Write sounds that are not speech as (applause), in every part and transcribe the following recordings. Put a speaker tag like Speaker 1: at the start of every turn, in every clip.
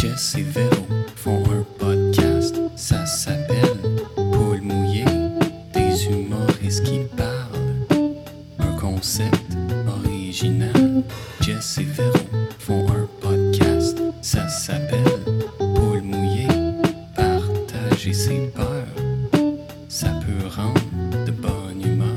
Speaker 1: Jess et Véro font un podcast, ça s'appelle Paul mouillé, des humoristes qui parlent. Un concept original. Jess et Véro font un podcast, ça s'appelle Paul mouillé, partager ses peurs. Ça peut rendre de bonne humeur.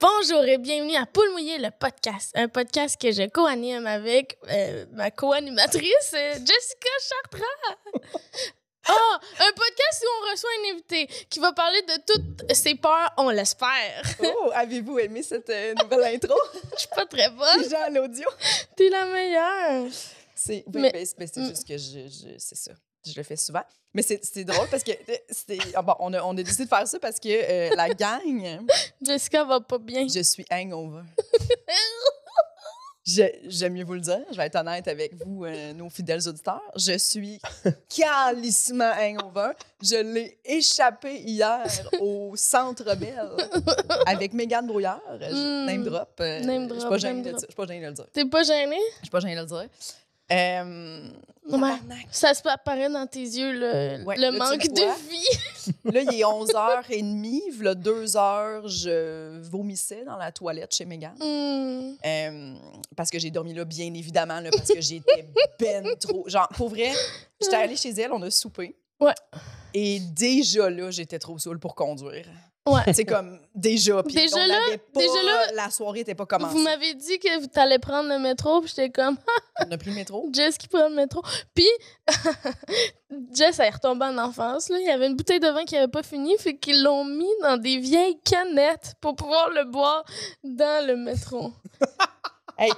Speaker 2: Bonjour et bienvenue à Poule Mouillée, le podcast. Un podcast que je co-anime avec euh, ma co-animatrice, euh, Jessica Chartrand.
Speaker 3: (laughs)
Speaker 2: Ah, un podcast où on reçoit un invité qui va parler de toutes ses peurs, on l'espère. (laughs)
Speaker 3: Oh, avez-vous aimé cette euh, (laughs) nouvelle intro?
Speaker 2: Je suis pas très
Speaker 3: (laughs)
Speaker 2: bonne.
Speaker 3: Déjà à l'audio?
Speaker 2: T'es la meilleure.
Speaker 3: C'est oui,
Speaker 2: Mais-
Speaker 3: ben, c'est- ben, c'est
Speaker 2: Mm.
Speaker 3: juste que je, je- c'est ça. Je le fais souvent. Mais c'est c'est drôle parce que euh, c'était. ah bon, on, a, on a décidé de faire ça parce que euh, la gang,
Speaker 2: Jessica va pas bien.
Speaker 3: je suis
Speaker 2: (laughs)
Speaker 3: hangover. Je- J'aime mieux vous le dire. Je vais être honnête avec vous, euh, nos fidèles auditeurs. Je
Speaker 2: (laughs)
Speaker 3: suis calissement hangover. Je l'ai échappé
Speaker 2: (laughs)
Speaker 3: hier au Centre Bell avec Mégane Brouillard. Je-
Speaker 2: Mm.
Speaker 3: Name drop. euh,
Speaker 2: Name
Speaker 3: Je suis
Speaker 2: drop, name
Speaker 3: pas gênée
Speaker 2: drop.
Speaker 3: de le dire. Je suis pas gênée de le dire.
Speaker 2: T'es pas gênée?
Speaker 3: Je suis pas gênée de le dire. Euh,
Speaker 2: Ouais.
Speaker 3: tabarnak.
Speaker 2: Ça se apparaît dans tes yeux, le,
Speaker 3: Ouais,
Speaker 2: Euh, le
Speaker 3: là, tu
Speaker 2: manque
Speaker 3: le vois.
Speaker 2: de vie. (laughs)
Speaker 3: Là, il est 11h30. V'là deux heures, je vomissais dans la toilette chez Megan.
Speaker 2: Hmm.
Speaker 3: Euh, parce que j'ai dormi là, bien évidemment, là, parce
Speaker 2: (laughs)
Speaker 3: que j'étais ben trop. Genre, pour vrai, j'étais allée chez elle, on a soupé.
Speaker 2: Ouais.
Speaker 3: Et déjà là, j'étais trop saoule pour conduire.
Speaker 2: Ouais.
Speaker 3: C'est comme déjà. Puis
Speaker 2: Déjà
Speaker 3: on
Speaker 2: là,
Speaker 3: avait pas-
Speaker 2: déjà là,
Speaker 3: la soirée était pas
Speaker 2: Vous
Speaker 3: commencée.
Speaker 2: m'avez dit que t'allais prendre le métro, puis j'étais comme.
Speaker 3: On a pris le métro.
Speaker 2: Jess qui prend le métro. Puis, (laughs) Jess, elle est retombée en enfance. Là. Il y avait une bouteille de vin qui n'avait pas fini, fait qu'ils l'ont mis dans des vieilles canettes pour pouvoir le boire dans le métro.
Speaker 3: Hey.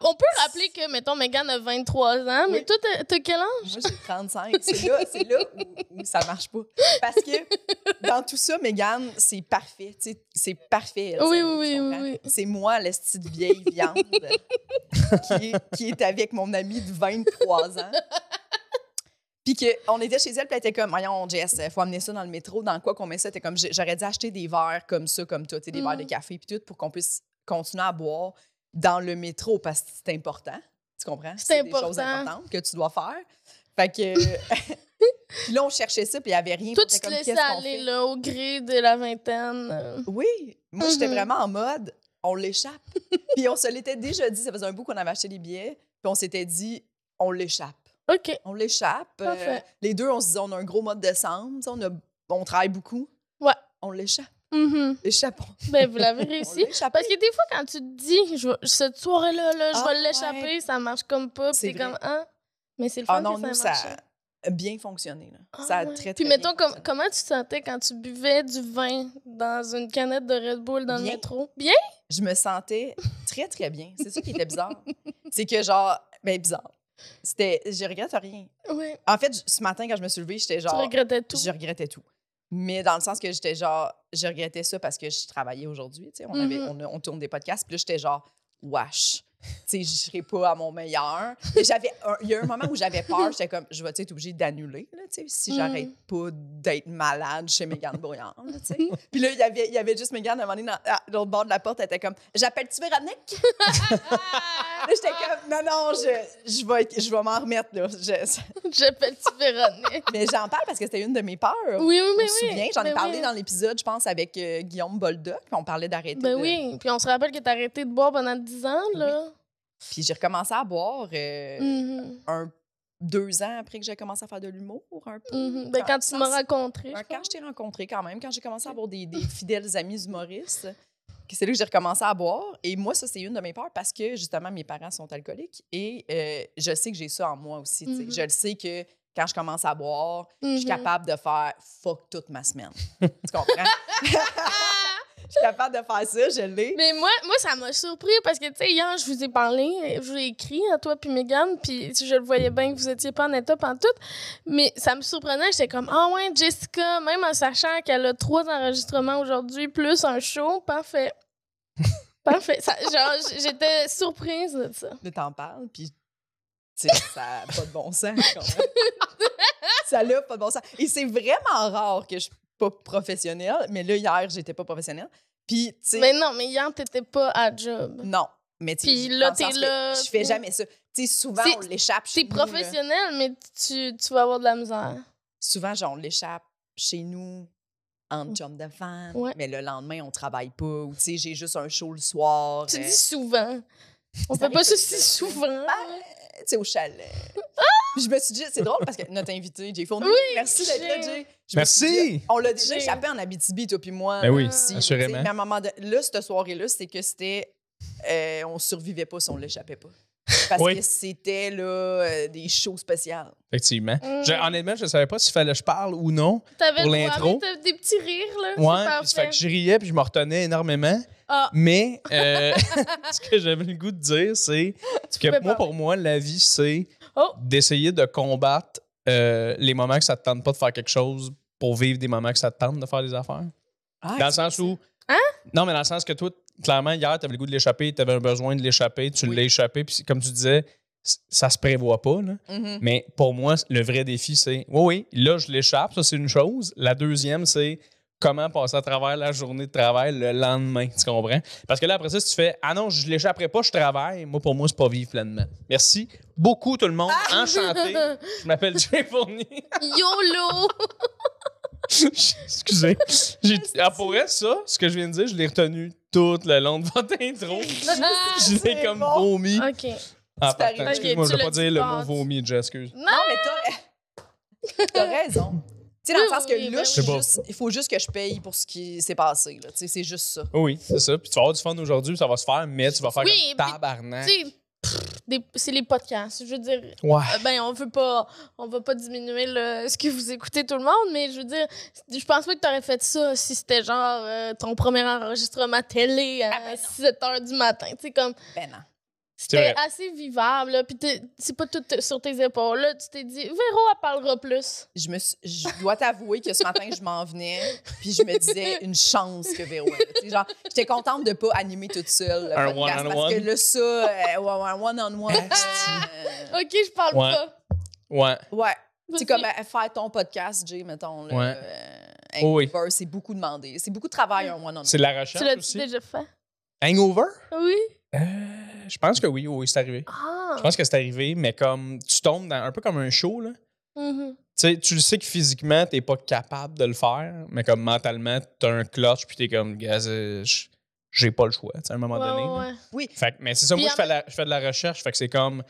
Speaker 2: On peut rappeler que, mettons, Megan a 23 ans, mais
Speaker 3: Oui.
Speaker 2: toi, t'as- t'as quel âge?
Speaker 3: Moi, j'ai 35. C'est là, c'est là où, où ça marche pas. Parce que dans tout ça, Mégane, c'est parfait. tu sais, C'est parfait. elle,
Speaker 2: Oui,
Speaker 3: ça,
Speaker 2: oui,
Speaker 3: tu
Speaker 2: oui,
Speaker 3: comprends?
Speaker 2: oui, oui.
Speaker 3: C'est moi, la petite vieille viande qui, est, qui est avec mon amie de 23 ans. Puis que, on était chez elle, puis elle était comme, voyons, Jess, faut amener ça dans le métro. Dans quoi qu'on met ça? Elle était comme, j'aurais dû acheter des verres comme ça, comme toi, tu sais, des
Speaker 2: Mm.
Speaker 3: verres de café, puis tout, pour qu'on puisse continuer à boire dans le métro parce que c'est important. Tu comprends?
Speaker 2: C'est important.
Speaker 3: des choses importantes que tu dois faire.
Speaker 2: (laughs)
Speaker 3: Fait que. (laughs) puis là, on cherchait ça, puis il n'y avait rien.
Speaker 2: Toi,
Speaker 3: puis
Speaker 2: tu
Speaker 3: on
Speaker 2: te
Speaker 3: était
Speaker 2: laissais
Speaker 3: comme, qu'est-ce qu'on
Speaker 2: aller
Speaker 3: fait?
Speaker 2: là, au gré de la vingtaine. euh.
Speaker 3: Oui. Moi, j'étais
Speaker 2: Mhm.
Speaker 3: vraiment en mode, on l'échappe.
Speaker 2: (laughs)
Speaker 3: puis on se l'était déjà dit, ça faisait un bout qu'on avait acheté les billets, puis on s'était dit, on l'échappe.
Speaker 2: OK.
Speaker 3: On l'échappe. Euh,
Speaker 2: Parfait.
Speaker 3: les deux, on se disait, on a un gros mois de décembre, tu sais, on, a, on travaille beaucoup.
Speaker 2: Ouais.
Speaker 3: On l'échappe. (laughs)
Speaker 2: Mhm.
Speaker 3: Échappons.
Speaker 2: Ben, vous
Speaker 3: (laughs)
Speaker 2: l'avez
Speaker 3: On
Speaker 2: réussi.
Speaker 3: l'échappe.
Speaker 2: Parce que des fois, quand tu te dis, je vais- cette soirée-là, là, je
Speaker 3: Ah,
Speaker 2: vais l'échapper, ça marche comme pas, puis
Speaker 3: C'est
Speaker 2: t'es comme,
Speaker 3: vrai.
Speaker 2: ah. Mais c'est le fun
Speaker 3: Ah non,
Speaker 2: que ça
Speaker 3: nous,
Speaker 2: a
Speaker 3: ça
Speaker 2: marché.
Speaker 3: a bien fonctionné. là.
Speaker 2: Ah
Speaker 3: ça a
Speaker 2: ouais.
Speaker 3: très, très
Speaker 2: Puis
Speaker 3: bien
Speaker 2: mettons, com-
Speaker 3: fonctionné.
Speaker 2: comment tu te sentais quand tu buvais du vin dans une canette de Red Bull dans le
Speaker 3: Bien.
Speaker 2: métro? Bien?
Speaker 3: je me sentais très, très bien. C'est ça qui était bizarre. C'est que, genre, ben, bizarre. C'était, je regrette rien.
Speaker 2: Oui.
Speaker 3: En fait, je- ce matin, quand je me suis levée, j'étais
Speaker 2: Tu
Speaker 3: genre,
Speaker 2: regrettais tout. (laughs)
Speaker 3: je regrettais tout. Mais dans le sens que j'étais genre, je regrettais ça parce que je travaillais aujourd'hui. tu sais, On, avait-
Speaker 2: Mhm.
Speaker 3: on, a- on tourne des podcasts. Puis là, j'étais genre, wesh. Tu sais, je serais pas à mon meilleur. Et j'avais un- Il y a un moment où j'avais peur. J'étais comme, je vais être obligée d'annuler là, tu sais, si
Speaker 2: Mhm.
Speaker 3: j'arrête pas d'être malade chez Mégane Brouillard. là, tu sais. Puis là, il y avait, il y avait juste Mégane à un moment donné, dans, à l'autre bord de la porte. Elle était comme, j'appelle-tu Véronique? Là, j'étais comme, non, non, je, je vais, être- je vais m'en remettre. Là. Je-
Speaker 2: J'appelle-tu Véronique?
Speaker 3: mais j'en parle parce que c'était une de mes peurs.
Speaker 2: Oui, oui, mais
Speaker 3: On se
Speaker 2: oui.
Speaker 3: souvient, j'en ai
Speaker 2: mais
Speaker 3: parlé
Speaker 2: oui.
Speaker 3: dans l'épisode, je pense, avec euh, Guillaume Boldoc, puis on parlait d'arrêter.
Speaker 2: Ben
Speaker 3: de-
Speaker 2: oui. Puis on se rappelle que t'as arrêté de boire pendant 10 ans, là.
Speaker 3: Puis j'ai recommencé à boire euh,
Speaker 2: Mhm,
Speaker 3: un, deux ans après que j'ai commencé à faire de l'humour, un peu.
Speaker 2: mhm. Ben quand tu m'as
Speaker 3: sans-
Speaker 2: rencontré.
Speaker 3: Ouais, Quand je t'ai rencontré quand même, quand j'ai commencé à avoir des, des fidèles amis humoristes, que c'est là que j'ai recommencé à boire. Et moi, ça, c'est une de mes peurs parce que, justement, mes parents sont alcooliques et euh, je sais que j'ai ça en moi aussi. tu sais.
Speaker 2: Mhm.
Speaker 3: Je le sais que quand je commence à boire, je suis
Speaker 2: capable.
Speaker 3: capable de faire fuck toute ma semaine. tu comprends? (laughs) je suis capable de faire ça, je l'ai.
Speaker 2: Mais moi, moi ça m'a surpris parce que, tu sais, hier, je vous ai parlé, je vous ai écrit à toi puis Megan, puis je le voyais bien que vous étiez pas en état en tout. Mais ça me surprenait, j'étais comme, ah ouais, Jessica, même en sachant qu'elle a trois enregistrements aujourd'hui, plus un show,
Speaker 3: (laughs)
Speaker 2: parfait. parfait. Ça- genre, j- j'étais surprise de ça.
Speaker 3: de t'en parle, puis tu sais, ça n'a pas de bon sens. quand même. ça n'a pas de bon sens. Et c'est vraiment rare que je suis pas professionnelle, mais là, hier, j'étais pas professionnelle. Puis, tu sais,
Speaker 2: Mais non, mais hier, t'étais pas à job.
Speaker 3: non. Mais tu sais,
Speaker 2: Puis
Speaker 3: dans
Speaker 2: là,
Speaker 3: le sens
Speaker 2: t'es
Speaker 3: que
Speaker 2: là,
Speaker 3: Je fais
Speaker 2: puis-
Speaker 3: jamais ça. Tu sais, souvent,
Speaker 2: C'est-
Speaker 3: on l'échappe chez
Speaker 2: T'es
Speaker 3: nous. là.
Speaker 2: professionnel, mais tu, tu vas avoir de la misère.
Speaker 3: Souvent, genre, on l'échappe chez nous en jump de van,
Speaker 2: Mm. Ouais.
Speaker 3: mais le lendemain, on travaille pas. Ou, tu sais, j'ai juste un show le soir.
Speaker 2: Tu
Speaker 3: euh,
Speaker 2: dis souvent. On
Speaker 3: Ça
Speaker 2: fait pas
Speaker 3: arrive.
Speaker 2: ça si souvent.
Speaker 3: tu sais, au chalet. Puis je me suis dit, c'est drôle parce que notre invité, Jay Fournier, merci d'être là,
Speaker 2: Jay.
Speaker 3: Jay. Je me suis dit,
Speaker 4: Merci!
Speaker 3: on l'a déjà
Speaker 2: Jay.
Speaker 3: échappé en Abitibi, toi puis moi.
Speaker 4: Ben oui,
Speaker 3: Si,
Speaker 4: assurément.
Speaker 3: tu sais, Mais à un moment de- là, cette soirée-là, c'est que c'était. euh, on survivait pas si on l'échappait pas. Parce
Speaker 4: Oui.
Speaker 3: que c'était là, euh, des shows spéciales.
Speaker 4: Effectivement.
Speaker 2: Mm.
Speaker 4: Je- honnêtement, je ne savais pas s'il fallait que je parle ou non.
Speaker 2: T'avais
Speaker 4: Pour
Speaker 2: le droit,
Speaker 4: l'intro.
Speaker 2: mais t'as des petits rires, là.
Speaker 4: Ouais, puis
Speaker 2: c'est
Speaker 4: ça fait
Speaker 2: parfait.
Speaker 4: que je riais puis je me retenais énormément.
Speaker 2: Ah,
Speaker 4: (laughs) Mais
Speaker 2: (laughs)
Speaker 4: euh, ce que j'avais le goût de dire, c'est
Speaker 2: tu
Speaker 4: que
Speaker 2: pouvais
Speaker 4: moi,
Speaker 2: pas.
Speaker 4: pour moi, la vie, c'est
Speaker 2: Oh.
Speaker 4: d'essayer de combattre euh, les moments que ça te tente pas de faire quelque chose pour vivre des moments que ça te tente de faire des affaires.
Speaker 2: Ah,
Speaker 4: Dans le sens où.
Speaker 2: Hein?
Speaker 4: Non, mais dans le sens que toi, clairement, hier, tu avais le goût de l'échapper, tu avais un besoin de l'échapper, tu
Speaker 3: Oui.
Speaker 4: l'as échappé, puis comme tu disais, c- ça se prévoit pas. Là.
Speaker 3: Mhm.
Speaker 4: Mais pour moi, le vrai défi, c'est oui, oui, là, je l'échappe, ça, c'est une chose. La deuxième, c'est comment passer à travers la journée de travail le lendemain. Tu comprends? Parce que là, après ça, si tu fais Ah non, je l'échapperai pas, je travaille, moi, pour moi, c'est pas vivre pleinement. Merci beaucoup, tout le monde.
Speaker 3: Ah! (laughs)
Speaker 4: Enchanté. Je m'appelle Jay Fournier.
Speaker 2: (laughs)
Speaker 4: (laughs)
Speaker 2: YOLO!
Speaker 4: Excusez. J'ai- Ah, pour vrai, ça, ce que je viens de dire, je l'ai retenu tout le long de
Speaker 3: (laughs)
Speaker 4: votre intro. Je l'ai
Speaker 3: Ah, C'est
Speaker 4: comme
Speaker 3: bon.
Speaker 4: vomi.
Speaker 2: OK.
Speaker 4: Ah,
Speaker 3: Tu
Speaker 4: pardon,
Speaker 3: t'arrives.
Speaker 4: excuse-moi,
Speaker 2: Ok,
Speaker 4: je
Speaker 2: tu
Speaker 4: vais pas
Speaker 2: l'as
Speaker 4: dire
Speaker 2: dit
Speaker 4: le
Speaker 2: pas.
Speaker 4: mot vomi, Jay, excuse.
Speaker 3: Non, mais t'as, t'as raison. Tu sais, dans le
Speaker 2: Oui,
Speaker 3: sens que
Speaker 2: oui,
Speaker 3: là,
Speaker 2: oui,
Speaker 3: je suis
Speaker 4: oui.
Speaker 3: juste- il faut juste que je paye pour ce qui s'est passé. là. Tu sais, c'est juste ça.
Speaker 4: Oh Oui, c'est ça. Puis tu vas avoir du fun aujourd'hui, ça va se faire, mais tu vas faire
Speaker 2: Oui,
Speaker 4: comme
Speaker 2: puis- Tu
Speaker 4: tabarnak.
Speaker 2: sais, pff, des- c'est les podcasts. Je veux dire,
Speaker 4: Ouais.
Speaker 2: euh, ben, on veut pas, on va pas diminuer le, ce que vous écoutez tout le monde, mais je veux dire, je pense pas que t'aurais fait ça si c'était genre euh, ton premier enregistrement télé à
Speaker 3: Ah, ben non.
Speaker 2: 7 heures du matin. Tu sais, comme,
Speaker 3: Ben non.
Speaker 2: c'était
Speaker 4: vrai.
Speaker 2: assez vivable, là, puis t'es- c'est pas tout sur tes épaules. Là, tu t'es dit, Véro, elle parlera plus.
Speaker 3: Je, me suis- je dois t'avouer que ce matin, je m'en venais, puis je
Speaker 2: (laughs)
Speaker 3: me disais une chance que Véro est là. Tu sais, genre, J'étais contente de ne pas animer toute seule. le
Speaker 4: Un
Speaker 3: podcast,
Speaker 4: one-on-one.
Speaker 3: Parce que là, ça, euh, ouais, ouais, un one-on-one. euh,
Speaker 2: OK, je parle
Speaker 4: Ouais.
Speaker 2: pas.
Speaker 4: Ouais.
Speaker 3: ouais. C'est
Speaker 2: Vas-y.
Speaker 3: comme euh, faire ton podcast, Jay, mettons. Là,
Speaker 4: Ouais.
Speaker 3: euh,
Speaker 4: Oh oui.
Speaker 3: Hangover, c'est beaucoup demandé. C'est beaucoup de travail, un one-on-one.
Speaker 4: C'est de la
Speaker 2: Tu
Speaker 4: recherche
Speaker 2: l'as-tu
Speaker 4: aussi.
Speaker 2: déjà fait?
Speaker 4: Hangover?
Speaker 2: Oui.
Speaker 4: Euh, je pense que oui, oui, c'est arrivé.
Speaker 2: Ah.
Speaker 4: Je pense que c'est arrivé, mais comme tu tombes dans un peu comme un show, là.
Speaker 2: Mhm.
Speaker 4: Tu sais, tu le sais que physiquement, t'es pas capable de le faire, mais comme mentalement, t'as un clutch, puis t'es comme, gaz, euh, j- j'ai pas le choix, tu sais, à un moment
Speaker 2: Ouais,
Speaker 4: donné.
Speaker 2: ouais,
Speaker 4: là.
Speaker 2: ouais. (laughs)
Speaker 4: Fait que- mais c'est ça,
Speaker 2: Puis
Speaker 4: moi, je
Speaker 2: en
Speaker 4: fais, la- je fais de la recherche, fait que c'est comme,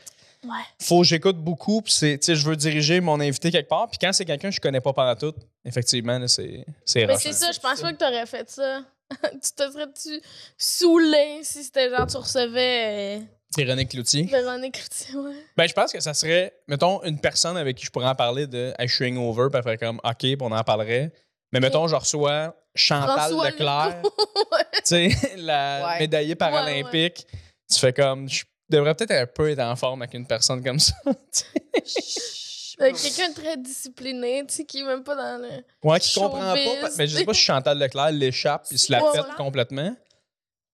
Speaker 2: Ouais.
Speaker 4: faut que j'écoute beaucoup, puis c'est, tu sais, je veux diriger mon invité quelque part, puis quand c'est quelqu'un que je connais pas pendant tout, effectivement, là, c'est c'est
Speaker 2: Mais
Speaker 4: rough,
Speaker 2: c'est
Speaker 4: hein.
Speaker 2: ça, je pense pas que t'aurais fait ça. (laughs) tu te serais-tu saoulé si c'était genre tu recevais euh,
Speaker 4: C'est René Cloutier.
Speaker 2: Véronique Loutier,
Speaker 3: (laughs)
Speaker 2: ouais.
Speaker 4: Ben, je pense que ça serait, mettons, une personne avec qui je pourrais en parler de hey, je suis hangover, puis elle ferait comme OK, puis on en parlerait. Mais mettons, je reçois Chantal
Speaker 2: François
Speaker 4: Leclerc, tu sais, la
Speaker 3: Ouais.
Speaker 4: médaillée paralympique. Tu fais comme je devrais peut-être un peu être en forme avec une personne comme ça.
Speaker 2: Euh, Quelqu'un de très discipliné, tu sais, qui est même pas dans le.
Speaker 4: Moi qui comprend
Speaker 2: Showbiz.
Speaker 4: pas, mais je sais pas si Chantal Leclerc l'échappe puis se la
Speaker 2: Ouais,
Speaker 4: pète
Speaker 2: ouais.
Speaker 4: complètement.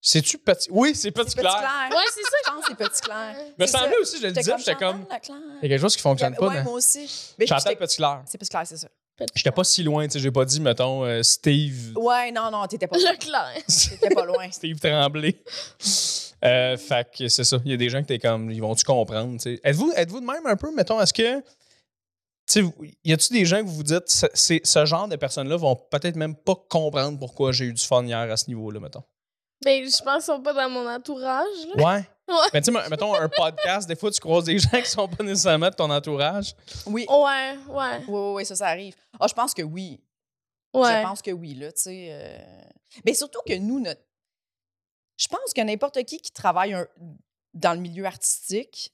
Speaker 4: C'est-tu petit Oui, c'est petit
Speaker 3: Petit
Speaker 4: Claire.
Speaker 3: clair.
Speaker 2: Ouais, c'est ça.
Speaker 3: Je pense que c'est petit clair.
Speaker 4: Me
Speaker 3: C'est ça.
Speaker 4: semblait aussi, je le
Speaker 3: J'étais
Speaker 4: disais,
Speaker 3: comme
Speaker 4: j'étais comme
Speaker 3: Chantal Leclerc.
Speaker 4: il y a quelque chose qui
Speaker 3: Il y
Speaker 4: fonctionne
Speaker 3: avait-
Speaker 4: pas.
Speaker 3: ouais,
Speaker 4: dans-
Speaker 3: moi aussi. Mais
Speaker 4: Chantal
Speaker 3: j'étais-
Speaker 4: Petit Claire.
Speaker 3: C'est petit clair, c'est ça.
Speaker 4: J'étais pas si loin, tu sais, j'ai pas dit mettons euh,
Speaker 3: (laughs)
Speaker 4: Steve
Speaker 3: Ouais, non, non, t'étais pas loin.
Speaker 2: Leclerc.
Speaker 3: T'étais pas loin.
Speaker 4: Steve Tremblay. Euh, fait que c'est ça. Il y a des gens que t'es comme, ils vont-tu comprendre? tu sais? Êtes-vous êtes de même un peu, mettons, est-ce que. tu sais, vous- Y a-tu des gens que vous vous dites, ce, c'est- ce genre de personnes-là vont peut-être même pas comprendre pourquoi j'ai eu du fun hier à ce niveau-là, mettons?
Speaker 2: Ben, je pense qu'ils sont pas dans mon entourage, là.
Speaker 4: Ouais.
Speaker 2: Ouais.
Speaker 4: Mais tu sais, mettons un podcast, des fois tu croises des (laughs) gens qui sont pas nécessairement de ton entourage.
Speaker 3: Oui.
Speaker 2: Ouais, ouais,
Speaker 3: Oui, oui, oui, ça, ça arrive. Ah, je pense que oui.
Speaker 2: ouais.
Speaker 3: Je pense que oui, là, tu sais. euh. Mais surtout que nous, notre... je pense que n'importe qui qui travaille un- dans le milieu artistique,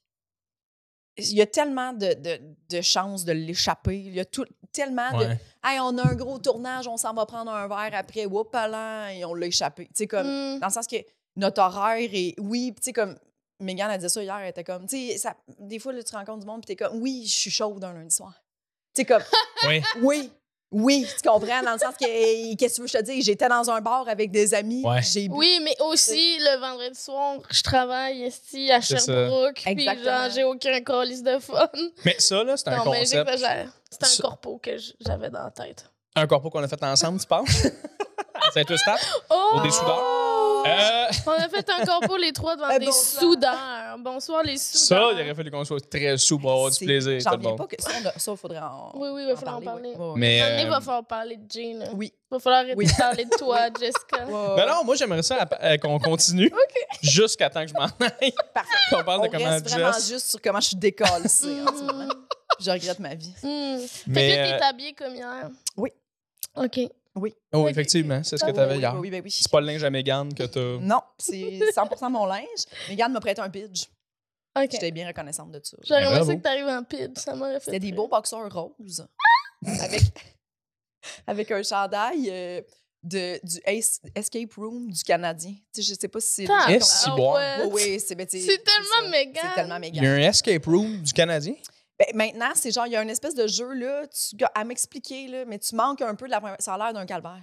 Speaker 3: il y a tellement de, de- de chances de l'échapper. Il y a tout- tellement de. Hey, on a un gros tournage, on s'en va prendre un verre après, whoop, et on l'a échappé. Tu sais, comme.
Speaker 2: Mm.
Speaker 3: dans le sens que notre horaire est oui puis tu sais comme Megan a dit ça hier elle était comme tu sais ça- des fois là, tu rencontres du monde puis t'es comme oui je suis chaude un lundi soir tu
Speaker 2: (laughs)
Speaker 3: sais comme
Speaker 4: Oui.
Speaker 3: oui oui tu comprends dans le sens que hey, qu'est-ce que je te dis j'étais dans un bar avec des amis
Speaker 4: Ouais.
Speaker 3: j'ai bu.
Speaker 2: Oui, mais aussi le vendredi soir, je travaille ici à
Speaker 4: C'est ça.
Speaker 2: Sherbrooke, puis
Speaker 3: Exactement.
Speaker 2: genre j'ai aucun colis de fun.
Speaker 4: Mais ça, là, c'est un
Speaker 2: Non, mais
Speaker 4: concept.
Speaker 2: j'exagère. C'est
Speaker 4: Ça-
Speaker 2: un corpo que j- j'avais dans la tête.
Speaker 3: (laughs)
Speaker 4: Un corpo qu'on a fait ensemble, tu penses? C'est tout ça?
Speaker 2: Oh!
Speaker 4: Ou des soudeurs? Euh,
Speaker 2: On a fait un corpo les trois devant
Speaker 3: Eh,
Speaker 2: des
Speaker 3: bonsoir.
Speaker 2: soudeurs. Bonsoir les
Speaker 4: ça,
Speaker 2: soudeurs.
Speaker 4: il aurait fallu qu'on soit très sous pour avoir Oh, du
Speaker 3: C'est-
Speaker 4: plaisir,
Speaker 3: J'en
Speaker 4: tout le
Speaker 3: reviens
Speaker 4: monde.
Speaker 3: pas que ça, on a- ça, il faudrait en,
Speaker 2: Oui, oui, il va falloir en parler.
Speaker 3: ouais. Ouais, ouais.
Speaker 4: Mais,
Speaker 2: Maintenant, il
Speaker 4: euh,
Speaker 2: va falloir parler de Jean. là.
Speaker 3: Oui.
Speaker 2: Il va falloir arrêter
Speaker 3: (laughs) Oui.
Speaker 2: de parler de toi, Jessica.
Speaker 3: Ouais,
Speaker 4: Ben
Speaker 3: ouais.
Speaker 4: non, moi, j'aimerais ça app- euh, qu'on
Speaker 3: (laughs)
Speaker 4: continue jusqu'à temps que je m'en aille. (laughs)
Speaker 3: Parfait.
Speaker 4: qu'on parle de
Speaker 3: On
Speaker 4: comment
Speaker 3: reste vraiment
Speaker 4: Jess-
Speaker 3: juste sur comment je suis décalée en ce moment.
Speaker 2: (laughs) Mm,
Speaker 3: Je regrette ma vie.
Speaker 2: mm. Fait que
Speaker 4: Mais,
Speaker 2: là,
Speaker 4: euh,
Speaker 2: t'es habillée comme hier.
Speaker 3: Oui.
Speaker 2: OK.
Speaker 4: oh, effectivement, c'est ce que
Speaker 3: Oui,
Speaker 4: tu avais
Speaker 3: oui,
Speaker 4: hier.
Speaker 3: Oui, oui, ben oui.
Speaker 4: C'est pas le linge à Mégane que t'as.
Speaker 3: Non, c'est 100 mon linge. Mégane m'a prêté un pidge.
Speaker 2: OK.
Speaker 3: J'étais bien reconnaissante de ça.
Speaker 2: J'aurais aimé
Speaker 4: Ah, Bravo.
Speaker 2: ça que t'arrives en pide. Ça m'aurait fait.
Speaker 3: C'était des
Speaker 2: plaisir.
Speaker 3: beaux boxeurs roses.
Speaker 2: Ah!
Speaker 3: avec, (laughs) avec un chandail euh, de, du Ace- Escape Room du Canadien. Tu sais, je sais pas si c'est. les gens
Speaker 2: Ah,
Speaker 3: qui ont-
Speaker 4: Eh, si bon.
Speaker 2: ouais.
Speaker 3: Oui, oui, c'est ben, tu sais,
Speaker 2: C'est tellement
Speaker 3: ça.
Speaker 2: Mégane.
Speaker 3: C'est tellement
Speaker 4: Il y
Speaker 3: Mégane.
Speaker 4: a un escape room du Canadien.
Speaker 3: Ben, maintenant, c'est genre, il y a une espèce de jeu, là, tu, à m'expliquer, là, mais tu manques un peu de la première. Ça a l'air d'un calvaire.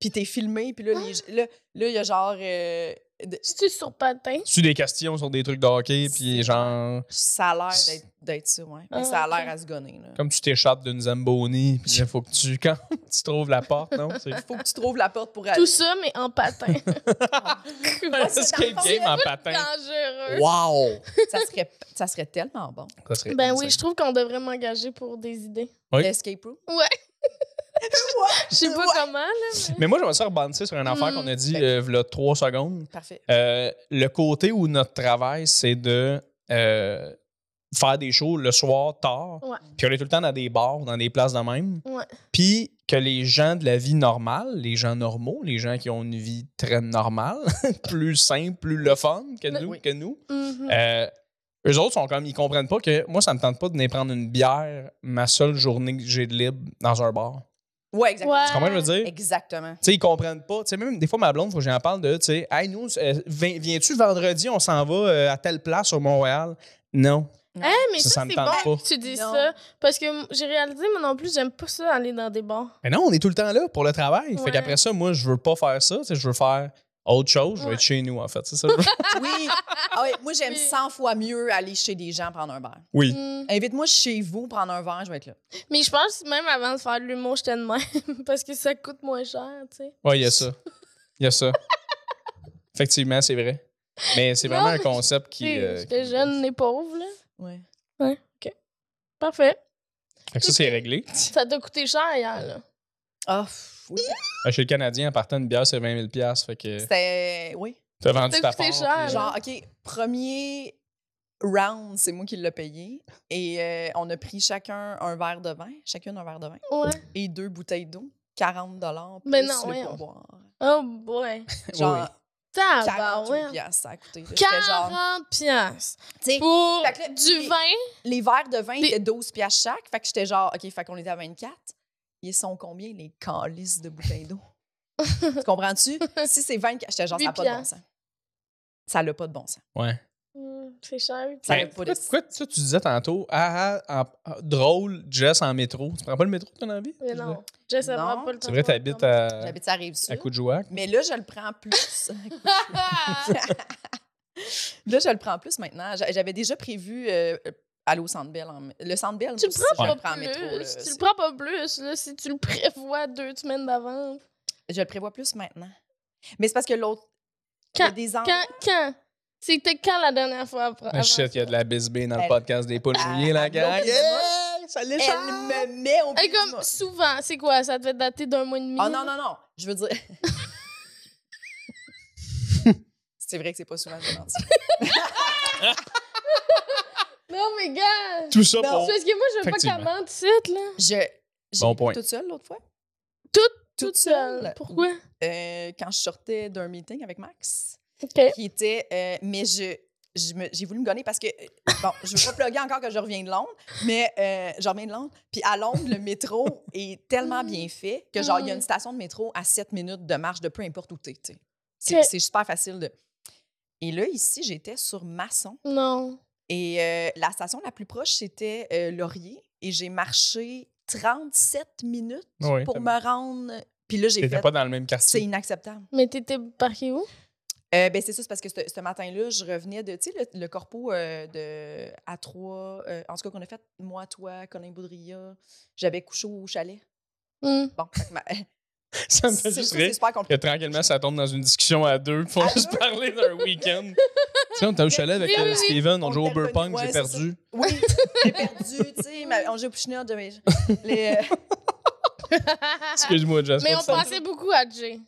Speaker 3: Puis t'es filmé, puis là,
Speaker 2: Ah!
Speaker 3: les- là, là, il y a genre. euh, de-
Speaker 2: C'est-tu sur patin?
Speaker 4: Tu des questions sur des trucs de hockey, puis
Speaker 3: C'est-
Speaker 4: genre,
Speaker 3: ça a l'air d'être- d'être ça, ouais. Mais
Speaker 2: Ah,
Speaker 3: ça a
Speaker 2: ok.
Speaker 3: l'air à se gonner, là.
Speaker 4: comme tu t'échappes d'une Zamboni, puis il faut que tu, (laughs) quand tu trouves la porte, non? C'est
Speaker 3: Faut que tu trouves la porte pour aller.
Speaker 2: Tout ça, mais en patin.
Speaker 4: (laughs) un
Speaker 3: c'est
Speaker 4: escape
Speaker 3: dans le
Speaker 4: game en
Speaker 2: (laughs)
Speaker 4: patin.
Speaker 2: Dangereux.
Speaker 4: Wow!
Speaker 3: ça, serait, ça serait tellement bon.
Speaker 4: Ça serait
Speaker 2: Ben
Speaker 4: insane.
Speaker 2: oui, je trouve qu'on devrait m'engager pour des idées. (laughs)
Speaker 4: Oui.
Speaker 3: L'escape room.
Speaker 2: Je sais pas
Speaker 3: Ouais.
Speaker 2: comment, là.
Speaker 4: Mais moi, j'aimerais ça rebondir sur une affaire
Speaker 2: Mm.
Speaker 4: qu'on a dit euh, v'là trois secondes.
Speaker 3: Parfait.
Speaker 4: Euh, le côté où notre travail, c'est de euh, faire des shows le soir tard,
Speaker 2: Ouais.
Speaker 4: puis on est tout le temps dans des bars, dans des places de même,
Speaker 2: Ouais.
Speaker 4: puis que les gens de la vie normale, les gens normaux, les gens qui ont une vie très normale, (laughs) plus simple, plus le fun que
Speaker 2: Ben
Speaker 4: nous,
Speaker 3: oui.
Speaker 4: que nous
Speaker 2: Mhm.
Speaker 4: euh, eux autres sont comme, ils comprennent pas que moi, ça me tente pas de venir prendre une bière ma seule journée que j'ai de libre dans un bar.
Speaker 3: Ouais, exactement.
Speaker 2: Ouais.
Speaker 4: Tu comprends ce que je veux dire?
Speaker 3: Exactement.
Speaker 4: Tu sais, ils comprennent pas. Tu sais, même des fois, ma blonde, faut que j'en parle de, tu sais, hey, nous, euh, vi- viens-tu vendredi, on s'en va euh, à telle place au Montréal? Non.
Speaker 2: Hey, Eh, mais
Speaker 4: Ça,
Speaker 2: ça,
Speaker 4: ça me
Speaker 2: c'est bon
Speaker 4: tente pas.
Speaker 2: que tu dis
Speaker 3: Non.
Speaker 2: ça. Parce que m- j'ai réalisé, moi non plus, j'aime pas ça aller dans des bars.
Speaker 4: Mais non, on est tout le temps là pour le travail. Fait
Speaker 2: Ouais.
Speaker 4: qu'après ça, moi, je veux pas faire ça. Tu sais, je veux faire autre chose. Je veux
Speaker 2: Ouais.
Speaker 4: être chez nous, en fait. C'est ça que je veux.
Speaker 3: Oui. Ah ouais, moi, j'aime
Speaker 2: Mais-
Speaker 3: 100 fois mieux aller chez des gens prendre un verre.
Speaker 4: oui.
Speaker 2: Mm.
Speaker 3: Invite-moi chez vous prendre un verre, je vais être là.
Speaker 2: Mais je pense que même avant de faire de l'humour, j'étais de même. (laughs) Parce que ça coûte moins cher, tu sais.
Speaker 4: Ouais, il y a ça. Il y
Speaker 2: (laughs)
Speaker 4: a ça. Effectivement, c'est vrai. Mais c'est vraiment
Speaker 2: Non,
Speaker 4: un
Speaker 2: mais
Speaker 4: concept qui. euh,
Speaker 2: J'étais
Speaker 4: qui-
Speaker 2: jeune et pauvre, là.
Speaker 3: Ouais.
Speaker 4: (laughs)
Speaker 2: Parfait.
Speaker 4: Fait que ça, c'est réglé.
Speaker 2: Ça t'a coûté cher hier, là.
Speaker 3: Ah, pff, oui.
Speaker 4: Ah, Chez le Canadien, en partant une bière, c'est 20 000 piastres, Fait que
Speaker 3: C'était. Oui.
Speaker 4: t'as vendu
Speaker 2: Ça
Speaker 4: ta part.
Speaker 2: coûtait cher,
Speaker 4: puis-
Speaker 2: là.
Speaker 3: Genre, OK, premier round, c'est moi qui l'ai payé. Et euh, on a pris chacun un verre de vin, chacune un verre de vin,
Speaker 2: Ouais.
Speaker 3: et deux bouteilles d'eau. 40 dollars plus
Speaker 2: Mais non,
Speaker 3: le
Speaker 2: voyons. Ah bah,
Speaker 3: pourboire.
Speaker 2: Oh boy.
Speaker 4: Oui, oui.
Speaker 3: Genre,
Speaker 2: Tabarouette.
Speaker 3: 40 piastres, ça a coûté. là. J'étais genre,
Speaker 2: 40 piastres
Speaker 3: tu sais,
Speaker 2: pour
Speaker 3: Fait que là,
Speaker 2: du
Speaker 3: les-
Speaker 2: vin.
Speaker 3: les verres de vin
Speaker 2: Des-
Speaker 3: étaient 12 piastres chaque. Fait que j'étais genre, OK, fait qu'on était à 24. Ils sont combien, les calices de bouteilles d'eau? tu
Speaker 2: (laughs)
Speaker 3: comprends-tu? Si c'est 24, j'étais genre, ça n'a
Speaker 2: Huit
Speaker 3: pas de bon sens. Ça n'a pas de bon sens.
Speaker 4: Ouais.
Speaker 2: Mm, C'est cher.
Speaker 3: Ça
Speaker 4: Mais
Speaker 3: n'a pas de
Speaker 4: pourquoi, pourquoi toi, tu disais tantôt, ah, ah, en- ah, drôle, Jess en métro. Tu prends pas le métro, ton avis?
Speaker 2: Mais non. Je sais
Speaker 3: Non.
Speaker 2: pas le
Speaker 4: C'est vrai,
Speaker 2: transport
Speaker 4: t'habites
Speaker 2: en commun.
Speaker 4: à,
Speaker 3: J'habite ça rive
Speaker 4: à
Speaker 3: sud.
Speaker 4: Coudjouac.
Speaker 3: Mais là, je le prends
Speaker 2: (laughs)
Speaker 3: plus. (laughs) là, je le prends plus maintenant. J'a- J'avais déjà prévu euh, aller au Centre Bell. en- Le Centre Bell,
Speaker 2: tu le
Speaker 3: moi,
Speaker 2: prends
Speaker 3: je
Speaker 2: pas
Speaker 3: le prends en
Speaker 2: plus.
Speaker 3: métro. là,
Speaker 2: tu le
Speaker 3: c'est-
Speaker 2: prends pas plus là, si tu le prévois deux semaines d'avance.
Speaker 3: Je le prévois plus maintenant. Mais c'est parce que l'autre... il y a des endroits-
Speaker 2: Quand? Quand? C'était quand la dernière fois après?
Speaker 4: Ah, shit, il y a de la bisbée dans le
Speaker 3: Elle-
Speaker 4: podcast des poules mouillées, la
Speaker 3: elle-
Speaker 4: gang.
Speaker 3: elle-
Speaker 4: Yeah! Ça
Speaker 3: Ah, Elle
Speaker 4: l'échappe!
Speaker 3: me met au
Speaker 2: Et
Speaker 3: pied du
Speaker 2: comme
Speaker 3: mur.
Speaker 2: souvent, c'est quoi? Ça devait dater d'un mois et demi?
Speaker 3: Ah non, non, non. Je veux dire. (laughs) c'est vrai que c'est pas souvent que je mens.
Speaker 2: Non, mais gars!
Speaker 4: (laughs) Tout ça
Speaker 3: Non.
Speaker 4: pour...
Speaker 2: Parce que moi, je veux pas
Speaker 4: Effectivement.
Speaker 2: qu'elle mente ici, là.
Speaker 3: Je. j'ai
Speaker 4: Bon
Speaker 3: été
Speaker 4: point.
Speaker 3: Toute seule l'autre fois?
Speaker 2: Toute-
Speaker 3: Toute seule?
Speaker 2: Pourquoi?
Speaker 3: Euh, quand je sortais d'un meeting avec Max,
Speaker 2: OK.
Speaker 3: qui était. euh, mais je. je me- J'ai voulu me gonner parce que, euh, bon, je veux pas plugger encore que je reviens de Londres, mais euh, je reviens de Londres. Puis à Londres, le métro est tellement bien fait que, genre, il y a une station de métro à 7 minutes de marche de peu importe où t'es, tu sais. C'est
Speaker 2: Ok.
Speaker 3: c'est super facile de. Et là, ici, j'étais sur Masson.
Speaker 2: Non.
Speaker 3: Et euh, la station la plus proche, c'était euh, Laurier. Et j'ai marché 37 minutes
Speaker 4: Oui,
Speaker 3: pour
Speaker 4: t'as-
Speaker 3: me rendre. Puis là, j'ai
Speaker 4: T'étais
Speaker 3: fait.
Speaker 4: pas dans le même
Speaker 3: C'est
Speaker 4: quartier.
Speaker 3: inacceptable.
Speaker 2: Mais t'étais parqué où?
Speaker 3: Euh, ben, c'est ça, c'est parce que ce ce matin-là, je revenais de. Tu sais, le, le corpo euh, de A3, euh, en tout cas, qu'on a fait, moi, toi, Colin Boudria, j'avais couché au chalet.
Speaker 2: Hum. (laughs)
Speaker 3: Bon, fait que ma- (laughs)
Speaker 4: (laughs) Ça me
Speaker 3: C'est
Speaker 4: fait
Speaker 3: je
Speaker 4: juste
Speaker 3: trouve que c'est
Speaker 4: rire
Speaker 3: super
Speaker 4: que
Speaker 3: compliqué.
Speaker 4: tranquillement, ça tombe dans une discussion à deux pour
Speaker 3: À
Speaker 4: juste
Speaker 3: deux?
Speaker 4: parler d'un week-end. tu sais, on était au chalet avec
Speaker 2: Oui,
Speaker 4: euh,
Speaker 2: oui, oui.
Speaker 4: Steven, on
Speaker 3: On
Speaker 4: jouait au
Speaker 3: termine,
Speaker 4: Burpunk,
Speaker 3: ouais,
Speaker 4: j'ai
Speaker 3: c'est
Speaker 4: perdu.
Speaker 3: Oui, j'ai perdu, tu sais, ma- on joue au Pushnut,
Speaker 2: (laughs)
Speaker 3: mais les- euh,
Speaker 4: Excuse-moi, Jasper.
Speaker 2: Mais on pensait beaucoup à Jay.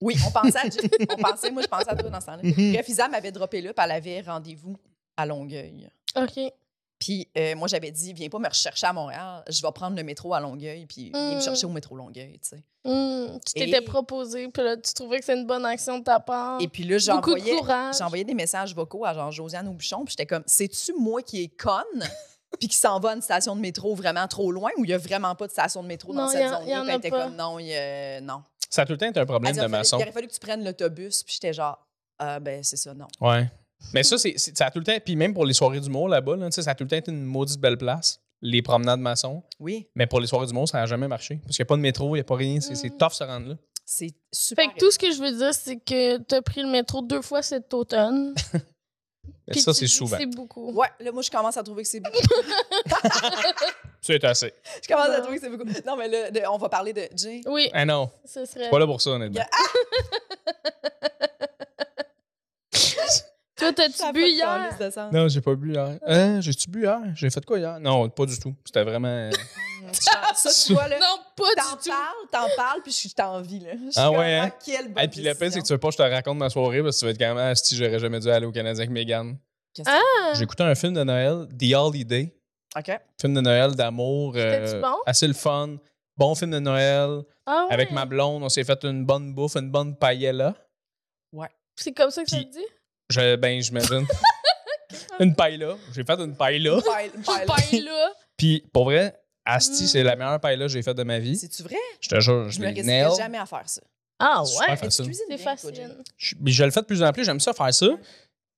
Speaker 3: Oui, on pensait, à... on pensait, moi je pensais à toi dans ce temps-là.
Speaker 2: Mm-hmm.
Speaker 3: Bref, Isa m'avait droppé là, puis elle avait rendez-vous à Longueuil.
Speaker 2: OK.
Speaker 3: Puis euh, moi j'avais dit, viens pas me rechercher à Montréal, je vais prendre le métro à Longueuil, puis viens
Speaker 2: Mm.
Speaker 3: me chercher au métro Longueuil, tu sais.
Speaker 2: Hum, tu
Speaker 3: Et-
Speaker 2: t'étais proposé, puis là, tu trouvais que c'est une bonne action de ta part.
Speaker 3: Et puis là, j'ai
Speaker 2: Ah. beaucoup
Speaker 3: envoyé-
Speaker 2: de courage.
Speaker 3: j'ai envoyé des messages vocaux à genre Josiane Aubuchon, puis j'étais comme, c'est-tu moi qui est conne? (laughs) puis qui s'en va à une station de métro vraiment trop loin où il n'y a vraiment pas de station de métro dans
Speaker 2: Non, y
Speaker 3: cette
Speaker 2: en- y en
Speaker 3: zone-là. Puis
Speaker 2: a
Speaker 3: Elle était
Speaker 2: pas.
Speaker 3: comme, non, il y a- non.
Speaker 4: Ça a tout le temps été un
Speaker 3: Elle
Speaker 4: problème
Speaker 3: dit,
Speaker 4: de
Speaker 3: il aurait fallu-
Speaker 4: maçon.
Speaker 3: Il aurait fallu que tu prennes l'autobus, puis j'étais genre, ah ben c'est ça, non.
Speaker 4: Ouais. Mais ça, c'est, c'est- ça a tout le temps. Puis même pour les soirées d'humour là-bas, là, tu sais, ça a tout le temps été une maudite belle place, les promenades maçons.
Speaker 3: Oui,
Speaker 4: Mais pour les soirées d'humour, ça n'a jamais marché. Parce qu'il n'y a pas de métro, il n'y a pas rien. C'est, c'est tough se rendre là.
Speaker 3: c'est super.
Speaker 2: Fait que tout ce que je veux dire, c'est que t'as pris le métro deux fois cet
Speaker 4: (laughs)
Speaker 2: automne.
Speaker 4: Mais
Speaker 2: puis
Speaker 4: ça,
Speaker 2: tu
Speaker 4: c'est
Speaker 2: dis que
Speaker 4: souvent.
Speaker 2: C'est beaucoup.
Speaker 3: Ouais, là, moi, je commence à trouver que c'est beaucoup.
Speaker 4: C'est assez.
Speaker 3: Je commence à
Speaker 2: Non.
Speaker 3: trouver que c'est beaucoup. Non, mais là, de- on va parler de Jay.
Speaker 2: Oui,
Speaker 4: Ah non,
Speaker 2: ce serait.
Speaker 4: pas là pour ça, honnêtement.
Speaker 2: Toi, t'as-tu bu hier?
Speaker 3: Non.
Speaker 4: Non, j'ai pas bu hier. Hein, j'ai-tu bu hier? J'ai fait quoi hier? Non, pas du tout.
Speaker 2: (laughs)
Speaker 4: C'était vraiment. euh,
Speaker 3: Ça, tu vois, là,
Speaker 2: Non, pas
Speaker 3: t'en
Speaker 2: du tout.
Speaker 3: parles, t'en parles, puis je suis t'envie, là. Je suis
Speaker 4: Ah
Speaker 3: comme,
Speaker 4: ouais, hein?
Speaker 3: Quelle bonne
Speaker 4: Et puis la peine, c'est
Speaker 3: décision.
Speaker 4: que tu veux pas que je te raconte ma soirée parce que tu vas être quand même si j'aurais jamais dû aller au Canadien avec Megan.
Speaker 3: Qu'est-ce que-
Speaker 2: Ah!
Speaker 4: J'ai écouté un film de Noël, The Holiday.
Speaker 3: OK.
Speaker 4: Film de Noël d'amour.
Speaker 2: C'était-tu
Speaker 4: euh,
Speaker 2: bon?
Speaker 4: Assez le fun. Bon film de Noël.
Speaker 2: Ah ouais.
Speaker 4: Avec ma blonde, on s'est fait une bonne bouffe, une bonne paella.
Speaker 2: C'est comme ça que ça
Speaker 4: Puis-
Speaker 2: te dit?
Speaker 4: Je,
Speaker 2: (laughs)
Speaker 4: ben, j'imagine. une paella. J'ai fait une paella.
Speaker 3: Pile- pile.
Speaker 2: Paille là.
Speaker 4: Puis, pour vrai, Asti,
Speaker 2: Mm.
Speaker 4: c'est la meilleure paella que j'ai faite de ma vie.
Speaker 3: C'est-tu vrai?
Speaker 4: Je te jure,
Speaker 3: Je
Speaker 4: je
Speaker 3: me
Speaker 4: l'ai
Speaker 3: risquerais
Speaker 4: nail.
Speaker 3: jamais à faire ça.
Speaker 2: Ah
Speaker 4: C'est super
Speaker 2: ouais?
Speaker 3: Mais tu
Speaker 4: facile.
Speaker 3: cuisines
Speaker 2: C'est
Speaker 3: bien, toi, Jay.
Speaker 2: facile.
Speaker 4: Je, mais je le fais de plus en plus, j'aime ça faire ça.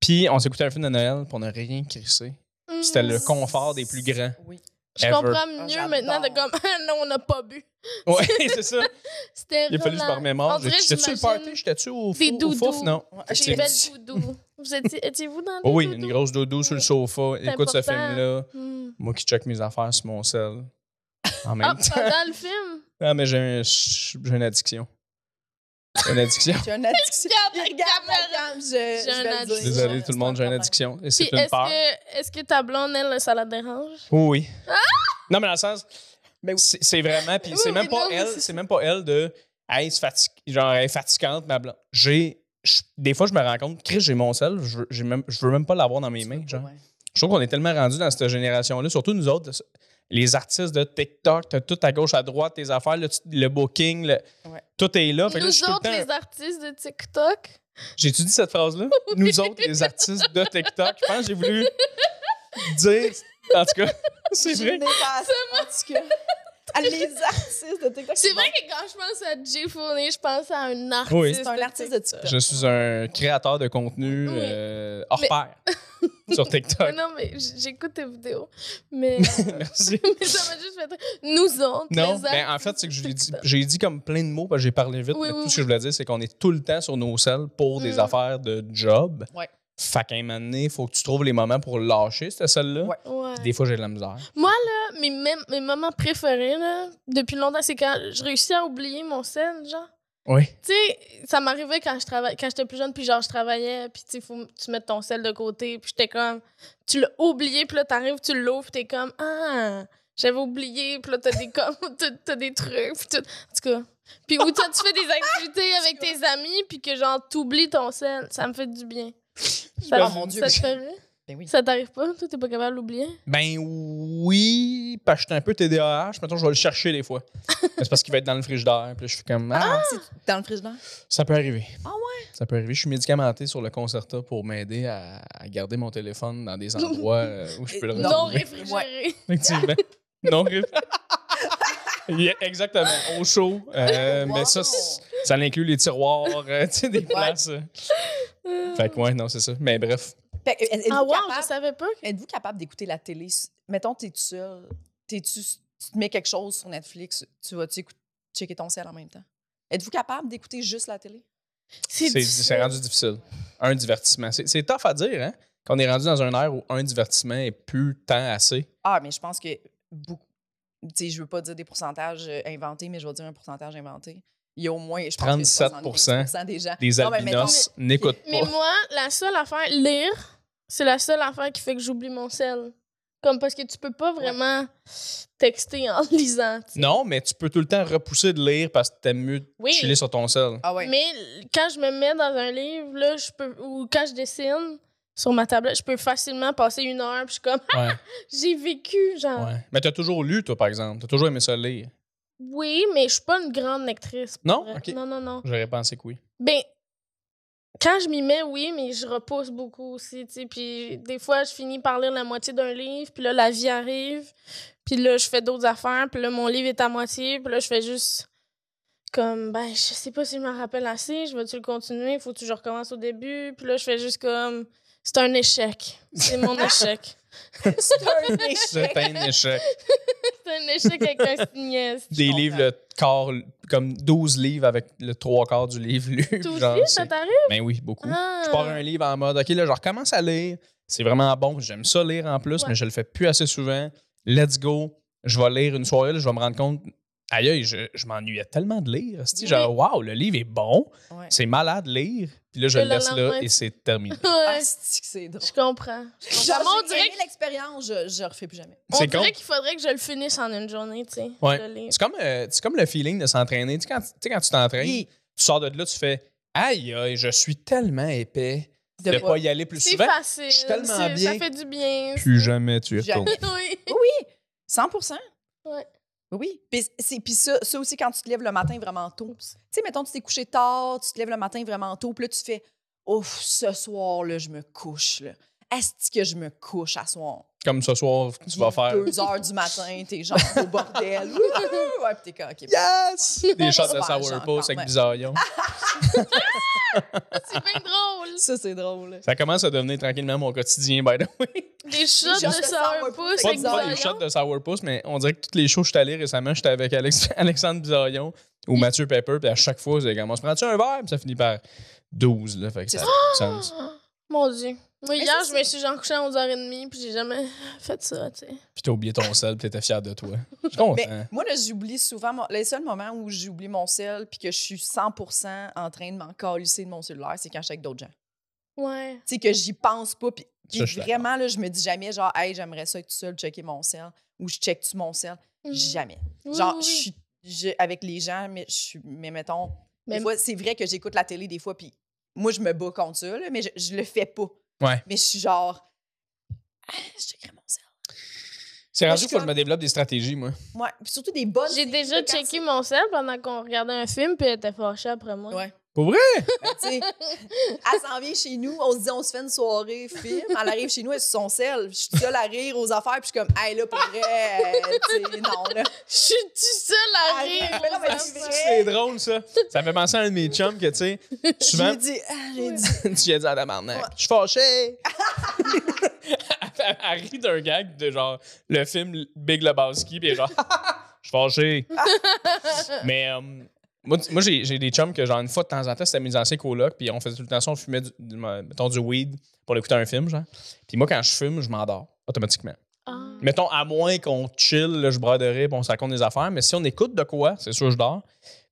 Speaker 4: Puis, on s'est écouté un film de Noël, puis on n'a rien crissé.
Speaker 2: Hum.
Speaker 4: C'était le confort des plus grands.
Speaker 3: Oui.
Speaker 2: Je
Speaker 4: ever.
Speaker 2: comprends
Speaker 3: Ah,
Speaker 2: mieux
Speaker 3: j'adore.
Speaker 2: maintenant de comme, (laughs) ah non, on n'a pas bu.
Speaker 4: Ouais, (laughs)
Speaker 2: (laughs)
Speaker 4: c'est ça.
Speaker 2: C'était
Speaker 4: Il a fallu que je me
Speaker 2: relax. On
Speaker 4: remémore.
Speaker 2: dirait,
Speaker 4: J'étais-tu le party?
Speaker 2: j'imagine,
Speaker 4: J'étais-tu au,
Speaker 2: des
Speaker 4: fou- au
Speaker 2: doudous.
Speaker 4: fouf? Non.
Speaker 3: Ouais.
Speaker 4: Fait que
Speaker 2: J'ai
Speaker 4: c'est-
Speaker 2: belle doudou. Vous étiez, étiez-vous dans des
Speaker 4: Oh oui,
Speaker 2: doudous?
Speaker 4: une grosse doudou sur le sofa.
Speaker 2: C'est
Speaker 4: Écoute ce
Speaker 2: important.
Speaker 4: film-là.
Speaker 2: Hum.
Speaker 4: Moi qui check mes affaires sur mon sel.
Speaker 2: (laughs)
Speaker 4: En même
Speaker 2: Ah,
Speaker 4: temps.
Speaker 2: pendant le
Speaker 3: (laughs)
Speaker 2: film?
Speaker 4: Ah, mais j'ai un- j'ai une addiction. J'ai
Speaker 2: (laughs)
Speaker 4: une addiction.
Speaker 3: J'ai une addiction.
Speaker 2: Regarde la caméra.
Speaker 3: Regarde, regarde, je, je
Speaker 2: une
Speaker 3: vais le dire.
Speaker 2: addiction.
Speaker 4: Désolé tout le monde, j'ai une
Speaker 3: C'est
Speaker 4: addiction. Et
Speaker 2: Puis
Speaker 4: c'est une
Speaker 2: est-ce
Speaker 4: peur.
Speaker 2: que, Ah! est-ce que ta blonde, elle, ça la dérange?
Speaker 4: Oui. Non, mais dans le sens,
Speaker 3: Mais oui.
Speaker 4: c'est c'est vraiment. Puis c'est
Speaker 2: Oui,
Speaker 4: même pas
Speaker 2: non, mais
Speaker 4: elle,
Speaker 2: c'est-
Speaker 4: c'est même pas elle de. Hey, c'est fatigue- genre, elle est fatigante, ma blonde. J'ai. je- Des fois, je me rends compte, Chris, j'ai mon sel, je veux, j'ai même, je veux même pas l'avoir dans mes mains.
Speaker 3: pas
Speaker 4: Genre.
Speaker 3: vrai.
Speaker 4: Je trouve qu'on est tellement rendu dans cette génération-là, surtout nous autres, les artistes de TikTok, t'as tout à gauche, à droite, tes affaires, le, le booking, le-
Speaker 3: Ouais.
Speaker 4: tout est Ah, ben là. Fait que là, je
Speaker 2: Nous
Speaker 4: suis tout le
Speaker 2: autres,
Speaker 4: temps-
Speaker 2: les artistes de TikTok,
Speaker 4: J'ai-tu dit cette phrase-là?
Speaker 2: (laughs)
Speaker 4: Nous autres, les artistes de TikTok, je pense que j'ai voulu dire. En tout cas, (laughs) c'est
Speaker 3: Je
Speaker 4: vrai.
Speaker 3: n'ai pas assez- en tout cas. Ah, Les artistes de TikTok.
Speaker 2: C'est vrai que quand je pense à Jay Fournier, je pense à un artiste.
Speaker 4: Oui.
Speaker 3: C'est un artiste de TikTok.
Speaker 4: Je suis un créateur de contenu
Speaker 2: Oui.
Speaker 4: euh, hors
Speaker 2: Mais- (laughs)
Speaker 4: pair sur
Speaker 2: Mais
Speaker 4: TikTok.
Speaker 2: non, mais j- j'écoute tes vidéos. Mais, (laughs)
Speaker 4: Merci.
Speaker 2: mais ça m'a juste fait. Nous autres,
Speaker 4: Non,
Speaker 2: les
Speaker 4: ben, en
Speaker 2: artistes
Speaker 4: fait, c'est que je l'ai dit-
Speaker 2: TikTok.
Speaker 4: j'ai dit comme plein de mots parce que j'ai parlé vite.
Speaker 2: Oui,
Speaker 4: mais
Speaker 2: oui,
Speaker 4: tout ce
Speaker 2: oui.
Speaker 4: que je voulais dire, c'est qu'on est tout le temps sur nos selles pour des
Speaker 2: Mm.
Speaker 4: affaires de job.
Speaker 3: Ouais.
Speaker 4: Fait qu'à un moment donné, faut que tu trouves les moments pour lâcher cette selle-là.
Speaker 3: Ouais.
Speaker 2: Ouais.
Speaker 4: Des fois, j'ai de la misère.
Speaker 2: Mes, mem- mes moments préférés, là, depuis longtemps, c'est quand je réussis à oublier mon sel, genre.
Speaker 4: Oui.
Speaker 2: Tu sais, ça m'arrivait quand je travaillais quand j'étais plus jeune, puis genre, je travaillais, puis tu sais, faut que tu mettes ton sel de côté, puis j'étais comme, tu l'as oublié, puis là, t'arrives, tu l'ouvres, puis t'es comme, ah, j'avais oublié, puis là, t'as des, (laughs) comme, t'as- t'as des trucs, puis tout. En tout cas. Puis où toi, tu fais des
Speaker 3: (laughs)
Speaker 2: activités avec tes amis, puis que genre, t'oublies ton sel, ça me fait du bien. Ça,
Speaker 3: Oh mon Dieu.
Speaker 2: ça te fait rire?
Speaker 3: (laughs) Ben oui.
Speaker 2: Ça t'arrive pas? Toi, t'es pas capable d'oublier?
Speaker 4: Ben oui, parce que j'étais un peu TDAH. Maintenant, je vais le chercher des
Speaker 3: (laughs)
Speaker 4: fois. Mais c'est parce qu'il va être dans le frigidaire. Puis là, je suis comme, ah,
Speaker 3: C'est dans le frigidaire.
Speaker 4: ça peut arriver.
Speaker 3: Ah
Speaker 4: ouais? Ça peut arriver. Je suis médicamenté sur le Concerta pour m'aider à, à garder mon téléphone dans des
Speaker 3: (laughs)
Speaker 4: endroits euh, où je peux le
Speaker 3: Non.
Speaker 2: Non,
Speaker 4: retrouver.
Speaker 2: réfrigéré.
Speaker 4: Effectivement.
Speaker 3: (laughs)
Speaker 4: non ré- Yeah, Exactement. Au chaud. Euh,
Speaker 3: Wow.
Speaker 4: Mais ça, c'est- ça inclut les tiroirs, euh, tu sais, des places. euh. Fait que ouais, non, c'est ça. Mais bref.
Speaker 3: Fait que, êtes-vous
Speaker 2: Ah, wow, je
Speaker 3: capable-
Speaker 2: savais pas.
Speaker 3: Êtes-vous capable d'écouter la télé? s- Mettons, t'es tout seul, t'es-tu, tu te mets quelque chose sur Netflix, tu vas-tu écou- checker ton ciel en même temps? Êtes-vous capable d'écouter juste la télé?
Speaker 4: C'est
Speaker 2: difficile.
Speaker 4: c'est rendu difficile. Un divertissement. C'est c'est tough à dire, hein? Qu'on est rendu dans un air où un divertissement est plus tant assez.
Speaker 3: Ah, mais je pense que beaucoup. Tu sais, je veux pas dire des pourcentages euh, inventés, mais je vais dire un pourcentage inventé. il y a au moins, je pense, que
Speaker 4: 37%
Speaker 3: des gens.
Speaker 4: Des
Speaker 3: Non, mais
Speaker 4: albinos n'écoutent
Speaker 2: Mais
Speaker 4: pas.
Speaker 2: moi, la seule affaire, lire, c'est la seule affaire qui fait que j'oublie mon sel. Comme parce que tu peux pas vraiment texter en (laughs) lisant. tu sais.
Speaker 4: Non, mais tu peux tout le temps repousser de lire parce que t'aimes mieux
Speaker 2: Oui.
Speaker 4: chiller sur ton sel.
Speaker 3: Ah ouais.
Speaker 2: Mais l- quand je me mets dans un livre, là, je peux, ou quand je dessine sur ma tablette, je peux facilement passer une heure, puis je suis comme, (laughs)
Speaker 4: Ouais,
Speaker 2: j'ai vécu, genre.
Speaker 4: ouais. Mais t'as toujours lu, toi, par exemple. T'as toujours aimé ça lire.
Speaker 2: Oui, mais je suis pas une grande lectrice. pour
Speaker 4: Non?
Speaker 2: vrai.
Speaker 4: Ok.
Speaker 2: Non, non, non.
Speaker 4: J'aurais pensé
Speaker 2: (laughs)
Speaker 4: que oui.
Speaker 2: Ben, quand je m'y mets, oui, mais je repousse beaucoup aussi, tu sais. Puis des fois, je finis par lire la moitié d'un livre, puis là, la vie arrive, puis là, je fais d'autres affaires, puis là, mon livre est à moitié, puis là, je fais juste comme, ben, je sais pas si je m'en rappelle assez, je veux-tu le continuer, faut-tu que je recommence au début, puis là, je fais juste comme, c'est un échec. C'est
Speaker 3: (laughs)
Speaker 2: mon échec.
Speaker 3: C'est un
Speaker 4: C'est
Speaker 3: échec.
Speaker 4: un échec.
Speaker 2: (laughs) C'est un échec avec un signet.
Speaker 4: Des
Speaker 3: comprends.
Speaker 4: livres, le quart, comme 12 livres avec le trois quarts du livre lu.
Speaker 2: Tout
Speaker 4: genre,
Speaker 2: aussi, ça
Speaker 4: c'est-
Speaker 2: t'arrive?
Speaker 4: Ben oui, beaucoup.
Speaker 2: Ah.
Speaker 4: Je pars un livre en mode, OK, là, je recommence à lire. C'est vraiment bon. J'aime ça lire en plus,
Speaker 2: Ouais.
Speaker 4: mais je le fais plus assez souvent. Let's go. Je vais lire une soirée, là, je vais me rendre compte. Aïe, aïe, je, je m'ennuyais tellement de lire. hostie.
Speaker 2: Oui.
Speaker 4: Genre, waouh, le livre est bon.
Speaker 3: Ouais.
Speaker 4: C'est malade lire. Puis là, je
Speaker 2: Et
Speaker 4: le
Speaker 2: le
Speaker 4: laisse
Speaker 2: lendemain,
Speaker 4: là et
Speaker 2: tu-
Speaker 4: Ah,
Speaker 2: (laughs)
Speaker 4: c'est terminé.
Speaker 2: Ouais,
Speaker 3: Asti Ah, que c'est drôle.
Speaker 2: je comprends.
Speaker 3: Genre,
Speaker 2: on
Speaker 3: j'ai
Speaker 2: dirait
Speaker 3: aimé l'expérience, je, je refais plus jamais.
Speaker 2: On
Speaker 4: C'est
Speaker 2: dirait
Speaker 4: con.
Speaker 2: qu'il faudrait que je le finisse en une journée, tu sais.
Speaker 4: Ouais.
Speaker 2: le livre.
Speaker 4: C'est comme, euh, c'est comme le feeling de s'entraîner. Tu sais, quand tu sais, quand tu t'entraînes,
Speaker 3: Oui.
Speaker 4: tu sors de là, tu fais Aïe, aïe, je suis tellement épais de ne
Speaker 3: pas-
Speaker 4: pas y aller plus
Speaker 2: C'est
Speaker 4: souvent.
Speaker 2: facile.
Speaker 4: je suis tellement
Speaker 2: c'est-
Speaker 4: bien.
Speaker 2: Ça fait du bien.
Speaker 4: Plus jamais tu y
Speaker 3: Jamais.
Speaker 4: retournes.
Speaker 2: (laughs) oui.
Speaker 3: 100
Speaker 2: Ouais.
Speaker 3: Oui. Puis, c'est- puis ça, ça aussi, quand tu te lèves le matin vraiment tôt. Tu sais, mettons, tu t'es couché tard, tu te lèves le matin vraiment tôt, puis là, tu fais Ouf, ce soir, là, je me couche. Là. Est-ce que je me couche à soir?
Speaker 4: Comme ce soir, tu vas
Speaker 2: (laughs)
Speaker 4: faire
Speaker 3: Deux heures du matin, t'es genre au bordel.
Speaker 4: (laughs)
Speaker 3: Ouh, ouais, puis t'es comme, OK.
Speaker 4: Yes! Des shots de
Speaker 3: Super,
Speaker 4: sourpuss
Speaker 3: j'entends,
Speaker 4: avec
Speaker 3: ouais.
Speaker 4: bisaillon.
Speaker 2: C'est bien drôle.
Speaker 3: Ça, c'est drôle. là.
Speaker 4: (laughs) Ça commence à devenir tranquillement mon quotidien, by the way.
Speaker 2: Des shots
Speaker 3: shots
Speaker 2: de
Speaker 3: de
Speaker 2: sourpuss
Speaker 3: sourpuss
Speaker 4: Pas,
Speaker 2: avec
Speaker 3: avec
Speaker 2: du
Speaker 4: pas des
Speaker 2: oignon.
Speaker 4: shots de sourpuss, mais on dirait que toutes les shows que je suis allé récemment, j'étais avec Alex- (laughs) Alexandre Bisaillon ou Mathieu Pepper, puis à chaque fois, c'est comme on se prend-tu un verre, puis ça finit par 12, là. Fait que ça a plus de sens.
Speaker 2: Ah, Mon Dieu. Moi,
Speaker 3: Mais
Speaker 2: hier,
Speaker 3: ça,
Speaker 2: je me suis genre couchée à 11h30, puis j'ai jamais (laughs) fait ça, tu sais.
Speaker 4: Puis t'as oublié ton sel, puis t'étais fier de toi. Je suis content.
Speaker 3: Mais moi, là, j'oublie souvent. mon- Les seuls moments où j'oublie mon sel puis que je suis 100 en train de m'en calisser de mon cellulaire, c'est quand je suis avec d'autres gens.
Speaker 2: Ouais.
Speaker 3: Tu sais, que j'y pense pas. Puis
Speaker 4: Ça, je suis
Speaker 3: vraiment, là, je me dis jamais, genre, hey, j'aimerais ça être tout seul, checker mon sel ou je check-tu mon sel?
Speaker 4: Mm.
Speaker 2: Mhm.
Speaker 3: Jamais.
Speaker 2: Oui,
Speaker 3: Genre,
Speaker 2: oui,
Speaker 3: je
Speaker 2: oui.
Speaker 3: suis je- avec les gens, mais je suis, mais mettons, des
Speaker 2: Mais-
Speaker 3: fois, c'est vrai que j'écoute la télé des fois, puis moi, je me bats contre ça, là, mais je, je le fais pas.
Speaker 4: Ouais.
Speaker 3: Mais je suis genre, ah, je checkerai mon sel.
Speaker 4: C'est
Speaker 3: Moi,
Speaker 4: rendu
Speaker 3: je
Speaker 4: qu'il faut que
Speaker 3: suis
Speaker 4: je me développe des stratégies, moi.
Speaker 3: Ouais, puis surtout des bonnes.
Speaker 2: J'ai
Speaker 3: séries,
Speaker 2: déjà
Speaker 3: là, quand
Speaker 2: checké mon sel pendant qu'on regardait un film, puis elle était fâchée après moi.
Speaker 3: Ouais.
Speaker 4: Pour vrai?
Speaker 3: Ben, tu sais, elle s'en vient chez nous, on se dit, on se fait une soirée film. Elle arrive chez nous, elle est sur son sel. Je suis toute seule à rire aux affaires, puis je suis comme, hey, là, pour vrai, euh, tu sais, non, là.
Speaker 2: Je suis toute seule à
Speaker 3: Ah,
Speaker 2: rire.
Speaker 3: mais non, mais
Speaker 2: aux
Speaker 3: c'est
Speaker 2: enfants.
Speaker 3: vrai.
Speaker 4: C'est drôle, ça. Ça fait penser à un de mes chums que, tu sais,
Speaker 3: (laughs)
Speaker 4: souvent,
Speaker 3: J'ai dit, ah, j'ai dit,
Speaker 4: (laughs) tu viens de dire à la marnaque, je suis fâché. elle, elle rit d'un gag de genre le film Big Lebowski, puis elle est genre, (laughs) je suis fâché. Mais euh, moi, tu- moi j'ai j'ai des chums que, genre, une fois de temps en temps, c'était mes anciens colocs, puis on faisait tout le temps ça, on fumait, du, du- mettons, du weed pour écouter un film, genre. Puis moi, quand je fume, je m'endors automatiquement.
Speaker 2: Ah.
Speaker 4: Mettons, à moins qu'on chill, là, je braderai, puis on se raconte des affaires, mais si on écoute de quoi, c'est sûr, je dors.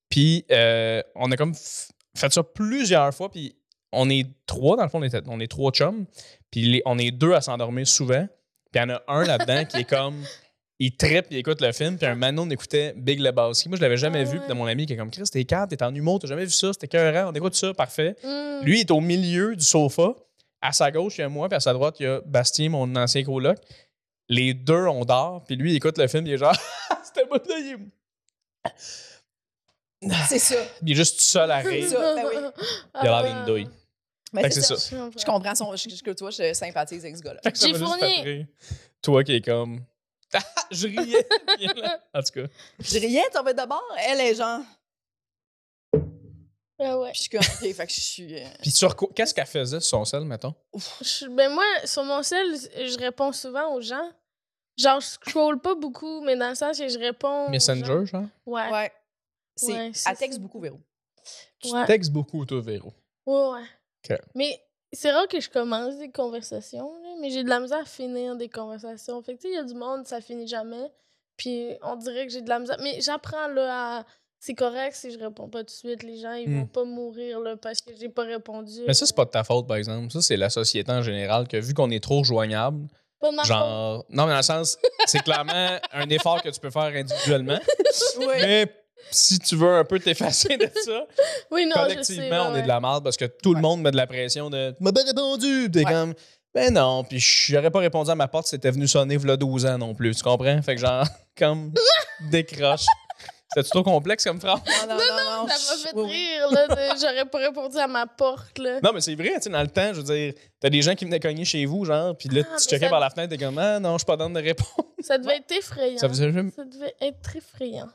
Speaker 4: Puis euh, on a comme f- fait ça plusieurs fois, puis on est trois, dans le fond, on est, on est trois chums, puis les- on est deux à s'endormir souvent, puis il y en a un là-dedans qui est comme. (laughs) Il trippe, il écoute le film, puis un manon on écoutait Big Lebowski. Moi, je l'avais jamais
Speaker 2: Ah
Speaker 4: vu,
Speaker 2: ouais.
Speaker 4: puis de mon ami qui est comme Chris, t'es cadre, t'es en humour, t'as jamais vu ça, c'était écœurant, on écoute ça, parfait.
Speaker 2: Mm.
Speaker 4: Lui il est au milieu du sofa. À sa gauche, il y a moi, puis à sa droite, il y a Bastien, mon ancien coloc. Les deux, on dort, puis lui, il écoute le film, il est genre, (laughs) c'était bon là, il est...
Speaker 3: c'est ça.
Speaker 4: il est juste tout seul à
Speaker 3: C'est
Speaker 4: rire.
Speaker 3: ça, ben oui.
Speaker 2: Ah,
Speaker 4: Il a
Speaker 2: ouais.
Speaker 4: l'air d'une douille.
Speaker 2: Ah
Speaker 3: Ben,
Speaker 4: Fait que
Speaker 3: c'est ça.
Speaker 4: c'est ça.
Speaker 3: Je comprends son. Je, je- que toi, je sympathise avec ce gars-là.
Speaker 4: Fait que ça
Speaker 2: J'ai
Speaker 4: m'a juste
Speaker 2: fourni.
Speaker 4: fait rire. Toi qui est comme, (laughs) Ah,
Speaker 2: (laughs)
Speaker 4: je riais. Puis là- en tout cas,
Speaker 3: Je riais, t'en veux d'abord? Elle est genre.
Speaker 2: Ah ouais.
Speaker 3: Puis je suis comme, OK, fait que je suis. euh,
Speaker 4: puis sur quoi, qu'est-ce qu'elle faisait sur son sel, mettons?
Speaker 2: Je- ben moi, sur mon cell, je réponds souvent aux gens. Genre, je scroll pas beaucoup, mais dans le sens que je réponds. aux gens.
Speaker 4: Messenger, genre?
Speaker 2: Ouais.
Speaker 3: Ouais. C'est,
Speaker 2: Ah. Ouais, c'est
Speaker 3: elle texte
Speaker 2: ça. (laughs)
Speaker 3: beaucoup, Véro.
Speaker 4: Tu
Speaker 2: Ouais.
Speaker 4: textes beaucoup, toi, Véro.
Speaker 2: Ouais, ouais.
Speaker 4: Ok.
Speaker 2: Mais c'est rare que je commence des conversations, là, mais j'ai de la misère à finir des conversations. Fait que, tu sais, il y a du monde, ça finit jamais. Puis on dirait que j'ai de la misère. Mais j'apprends, là, à C'est correct si je réponds pas tout de suite. Les gens, ils
Speaker 4: Hmm.
Speaker 2: vont pas mourir là, parce que j'ai pas répondu.
Speaker 4: Mais ça, c'est pas de ta faute, par exemple. Ça, c'est la société en général que, vu qu'on est trop joignable,
Speaker 2: Pas de ma faute.
Speaker 4: genre. Non, mais dans le sens, c'est
Speaker 2: (laughs)
Speaker 4: clairement un effort que tu peux faire individuellement. Mais si tu veux un peu t'effacer de ça,
Speaker 2: Oui, (laughs) non,
Speaker 4: collectivement,
Speaker 2: je sais, ouais,
Speaker 4: on est de la merde parce que tout le
Speaker 3: Ouais.
Speaker 4: monde met de la pression de Tu m'as pas répondu. T'es
Speaker 3: Ouais.
Speaker 4: comme Ben non, puis j'aurais pas répondu à ma porte si c'était venu sonner v'là 12 ans non plus. Tu comprends? Fait que genre, (laughs)
Speaker 2: (laughs)
Speaker 4: comme décroche. C'était trop complexe comme phrase.
Speaker 3: Non, non, non,
Speaker 2: ouais.
Speaker 3: non.
Speaker 4: (laughs)
Speaker 2: Ça m'a fait
Speaker 3: Oui, oui.
Speaker 2: rire, là. de- J'aurais pas répondu à ma porte, là.
Speaker 4: Non, mais c'est vrai, tu sais, dans le temps, je veux dire, t'as des gens qui venaient cogner chez vous, genre, puis là,
Speaker 2: Ah,
Speaker 4: tu
Speaker 2: mais
Speaker 4: checkais
Speaker 2: ça-
Speaker 4: par la fenêtre, t'es comme, ah non, je suis pas dans de réponse.
Speaker 2: Ça devait être effrayant.
Speaker 4: Ça faisait jamais.
Speaker 2: Ça devait être très effrayant.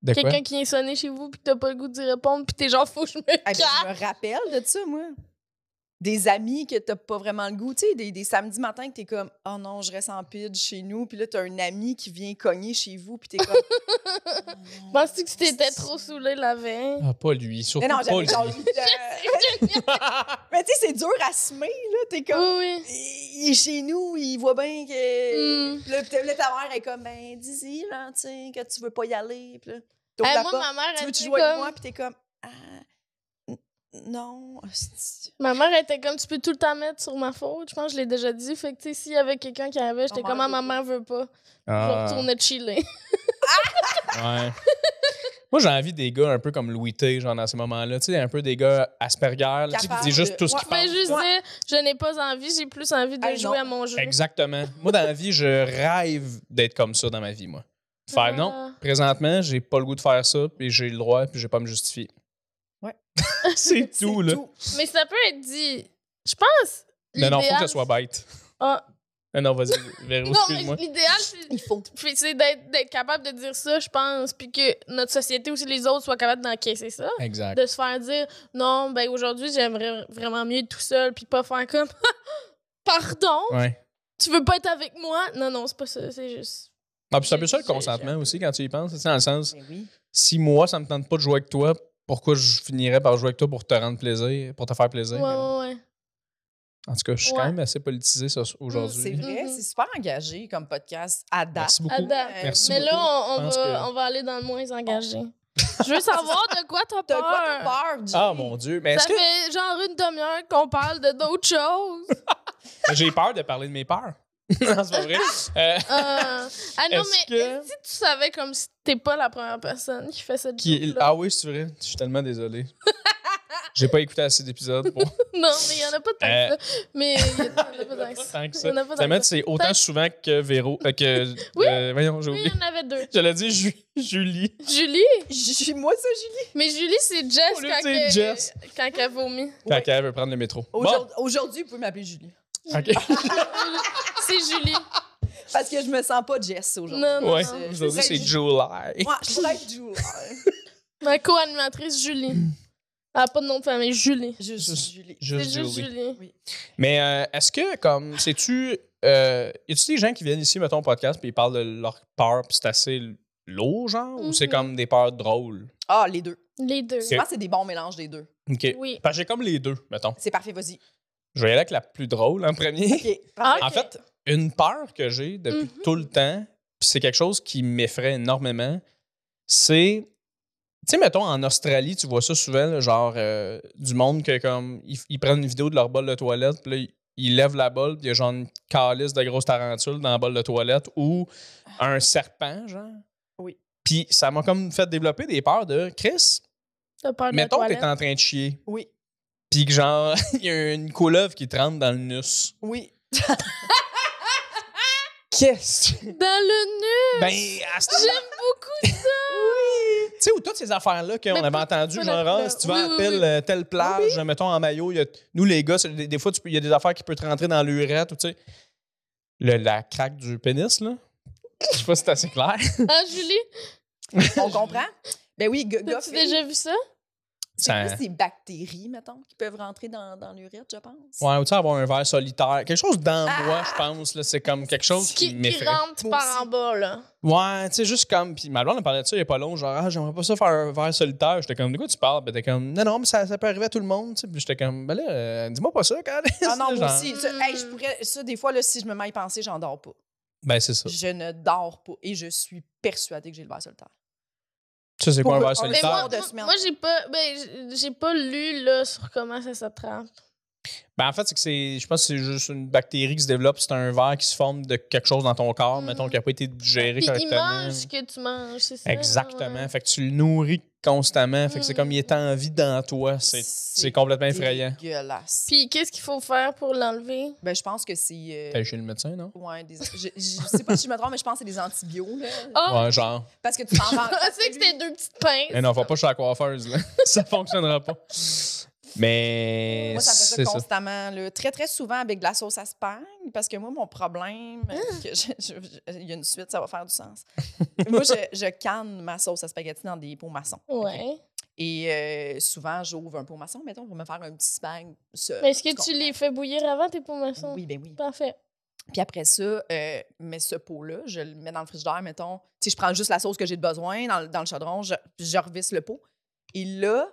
Speaker 4: De quoi?
Speaker 2: Quelqu'un qui est sonné chez vous, puis que t'as pas le goût d'y répondre, puis t'es genre, faut que je me
Speaker 3: Ah,
Speaker 2: cache.
Speaker 3: puis je me rappelle de ça, moi. Des amis que t'as pas vraiment le goût, tu sais, des, des samedis matins que t'es comme « Oh non, je reste en pide chez nous », puis là, t'as un ami qui vient cogner chez vous, puis t'es
Speaker 4: (laughs)
Speaker 3: comme Ah non.
Speaker 2: Penses-tu que tu t'étais trop saoulé la veille?
Speaker 4: Ah, pas lui, surtout
Speaker 3: Mais non,
Speaker 4: pas
Speaker 3: j'avais
Speaker 4: lui.
Speaker 3: genre huit ans. (laughs) Mais tu sais, c'est dur à semer, là, t'es comme
Speaker 2: Oui,
Speaker 3: Il est chez nous, il voit bien
Speaker 2: oui.
Speaker 3: que...
Speaker 2: Hmm.
Speaker 3: Puis là, puis là, ta mère est comme « Ben, dis-y, là, tu sais, que tu veux pas y aller. » Puis là, t'ouvres
Speaker 2: Eh,
Speaker 3: la
Speaker 2: moi,
Speaker 3: porte.
Speaker 2: ma mère,
Speaker 3: Tu
Speaker 2: elle
Speaker 3: veux-tu
Speaker 2: était
Speaker 3: jouer avec
Speaker 2: comme...
Speaker 3: moi? Puis t'es comme « Ah, n- non. hostie.
Speaker 2: Ma mère elle était comme, tu peux tout le temps mettre sur ma faute. Je pense que je l'ai déjà dit. Fait que, tu sais, s'il y avait quelqu'un qui avait, j'étais
Speaker 3: Ma
Speaker 2: comme,
Speaker 3: mère
Speaker 2: ah, ma
Speaker 3: veut
Speaker 2: mère veut pas.
Speaker 4: Ah,
Speaker 2: Je retournais chiller.
Speaker 3: (laughs)
Speaker 2: (laughs)
Speaker 4: ouais. Moi, j'ai envie des gars un peu comme Louis T, genre, dans ces moments-là, tu sais, un peu des gars Asperger, là, tu sais, qui
Speaker 3: Capable
Speaker 4: disent juste
Speaker 3: de-
Speaker 4: tout ce qu'ils
Speaker 3: Ouais.
Speaker 2: Je vais
Speaker 4: pensent.
Speaker 2: juste dire, je n'ai pas envie, j'ai plus envie de
Speaker 3: Ah,
Speaker 2: jouer
Speaker 3: non.
Speaker 2: à mon jeu.
Speaker 4: Exactement. Moi, dans la vie, je rêve d'être comme ça dans ma vie, moi. De Faire
Speaker 2: Ah.
Speaker 4: non, présentement, j'ai pas le goût de faire ça, puis j'ai le droit, puis j'ai pas à me justifier.
Speaker 3: Ouais.
Speaker 4: (laughs)
Speaker 2: (laughs)
Speaker 4: c'est tout, là.
Speaker 2: Mais ça peut être dit. Je pense.
Speaker 4: Mais non, faut que
Speaker 2: l'idéal-
Speaker 4: ça soit bête.
Speaker 2: Ah.
Speaker 4: Mais non, vas-y, Véro,
Speaker 2: (laughs) Non, mais
Speaker 4: excuse-moi.
Speaker 2: l'idéal, c'est-
Speaker 3: Il faut.
Speaker 2: Puis c'est d'être d'être capable de dire ça, je pense, puis que notre société aussi, les autres, soient capables d'encaisser ça.
Speaker 4: Exact.
Speaker 2: De se faire dire, non, ben aujourd'hui, j'aimerais vraiment mieux être tout seul, puis pas faire comme, (laughs) pardon,
Speaker 4: Ouais.
Speaker 2: tu veux pas être avec moi? Non, non, c'est pas ça, c'est juste.
Speaker 4: Ah, puis c'est un peu ça le
Speaker 2: J'ai- j'ai-
Speaker 4: consentement aussi quand tu y penses. Tu sais, dans le sens,
Speaker 2: Ben
Speaker 3: Mais oui.
Speaker 4: si moi, ça me tente pas de jouer avec toi, pourquoi je finirais par jouer avec toi pour te rendre plaisir, pour te faire plaisir?
Speaker 2: Ouais, ouais, ouais.
Speaker 4: En tout cas, je suis
Speaker 2: Ouais.
Speaker 4: quand même assez politisé ça,
Speaker 3: C'est
Speaker 4: aujourd'hui.
Speaker 3: vrai,
Speaker 2: Mhm.
Speaker 3: c'est super engagé comme podcast à date.
Speaker 4: Merci beaucoup.
Speaker 2: À date.
Speaker 3: Euh,
Speaker 4: Merci
Speaker 2: Mais là,
Speaker 4: beaucoup.
Speaker 2: on, on
Speaker 4: Je pense
Speaker 2: va,
Speaker 4: que-
Speaker 2: on va aller dans le moins
Speaker 4: (laughs)
Speaker 2: engagé. je veux savoir de quoi t'as
Speaker 3: T'as
Speaker 2: peur.
Speaker 3: quoi t'as peur, Jay?
Speaker 4: Ah mon Dieu, mais
Speaker 2: Ça
Speaker 4: est-ce que
Speaker 2: fait genre une demi-heure qu'on parle de d'autres
Speaker 4: (laughs)
Speaker 2: choses. Euh,
Speaker 4: j'ai peur de parler de mes peurs? (laughs) non, c'est pas vrai. Euh,
Speaker 2: Euh, ah non, mais
Speaker 4: Est-ce que-
Speaker 2: si tu savais comme si t'es pas la première personne qui fait cette
Speaker 4: qui-
Speaker 2: joke-là.
Speaker 4: Ah oui, c'est vrai. Je suis tellement désolé. J'ai pas écouté assez d'épisodes
Speaker 2: (laughs)
Speaker 4: pour
Speaker 2: Non, mais il y en a pas tant que ça. Mais il y en a pas tant que ça.
Speaker 4: Euh, (laughs) tant que
Speaker 2: Il y
Speaker 4: ça.
Speaker 2: en a pas tant
Speaker 4: Ça
Speaker 2: que
Speaker 4: met,
Speaker 2: ça.
Speaker 4: c'est autant souvent que Véro. euh, que,
Speaker 2: (laughs) Oui.
Speaker 4: euh, voyons, j'ai
Speaker 2: Oui,
Speaker 4: oublié.
Speaker 2: il y en avait deux.
Speaker 4: J'allais dire Ju- Julie.
Speaker 2: Julie,
Speaker 3: J- Moi, ça, Julie.
Speaker 2: mais Julie, c'est Jess
Speaker 4: Au lieu de
Speaker 2: quand,
Speaker 4: dire
Speaker 2: que-
Speaker 4: Jess.
Speaker 2: quand elle vomit.
Speaker 4: Quand
Speaker 3: Ouais.
Speaker 4: elle veut prendre le métro. Bon,
Speaker 3: Aujourd'hui, aujourd'hui, vous pouvez m'appeler Julie.
Speaker 4: ok.
Speaker 2: C'est Julie.
Speaker 3: Parce que je me sens pas Jess aujourd'hui.
Speaker 2: Non, Ah non,
Speaker 4: Ouais,
Speaker 2: non.
Speaker 3: c'est-
Speaker 4: aujourd'hui,
Speaker 3: c'est-
Speaker 4: c'est July.
Speaker 3: Moi, je pourrais être
Speaker 4: (laughs)
Speaker 3: Julie.
Speaker 2: Ma co-animatrice, Julie. Elle a pas de nom de famille, Julie.
Speaker 3: Juste
Speaker 4: Juste-
Speaker 3: Julie.
Speaker 2: C'est
Speaker 4: Juste
Speaker 2: juste
Speaker 4: Julie.
Speaker 2: Julie.
Speaker 4: Mais euh, est-ce que, comme, sais-tu, euh, y a-tu des gens qui viennent ici, mettons, au podcast, puis ils parlent de leur peur, puis c'est assez lourd, genre, ou c'est
Speaker 2: Mhm.
Speaker 4: comme des peurs drôles?
Speaker 3: Ah, les deux.
Speaker 2: Les deux.
Speaker 4: C'est-
Speaker 3: Je pense que c'est des bons mélanges des deux.
Speaker 4: OK.
Speaker 2: Oui.
Speaker 4: Parce que j'ai comme les deux, mettons.
Speaker 3: C'est parfait, vas-y.
Speaker 4: Je vais y aller avec la plus drôle en premier.
Speaker 3: OK.
Speaker 2: Ah,
Speaker 4: En
Speaker 2: ok.
Speaker 4: fait, une peur que j'ai depuis
Speaker 2: Mhm.
Speaker 4: tout le temps, puis c'est quelque chose qui m'effraie énormément, c'est. Tu sais, mettons, en Australie, tu vois ça souvent, là, genre, euh, du monde que, comme, ils, ils prennent une vidéo de leur bol de toilette, puis là, ils- ils lèvent la bolle, puis il y a genre une calice de grosse tarentule dans la bolle de toilette ou
Speaker 2: Ah.
Speaker 4: un serpent, genre.
Speaker 3: Oui.
Speaker 4: Puis ça m'a comme fait développer des peurs de Chris,
Speaker 2: T'as peur de la
Speaker 4: mettons,
Speaker 2: toilette.
Speaker 4: t'es en train de chier,
Speaker 3: Oui.
Speaker 4: puis que, genre, (laughs) il y a une couleuvre qui te rentre dans le nus. (laughs)
Speaker 3: Oui.
Speaker 4: Qu'est-ce (laughs) que-
Speaker 2: Dans le nez.
Speaker 4: Ben, à ce
Speaker 2: J'aime beaucoup ça.
Speaker 4: Tu sais, ou toutes ces affaires-là qu'on
Speaker 2: Mais
Speaker 4: avait
Speaker 2: pas-
Speaker 4: entendues,
Speaker 2: pas
Speaker 4: genre,
Speaker 2: la-
Speaker 4: ah,
Speaker 2: la-
Speaker 4: si tu vas
Speaker 2: oui,
Speaker 4: à
Speaker 2: oui,
Speaker 4: telle,
Speaker 2: oui.
Speaker 4: euh, telle plage, mettons en maillot, il y a- nous les gars, c'est- des, des fois, tu peux- il y a des affaires qui peuvent te rentrer dans l'urette, ou tu sais, le- la craque du pénis, là. Je sais pas si c'est assez clair.
Speaker 2: Ah, Julie,
Speaker 3: On comprend? Ben oui, gars, gars,
Speaker 2: as-tu
Speaker 3: filles,
Speaker 2: déjà vu ça?
Speaker 3: c'est
Speaker 4: Ça-
Speaker 3: plus des bactéries, mettons, qui peuvent rentrer dans, dans l'urette, je pense.
Speaker 4: Ouais, ou tu sais, avoir un verre solitaire. Quelque chose dans moi, je pense, là. C'est comme quelque chose qui,
Speaker 2: Ah! Qui, qui
Speaker 4: m'effraie.
Speaker 2: rentre
Speaker 3: Moi
Speaker 2: par en
Speaker 3: aussi.
Speaker 2: bas, là.
Speaker 4: Ouais, tu sais, juste comme. Puis ma blonde, on parlait de ça il n'y a pas long, genre, ah, j'aimerais pas ça faire un verre solitaire. J'étais comme, de quoi tu parles? Ben, t'es comme, non, non, mais ça, ça peut arriver à tout le monde, tu sais. Puis j'étais comme, ben là, euh, dis-moi pas ça, quand
Speaker 3: Ah non, moi
Speaker 4: Genre.
Speaker 3: aussi. Ça, hey, je pourrais, ça, des fois, là, si je me mets à y penser, j'en dors pas.
Speaker 4: Ben, c'est ça.
Speaker 3: Je ne dors pas et je suis persuadée que j'ai le verre solitaire.
Speaker 4: Tu sais, c'est quoi un
Speaker 3: Pour-
Speaker 4: verre
Speaker 3: on-
Speaker 2: Mais
Speaker 4: solitaire?
Speaker 2: Ben, moi,
Speaker 3: de semaine.
Speaker 2: moi j'ai pas, ben, j'ai- j'ai pas lu là, sur comment ça s'attrape.
Speaker 4: Ben, en fait, c'est que c'est. Je pense que c'est juste une bactérie qui se développe. C'est un verre qui se forme de quelque chose dans ton corps,
Speaker 2: Mhm.
Speaker 4: mettons, qui n'a pas été digéré
Speaker 2: Puis il
Speaker 4: correctement.
Speaker 2: mange ce que tu manges, c'est ça?
Speaker 4: Exactement.
Speaker 2: ouais.
Speaker 4: Fait que tu le nourris constamment. Fait que c'est
Speaker 2: Mhm.
Speaker 4: comme il est en vie dans toi. C'est c'est complètement effrayant.
Speaker 3: Dégueulasse.
Speaker 2: Puis qu'est-ce qu'il faut faire pour l'enlever?
Speaker 3: Ben, je pense que c'est.
Speaker 4: T'as
Speaker 3: euh,
Speaker 4: eu Ben, chez le médecin, non?
Speaker 3: ouais, des- je, je sais pas si je me trompe, mais je pense que c'est des antibiotiques. là.
Speaker 2: Ah!
Speaker 4: Ouais, genre.
Speaker 3: Parce que tu t'en (laughs) vends.
Speaker 2: Je sais Ah, que c'était deux petites pinces.
Speaker 4: Mais non, va pas chez la coiffeuse, là. (laughs) ça fonctionnera pas. Mais.
Speaker 3: Moi, ça me fait ça
Speaker 4: c'est ça.
Speaker 3: constamment. là. Très, très souvent avec de la sauce à Spagne, parce que moi, mon problème,
Speaker 2: Ah!
Speaker 3: (laughs) que je- je- je- il y a une suite, ça va faire du sens. moi, je, je canne ma sauce à spaghetti dans des pots maçons.
Speaker 2: Ouais.
Speaker 3: Et euh, souvent, j'ouvre un pot maçon, mettons, pour me faire un petit spag seul.
Speaker 2: Mais est-ce que tu
Speaker 3: comprends?
Speaker 2: les fais bouillir avant tes pots-maçons?
Speaker 3: Oui, ben oui.
Speaker 2: Parfait.
Speaker 3: Puis après ça, euh, mais ce pot-là, je le mets dans le frigidaire, mettons. Tu sais, je prends juste la sauce que j'ai de besoin dans, le- dans le chaudron, je, puis je revisse le pot. Et là,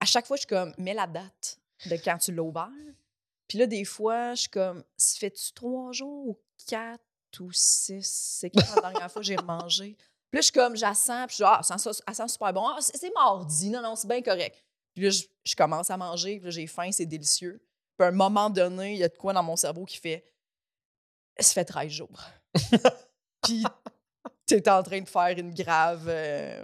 Speaker 3: à chaque fois, je suis comme, mets la date de quand tu l'as ouvert. Puis là, des fois, je suis comme, ça fait-tu trois jours ou quatre ou six? C'est quand la dernière fois que j'ai remangé? Puis là, je suis comme, j'assens, puis je suis ah, ça sent, ça- ça sent super bon. Ah, c'est c'est mardi, non, non, c'est bien correct. Puis là, je, je commence à manger, puis là, j'ai faim, c'est délicieux. Puis à un moment donné, il y a de quoi dans mon cerveau qui fait ça fait 13 jours. Puis t'es en train de faire une grave euh,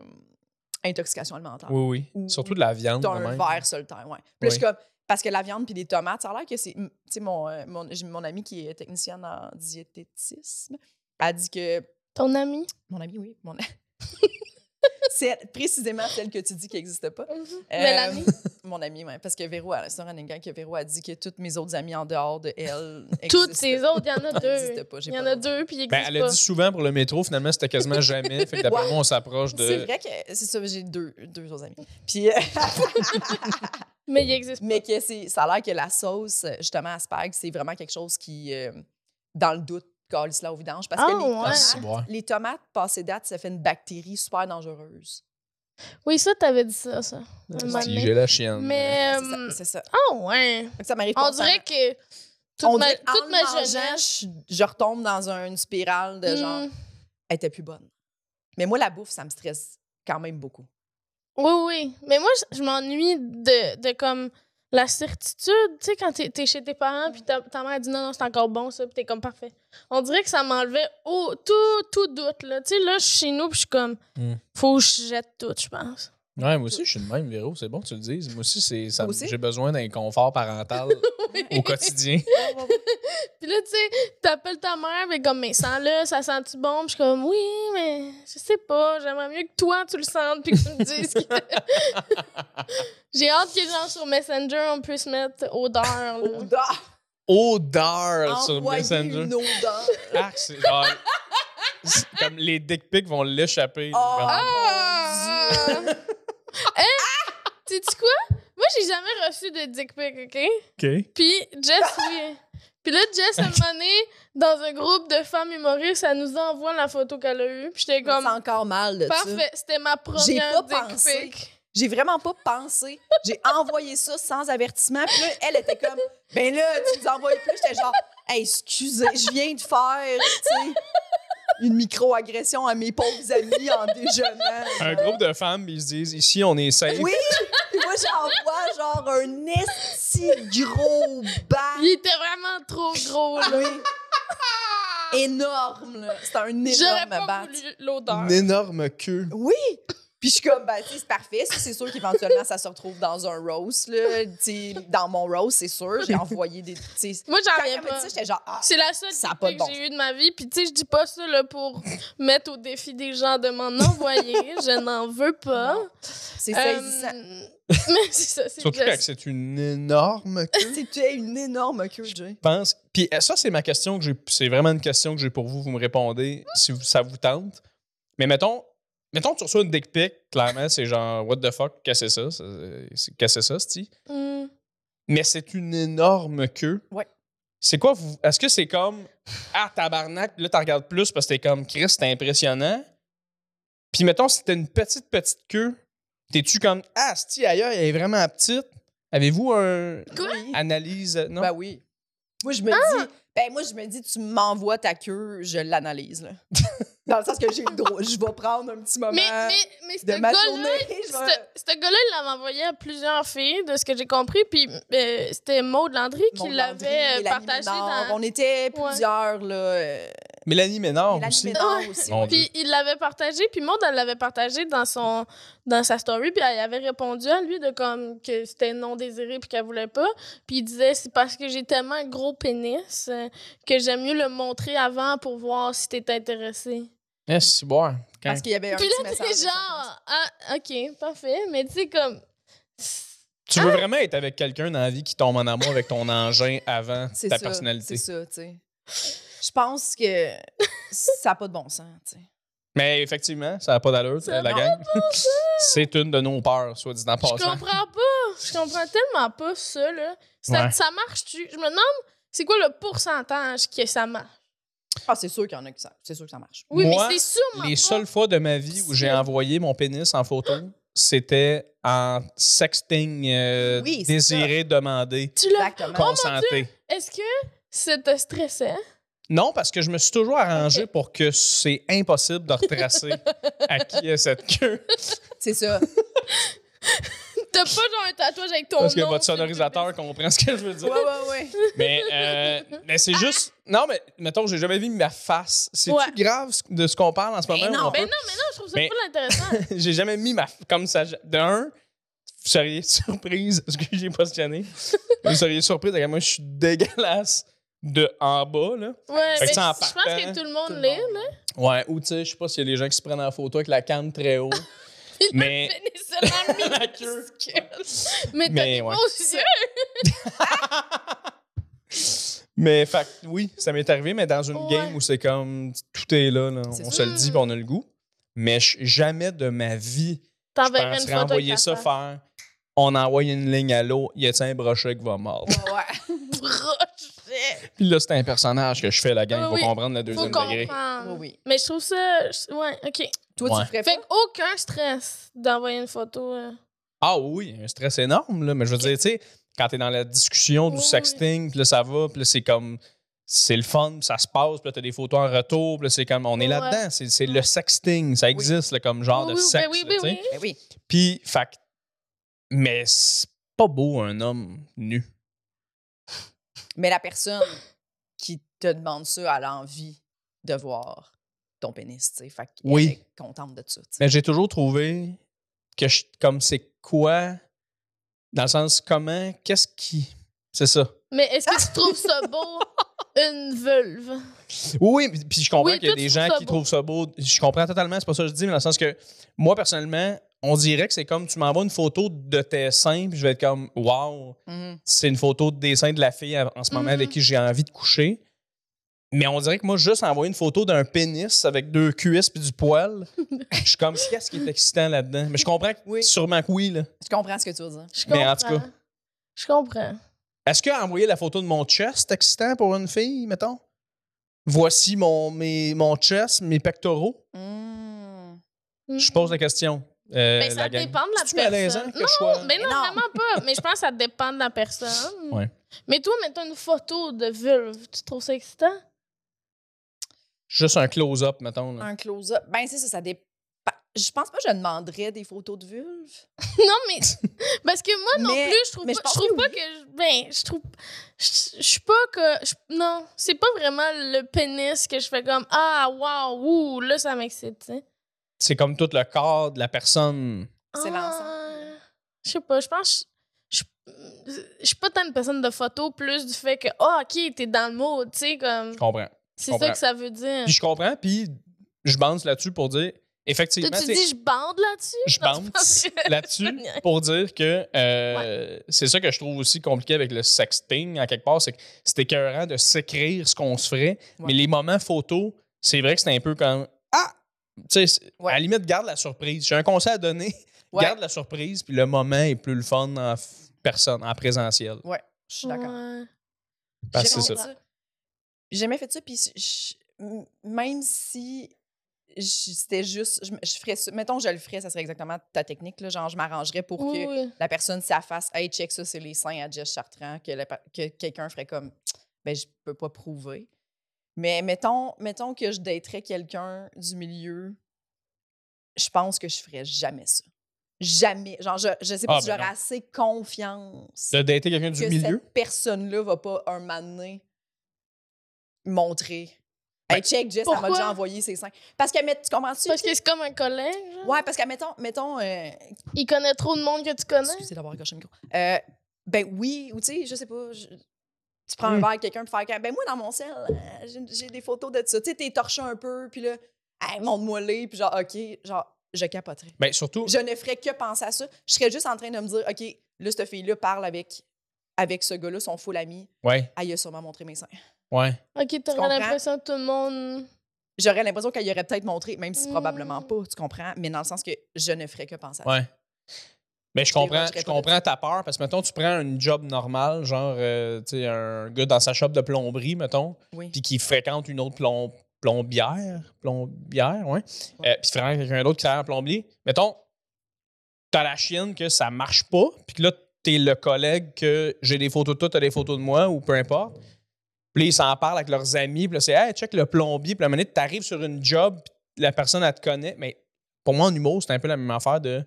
Speaker 3: intoxication alimentaire.
Speaker 4: Oui,
Speaker 3: Ou-
Speaker 4: oui. Surtout de la viande.
Speaker 3: T'as
Speaker 4: de
Speaker 3: un
Speaker 4: même.
Speaker 3: verre solitaire, ouais. Puis là, je suis
Speaker 4: Oui.
Speaker 3: comme, parce que la viande puis les tomates, ça a l'air que c'est. Tu sais, mon, euh, mon, j'ai mon amie qui est technicienne en diététisme, elle dit que.
Speaker 2: Ton ami?
Speaker 3: Mon amie, oui. Mon... (laughs) c'est précisément celle que tu dis qui n'existe pas.
Speaker 2: Mhm.
Speaker 3: Euh,
Speaker 2: Mélanie?
Speaker 3: (laughs) Mon amie, oui. Parce que Véro, à l'instant, Running que Véro a dit que toutes mes autres amies en dehors de elle.
Speaker 2: (laughs) Toutes
Speaker 3: existent-
Speaker 2: ces autres, il y en
Speaker 3: (laughs)
Speaker 2: a
Speaker 3: n'existent
Speaker 2: deux.
Speaker 3: pas, j'ai
Speaker 2: Il y
Speaker 3: pas
Speaker 2: en
Speaker 3: le
Speaker 2: a
Speaker 3: droit.
Speaker 2: deux, puis ils
Speaker 4: Ben,
Speaker 2: existent
Speaker 4: elle a
Speaker 2: pas.
Speaker 4: dit souvent pour le métro, finalement,
Speaker 3: (laughs)
Speaker 4: c'était quasiment jamais. Fait que d'après
Speaker 3: Ouais.
Speaker 4: moi, on s'approche de.
Speaker 3: C'est vrai que c'est ça, j'ai deux, deux autres amis. Puis, euh,
Speaker 2: Mais il existe
Speaker 3: mais que c'est, ça a l'air que la sauce, justement, à Spag, c'est vraiment quelque chose qui, euh, dans le doute, colle cela au vidange. Parce que
Speaker 2: Ah,
Speaker 3: les,
Speaker 2: ouais.
Speaker 4: Ah,
Speaker 3: tomates,
Speaker 4: c'est bon.
Speaker 3: les tomates passées date, ça fait une bactérie super dangereuse.
Speaker 2: Oui, ça, t'avais dit ça, ça. un moment
Speaker 4: Si
Speaker 2: donné.
Speaker 4: j'ai la chienne.
Speaker 2: Mais.
Speaker 3: C'est ça-
Speaker 2: euh,
Speaker 3: c'est ça.
Speaker 2: Ah, ouais.
Speaker 3: Fait que ça m'arrive
Speaker 2: On
Speaker 3: pas
Speaker 2: dirait que.
Speaker 3: on
Speaker 2: Toute ma,
Speaker 3: dirait qu'en
Speaker 2: toute
Speaker 3: le
Speaker 2: ma
Speaker 3: mangeant,
Speaker 2: jeunesse.
Speaker 3: je, je retombe dans une spirale de genre,
Speaker 2: hmm,
Speaker 3: elle était plus bonne. Mais moi, la bouffe, ça me stresse quand même
Speaker 2: (laughs)
Speaker 3: beaucoup.
Speaker 2: Oui, oui. Mais moi, je, je m'ennuie de, de comme la certitude. Tu sais, quand t'es t'es chez tes parents, puis ta, ta mère dit non, non, c'est encore bon, ça, puis t'es comme parfait. On dirait que ça m'enlevait au- tout, tout doute, là. Tu sais, là, je suis chez nous, puis je suis comme.
Speaker 4: Hmm.
Speaker 2: Faut que je jette tout, je pense.
Speaker 4: Ouais, moi aussi, je suis le même, Véro. C'est bon que tu le dises. Moi aussi, c'est, ça, me-
Speaker 3: Aussi?
Speaker 4: j'ai besoin d'un
Speaker 3: (laughs)
Speaker 4: confort parental au quotidien.
Speaker 2: Puis là, tu sais, t'appelles ta mère, mais comme, mais sens-le, ça sent-tu bon? Puis je suis comme, oui, mais je sais pas, j'aimerais mieux que toi, tu le sentes, puis que tu me dises que. (laughs) J'ai hâte que, genre, sur Messenger, on puisse mettre odeur, là.
Speaker 3: Odeur!
Speaker 4: Odeur sur
Speaker 3: Envoyer
Speaker 4: Messenger.
Speaker 3: une odeur!
Speaker 4: (laughs) Ah, c'est genre. c'est comme les dick pics vont l'échapper.
Speaker 3: Oh,
Speaker 4: Comme-
Speaker 2: Ah!
Speaker 3: mon Dieu!
Speaker 2: Sais-tu quoi? Moi, j'ai jamais reçu de dick pic, OK?
Speaker 4: OK.
Speaker 2: Puis Jess,
Speaker 3: (laughs)
Speaker 2: oui. Puis là, Jess, à un moment donné, dans un groupe de femmes humoristes, elle nous envoie la photo qu'elle a eue. Puis j'étais
Speaker 3: C'est
Speaker 2: comme,
Speaker 3: encore mal de ça.
Speaker 2: parfait, c'était ma
Speaker 3: J'ai
Speaker 2: première
Speaker 3: pas
Speaker 2: dick
Speaker 3: pensé.
Speaker 2: pic.
Speaker 3: J'ai vraiment pas pensé. J'ai envoyé ça sans avertissement. Puis là, elle était comme, ben là, tu nous envoies plus. J'étais genre, hey, excusez, je viens de faire, tu sais, une micro-agression à mes pauvres amis en déjeunant.
Speaker 4: Un groupe de femmes, ils se disent ici, on est safe.
Speaker 3: Oui! Puis moi, j'envoie genre un esti gros
Speaker 2: Il
Speaker 3: bac.
Speaker 2: était vraiment trop gros, là.
Speaker 3: Oui. Énorme, là. (laughs) C'est un
Speaker 2: J'aurais
Speaker 3: énorme
Speaker 2: pas
Speaker 3: bac.
Speaker 2: voulu l'odeur.
Speaker 4: Une énorme queue.
Speaker 3: Oui! Puis je suis comme, ben, tu sais, c'est parfait. Ça, c'est sûr qu'éventuellement, ça se retrouve dans un roast, là. Tu sais, dans mon roast, c'est sûr.
Speaker 4: (laughs)
Speaker 3: J'ai envoyé des. tu sais,
Speaker 2: Moi, j'en
Speaker 3: quand elle
Speaker 2: reviens
Speaker 3: m'a dit
Speaker 2: pas.
Speaker 3: ça, j'étais genre, ah,
Speaker 2: C'est la seule
Speaker 3: Ça a
Speaker 2: dick
Speaker 3: pas
Speaker 2: pic
Speaker 3: de bon
Speaker 2: que j'ai eue de ma vie. Puis, tu sais, je dis pas ça là, pour (laughs) mettre au défi des gens de m'en envoyer. je n'en veux pas.
Speaker 3: Non, c'est
Speaker 2: Euh, (laughs)
Speaker 3: saisissant.
Speaker 2: mais c'est ça, c'est
Speaker 4: Surtout quand
Speaker 2: Jess.
Speaker 4: c'est une énorme queue.
Speaker 3: C'était une énorme queue, Jay.
Speaker 4: pense. Puis euh, ça, c'est ma question que j'ai. C'est vraiment une question que j'ai pour vous. Vous me répondez si vous- ça vous tente. Mais mettons, mettons que tu reçois une dick pic. Clairement, c'est genre what the fuck, qu'est-ce que c'est ça, C'est- c'est- qu'est-ce que c'est ça, c'ti?
Speaker 2: Hmm.
Speaker 4: Mais c'est une énorme queue.
Speaker 3: Ouais.
Speaker 4: C'est quoi vous Est-ce que c'est comme ah tabarnak, là t'en regardes plus parce que t'es comme Chris, c'est impressionnant. Puis mettons, si t'as une petite petite queue, t'es-tu comme ah c'ti, ailleurs, elle est vraiment petite. Avez-vous un
Speaker 2: Quoi? Ah!
Speaker 3: Oui.
Speaker 4: analyse Ah, euh, Non.
Speaker 3: Ben oui.
Speaker 4: (laughs)
Speaker 3: Moi, je me dis, ben moi, je me dis, tu m'envoies ta queue, je l'analyse, là. Dans le sens que j'ai le droit, je vais prendre un petit moment
Speaker 2: Mais, mais, mais ce
Speaker 3: de ma
Speaker 2: gars-là,
Speaker 3: journée. je vais-
Speaker 2: ce ce gars-là, il l'avait envoyé à plusieurs filles, de ce que j'ai compris. Puis euh, c'était Maud Landry qui
Speaker 3: Mon
Speaker 2: l'avait
Speaker 3: Landry,
Speaker 2: euh,
Speaker 3: Mélanie
Speaker 2: partagé
Speaker 3: Ménard,
Speaker 2: dans.
Speaker 3: On était plusieurs, là. euh,
Speaker 4: Mélanie Ménard
Speaker 3: Mélanie
Speaker 4: aussi.
Speaker 3: Ménard
Speaker 2: Ah!
Speaker 3: aussi.
Speaker 4: Mon Dieu.
Speaker 2: Puis il l'avait partagé, puis Maud, elle l'avait partagé dans, son, dans sa story, puis elle avait répondu à lui de comme que c'était non désiré puis qu'elle voulait pas. Puis il disait c'est parce que j'ai tellement un gros pénis euh, que j'aime mieux le montrer avant pour voir si t'es intéressé.
Speaker 4: Eh, c'est bon. Quand-
Speaker 3: Parce qu'il y avait un
Speaker 2: Puis
Speaker 3: petit
Speaker 2: là,
Speaker 3: message.
Speaker 2: t'es genre, ah, ok, parfait, mais tu sais, comme.
Speaker 4: Tu
Speaker 3: Ah!
Speaker 4: veux vraiment être avec quelqu'un dans la vie qui tombe en amour avec ton engin avant
Speaker 3: C'est
Speaker 4: ta
Speaker 3: ça,
Speaker 4: personnalité.
Speaker 3: C'est ça, tu sais. Je pense que ça n'a pas de bon sens, tu sais.
Speaker 4: Mais effectivement, ça n'a pas d'allure,
Speaker 2: Ça
Speaker 4: la
Speaker 2: n'a
Speaker 4: gang. C'est une de nos peurs, soit dit en
Speaker 2: Je
Speaker 4: passant.
Speaker 2: comprends pas. Je comprends tellement pas ça, là. Ça,
Speaker 4: Ouais.
Speaker 2: ça marche-tu? Je me demande, c'est quoi le pourcentage que ça marche?
Speaker 3: Ah, c'est sûr qu'il y en a qui ça. C'est sûr que ça marche.
Speaker 2: Oui,
Speaker 4: Moi,
Speaker 2: mais c'est sûrement.
Speaker 4: Les
Speaker 2: pas-
Speaker 4: seules fois de ma vie où j'ai
Speaker 2: C'est-
Speaker 4: envoyé mon pénis en photo, c'était en sexting euh,
Speaker 3: Oui, c'est Oh
Speaker 4: désiré, demandé,
Speaker 2: Tu l'as-
Speaker 3: Exactement.
Speaker 4: consenté.
Speaker 2: Est-ce que ça te stressait? (laughs)
Speaker 4: Non, parce que je me suis toujours arrangé pour que c'est impossible de
Speaker 3: (laughs)
Speaker 4: retracer à qui est cette queue.
Speaker 3: Oh C'est ça.
Speaker 2: T'as pas genre un tatouage avec ton
Speaker 4: Parce que
Speaker 2: nom
Speaker 4: votre
Speaker 2: sur le
Speaker 4: sonorisateur comprend ce que je veux dire.
Speaker 3: Ouais, Ah! ouais, ouais.
Speaker 4: Mais, euh, mais c'est juste. Non, mais mettons, j'ai jamais vu ma face. C'est-tu
Speaker 2: Ouais.
Speaker 4: grave ce- de ce qu'on parle en ce moment?
Speaker 3: Ben
Speaker 4: ou
Speaker 3: non,
Speaker 4: on
Speaker 2: Ben
Speaker 4: peut-
Speaker 2: non, mais non, je trouve ça
Speaker 4: Mais-
Speaker 2: pas intéressant.
Speaker 4: (laughs) j'ai jamais mis ma. Comme ça. D'un, vous seriez (laughs) surprise ce que j'ai positionné. vous seriez surprise à quel point je suis dégueulasse de en bas, là.
Speaker 2: Ouais,
Speaker 4: Fait que
Speaker 2: mais
Speaker 4: ça, en
Speaker 2: je pense
Speaker 4: partant,
Speaker 2: que tout le
Speaker 3: tout
Speaker 2: monde
Speaker 3: le
Speaker 2: l'est, (laughs)
Speaker 3: monde.
Speaker 2: là.
Speaker 4: Ouais, ou tu sais, je sais pas s'il y a des gens qui se prennent en photo avec la canne
Speaker 2: (laughs)
Speaker 4: très haut. mais.
Speaker 2: Mais c'est dans
Speaker 4: La
Speaker 2: le
Speaker 4: queue.
Speaker 2: minuscule. Mais t'as
Speaker 4: Mais
Speaker 2: des
Speaker 4: ouais.
Speaker 2: beaux yeux.
Speaker 4: (laughs) Mais, fait que oui, ça m'est arrivé, mais dans une
Speaker 2: Ouais.
Speaker 4: game où c'est comme. Tout est là, là.
Speaker 3: C'est
Speaker 4: On
Speaker 3: ça.
Speaker 4: se le dit, puis on a le goût. Mais je- jamais de ma vie. Je
Speaker 2: T'enverrais une
Speaker 4: penserais
Speaker 2: photo avec
Speaker 4: envoyer
Speaker 2: ta
Speaker 4: ça
Speaker 2: face.
Speaker 4: faire. On envoie une ligne à l'eau, il y a un brochet qui va mordre.
Speaker 3: Ouais, ouais.
Speaker 2: Projet.
Speaker 4: Puis là, c'est un personnage que je fais, la gang
Speaker 2: Ah Oui,
Speaker 4: va
Speaker 2: oui.
Speaker 4: comprendre le
Speaker 2: Faut
Speaker 4: deuxième degré.
Speaker 2: comprendre.
Speaker 3: Oui, oui.
Speaker 2: Mais je trouve ça. je- Ouais, OK.
Speaker 3: Toi,
Speaker 4: Ouais.
Speaker 3: tu ferais
Speaker 2: Fait
Speaker 3: pas?
Speaker 2: que aucun stress d'envoyer une photo. euh.
Speaker 4: Ah oui, un stress énorme, là. Mais je veux dire, tu sais, quand t'es dans la discussion du
Speaker 2: Oui, oui.
Speaker 4: sexting, puis là, ça va, puis là, c'est comme. C'est le fun, puis ça se passe, puis là, t'as des photos en retour, puis là, c'est comme. On est
Speaker 2: Ouais.
Speaker 4: là-dedans, c'est c'est le sexting, ça existe, là, comme genre
Speaker 2: Oui,
Speaker 4: de
Speaker 2: oui,
Speaker 4: sexe.
Speaker 2: ben oui,
Speaker 4: là,
Speaker 2: oui,
Speaker 4: tu sais.
Speaker 2: oui.
Speaker 3: Ben oui.
Speaker 4: Puis, fait que- Mais c'est pas beau un homme nu.
Speaker 3: Mais la personne qui te demande ça, elle a envie de voir ton pénis, tu sais. Fait qu'elle
Speaker 4: Oui.
Speaker 3: est contente de ça, tu sais.
Speaker 4: Mais j'ai toujours trouvé que je- comme c'est quoi, dans le sens comment, qu'est-ce qui. C'est ça.
Speaker 2: Mais est-ce que tu trouves
Speaker 4: (laughs)
Speaker 2: ça beau, une vulve?
Speaker 4: Oui, oui, puis- puis je comprends
Speaker 2: Oui,
Speaker 4: qu'il y a
Speaker 2: toi, tu
Speaker 4: des
Speaker 2: trouves
Speaker 4: gens
Speaker 2: ça
Speaker 4: qui
Speaker 2: beau.
Speaker 4: trouvent ça beau. Je comprends totalement, c'est pas ça que je dis, mais dans le sens que moi, personnellement, on dirait que c'est comme tu m'envoies une photo de tes seins, puis je vais être comme, waouh,
Speaker 3: Mhm.
Speaker 4: c'est une photo de dessin de la fille à- en ce moment
Speaker 2: Mhm.
Speaker 4: avec qui j'ai envie de coucher. Mais on dirait que moi, juste envoyer une photo d'un pénis avec deux cuisses puis
Speaker 2: (laughs)
Speaker 4: du poil, je suis comme, qu'est-ce qui est excitant là-dedans? Mais je comprends que,
Speaker 3: Oui.
Speaker 4: sûrement que oui, là.
Speaker 3: Je comprends ce que tu veux dire.
Speaker 2: Je comprends.
Speaker 4: Mais en tout cas-
Speaker 2: Je comprends.
Speaker 4: Est-ce que envoyer la photo de mon chest, c'est excitant pour une fille, mettons? Voici mon, mes, mon chest, mes pectoraux.
Speaker 3: Mhm.
Speaker 2: Hmm.
Speaker 4: Je pose la question. Euh,
Speaker 2: Ben, ça
Speaker 4: la gang.
Speaker 2: dépend de la
Speaker 4: C'est-tu malaisant
Speaker 2: personne.
Speaker 4: que je sois-
Speaker 2: Mais non,
Speaker 3: Non.
Speaker 2: vraiment pas. Mais je pense que ça dépend de la personne.
Speaker 4: Ouais.
Speaker 2: Mais toi, mettons une photo de vulve. Tu trouves ça excitant? (laughs)
Speaker 4: Juste un close-up, mettons. là.
Speaker 3: Un close-up. Ben, c'est ça, ça dépend. Je pense pas que je demanderais des photos de vulve.
Speaker 2: non,
Speaker 4: (laughs)
Speaker 2: mais. Parce que moi non
Speaker 3: Mais-
Speaker 2: plus, je trouve
Speaker 3: mais
Speaker 2: pas.
Speaker 3: je
Speaker 2: Je
Speaker 3: pense
Speaker 2: trouve
Speaker 3: que
Speaker 2: pas que. je- Ben, je trouve. Je je suis pas que. je- non, c'est pas vraiment le pénis que je fais comme Ah, waouh, ouh, là, ça m'excite, tu sais.
Speaker 4: C'est comme tout le corps de la personne.
Speaker 3: C'est l'ensemble.
Speaker 2: Ah, Je sais pas, je pense. que Je je- je suis pas tant une personne de photo, plus du fait que, ah, ok, t'es dans le mot, tu sais, comme.
Speaker 4: Je comprends.
Speaker 2: C'est
Speaker 4: comprends.
Speaker 2: ça que ça veut dire.
Speaker 4: Puis je comprends, puis je bounce là-dessus pour dire, effectivement,
Speaker 2: T'as-tu
Speaker 4: tu sais,
Speaker 2: dit je bande là-dessus?
Speaker 4: ben, je
Speaker 2: Non, c'est pas (laughs)
Speaker 4: bounce
Speaker 2: vrai.
Speaker 4: (laughs) là-dessus pour dire que euh, c'est ça que je trouve aussi compliqué avec le sexting, en quelque part, c'est que c'est écœurant de s'écrire ce qu'on se ferait, mais
Speaker 3: Ouais.
Speaker 4: les moments photos, c'est vrai que c'est un peu comme Ah! Tu sais, c'est-
Speaker 3: Ouais.
Speaker 4: à la limite, garde la surprise. J'ai un conseil à donner,
Speaker 3: Ouais.
Speaker 4: garde la surprise, puis le moment est plus le fun en f- personne, en présentiel.
Speaker 3: Ouais, je suis d'accord.
Speaker 2: Ouais.
Speaker 4: Parce
Speaker 3: J'ai
Speaker 4: que c'est
Speaker 3: jamais
Speaker 4: ça.
Speaker 3: fait J'ai jamais fait ça, puis je- m- même si je- c'était juste, je, je ferais ça, mettons je le ferais, ça serait exactement ta technique, là, genre je m'arrangerais pour
Speaker 2: Oui,
Speaker 3: que
Speaker 2: oui.
Speaker 3: la personne s'affasse, hey check ça, c'est les seins à Jess Chartrand, que, la pa- que quelqu'un ferait comme, ben je peux pas prouver. Mais mettons, mettons que je daterais quelqu'un du milieu, je pense que je ferais jamais ça. Jamais. Genre, je, je sais pas
Speaker 4: Ah,
Speaker 3: si
Speaker 4: ben
Speaker 3: j'aurais
Speaker 4: non.
Speaker 3: assez confiance
Speaker 4: De dater quelqu'un du
Speaker 3: que
Speaker 4: milieu.
Speaker 3: cette personne-là va pas un moment donné montrer. Hey, check, Jess, elle
Speaker 2: Ben,
Speaker 3: m'a
Speaker 2: pourquoi?
Speaker 3: déjà envoyé ses seins. Parce que, tu comprends-tu?
Speaker 2: Parce que c'est comme un collègue. genre.
Speaker 3: Ouais, parce que, mettons, mettons euh,
Speaker 2: Il connaît trop de monde que tu connais.
Speaker 3: Excusez d'avoir accroché le micro. Euh, ben oui, ou tu sais, je sais pas. je- tu prends
Speaker 2: Hmm.
Speaker 3: un
Speaker 4: Mm.
Speaker 3: verre avec quelqu'un pour faire comme, Ben moi, dans mon sel, euh, j'ai- j'ai des photos de ça. Tu sais, t'es torché un peu, puis là, hey, montre-moi-les, puis genre, OK, genre, je capoterais.
Speaker 4: Ben, surtout,
Speaker 3: Je ne ferais que penser à ça. Je serais juste en train de me dire, OK, là, cette fille-là parle avec, avec ce gars-là, son faux ami.
Speaker 4: ouais,
Speaker 3: Elle a sûrement montré mes seins.
Speaker 4: ouais.
Speaker 2: Ok,
Speaker 3: comprends?
Speaker 2: t'aurais l'impression que tout le monde.
Speaker 3: J'aurais l'impression qu'elle y aurait peut-être montré, même si
Speaker 2: Mm.
Speaker 3: probablement pas, tu comprends? Mais dans le sens que je ne ferais que penser à ça.
Speaker 4: Ouais. Mais
Speaker 3: Je
Speaker 4: je
Speaker 3: les
Speaker 4: comprends,
Speaker 3: rangerais
Speaker 4: je
Speaker 3: pas
Speaker 4: comprends ta peur parce que, mettons, tu prends une job normale, genre, euh, tu sais, un gars dans sa shop de plomberie, mettons,
Speaker 3: Oui.
Speaker 4: puis qui fréquente une autre plom- plombière, plombière, ouais, Euh, puis fréquente quelqu'un d'autre qui travaille en plombier. Mettons, t'as la chienne que ça marche pas, puis que là, t'es le collègue que j'ai des photos de toi, t'as des photos de moi, ou peu importe. Puis là, ils s'en parlent avec leurs amis, puis là, c'est, hey, check le plombier, puis la minute, t'arrives sur une job, puis la personne, elle te connaît. Mais pour moi, en humour, c'est un peu la même affaire de.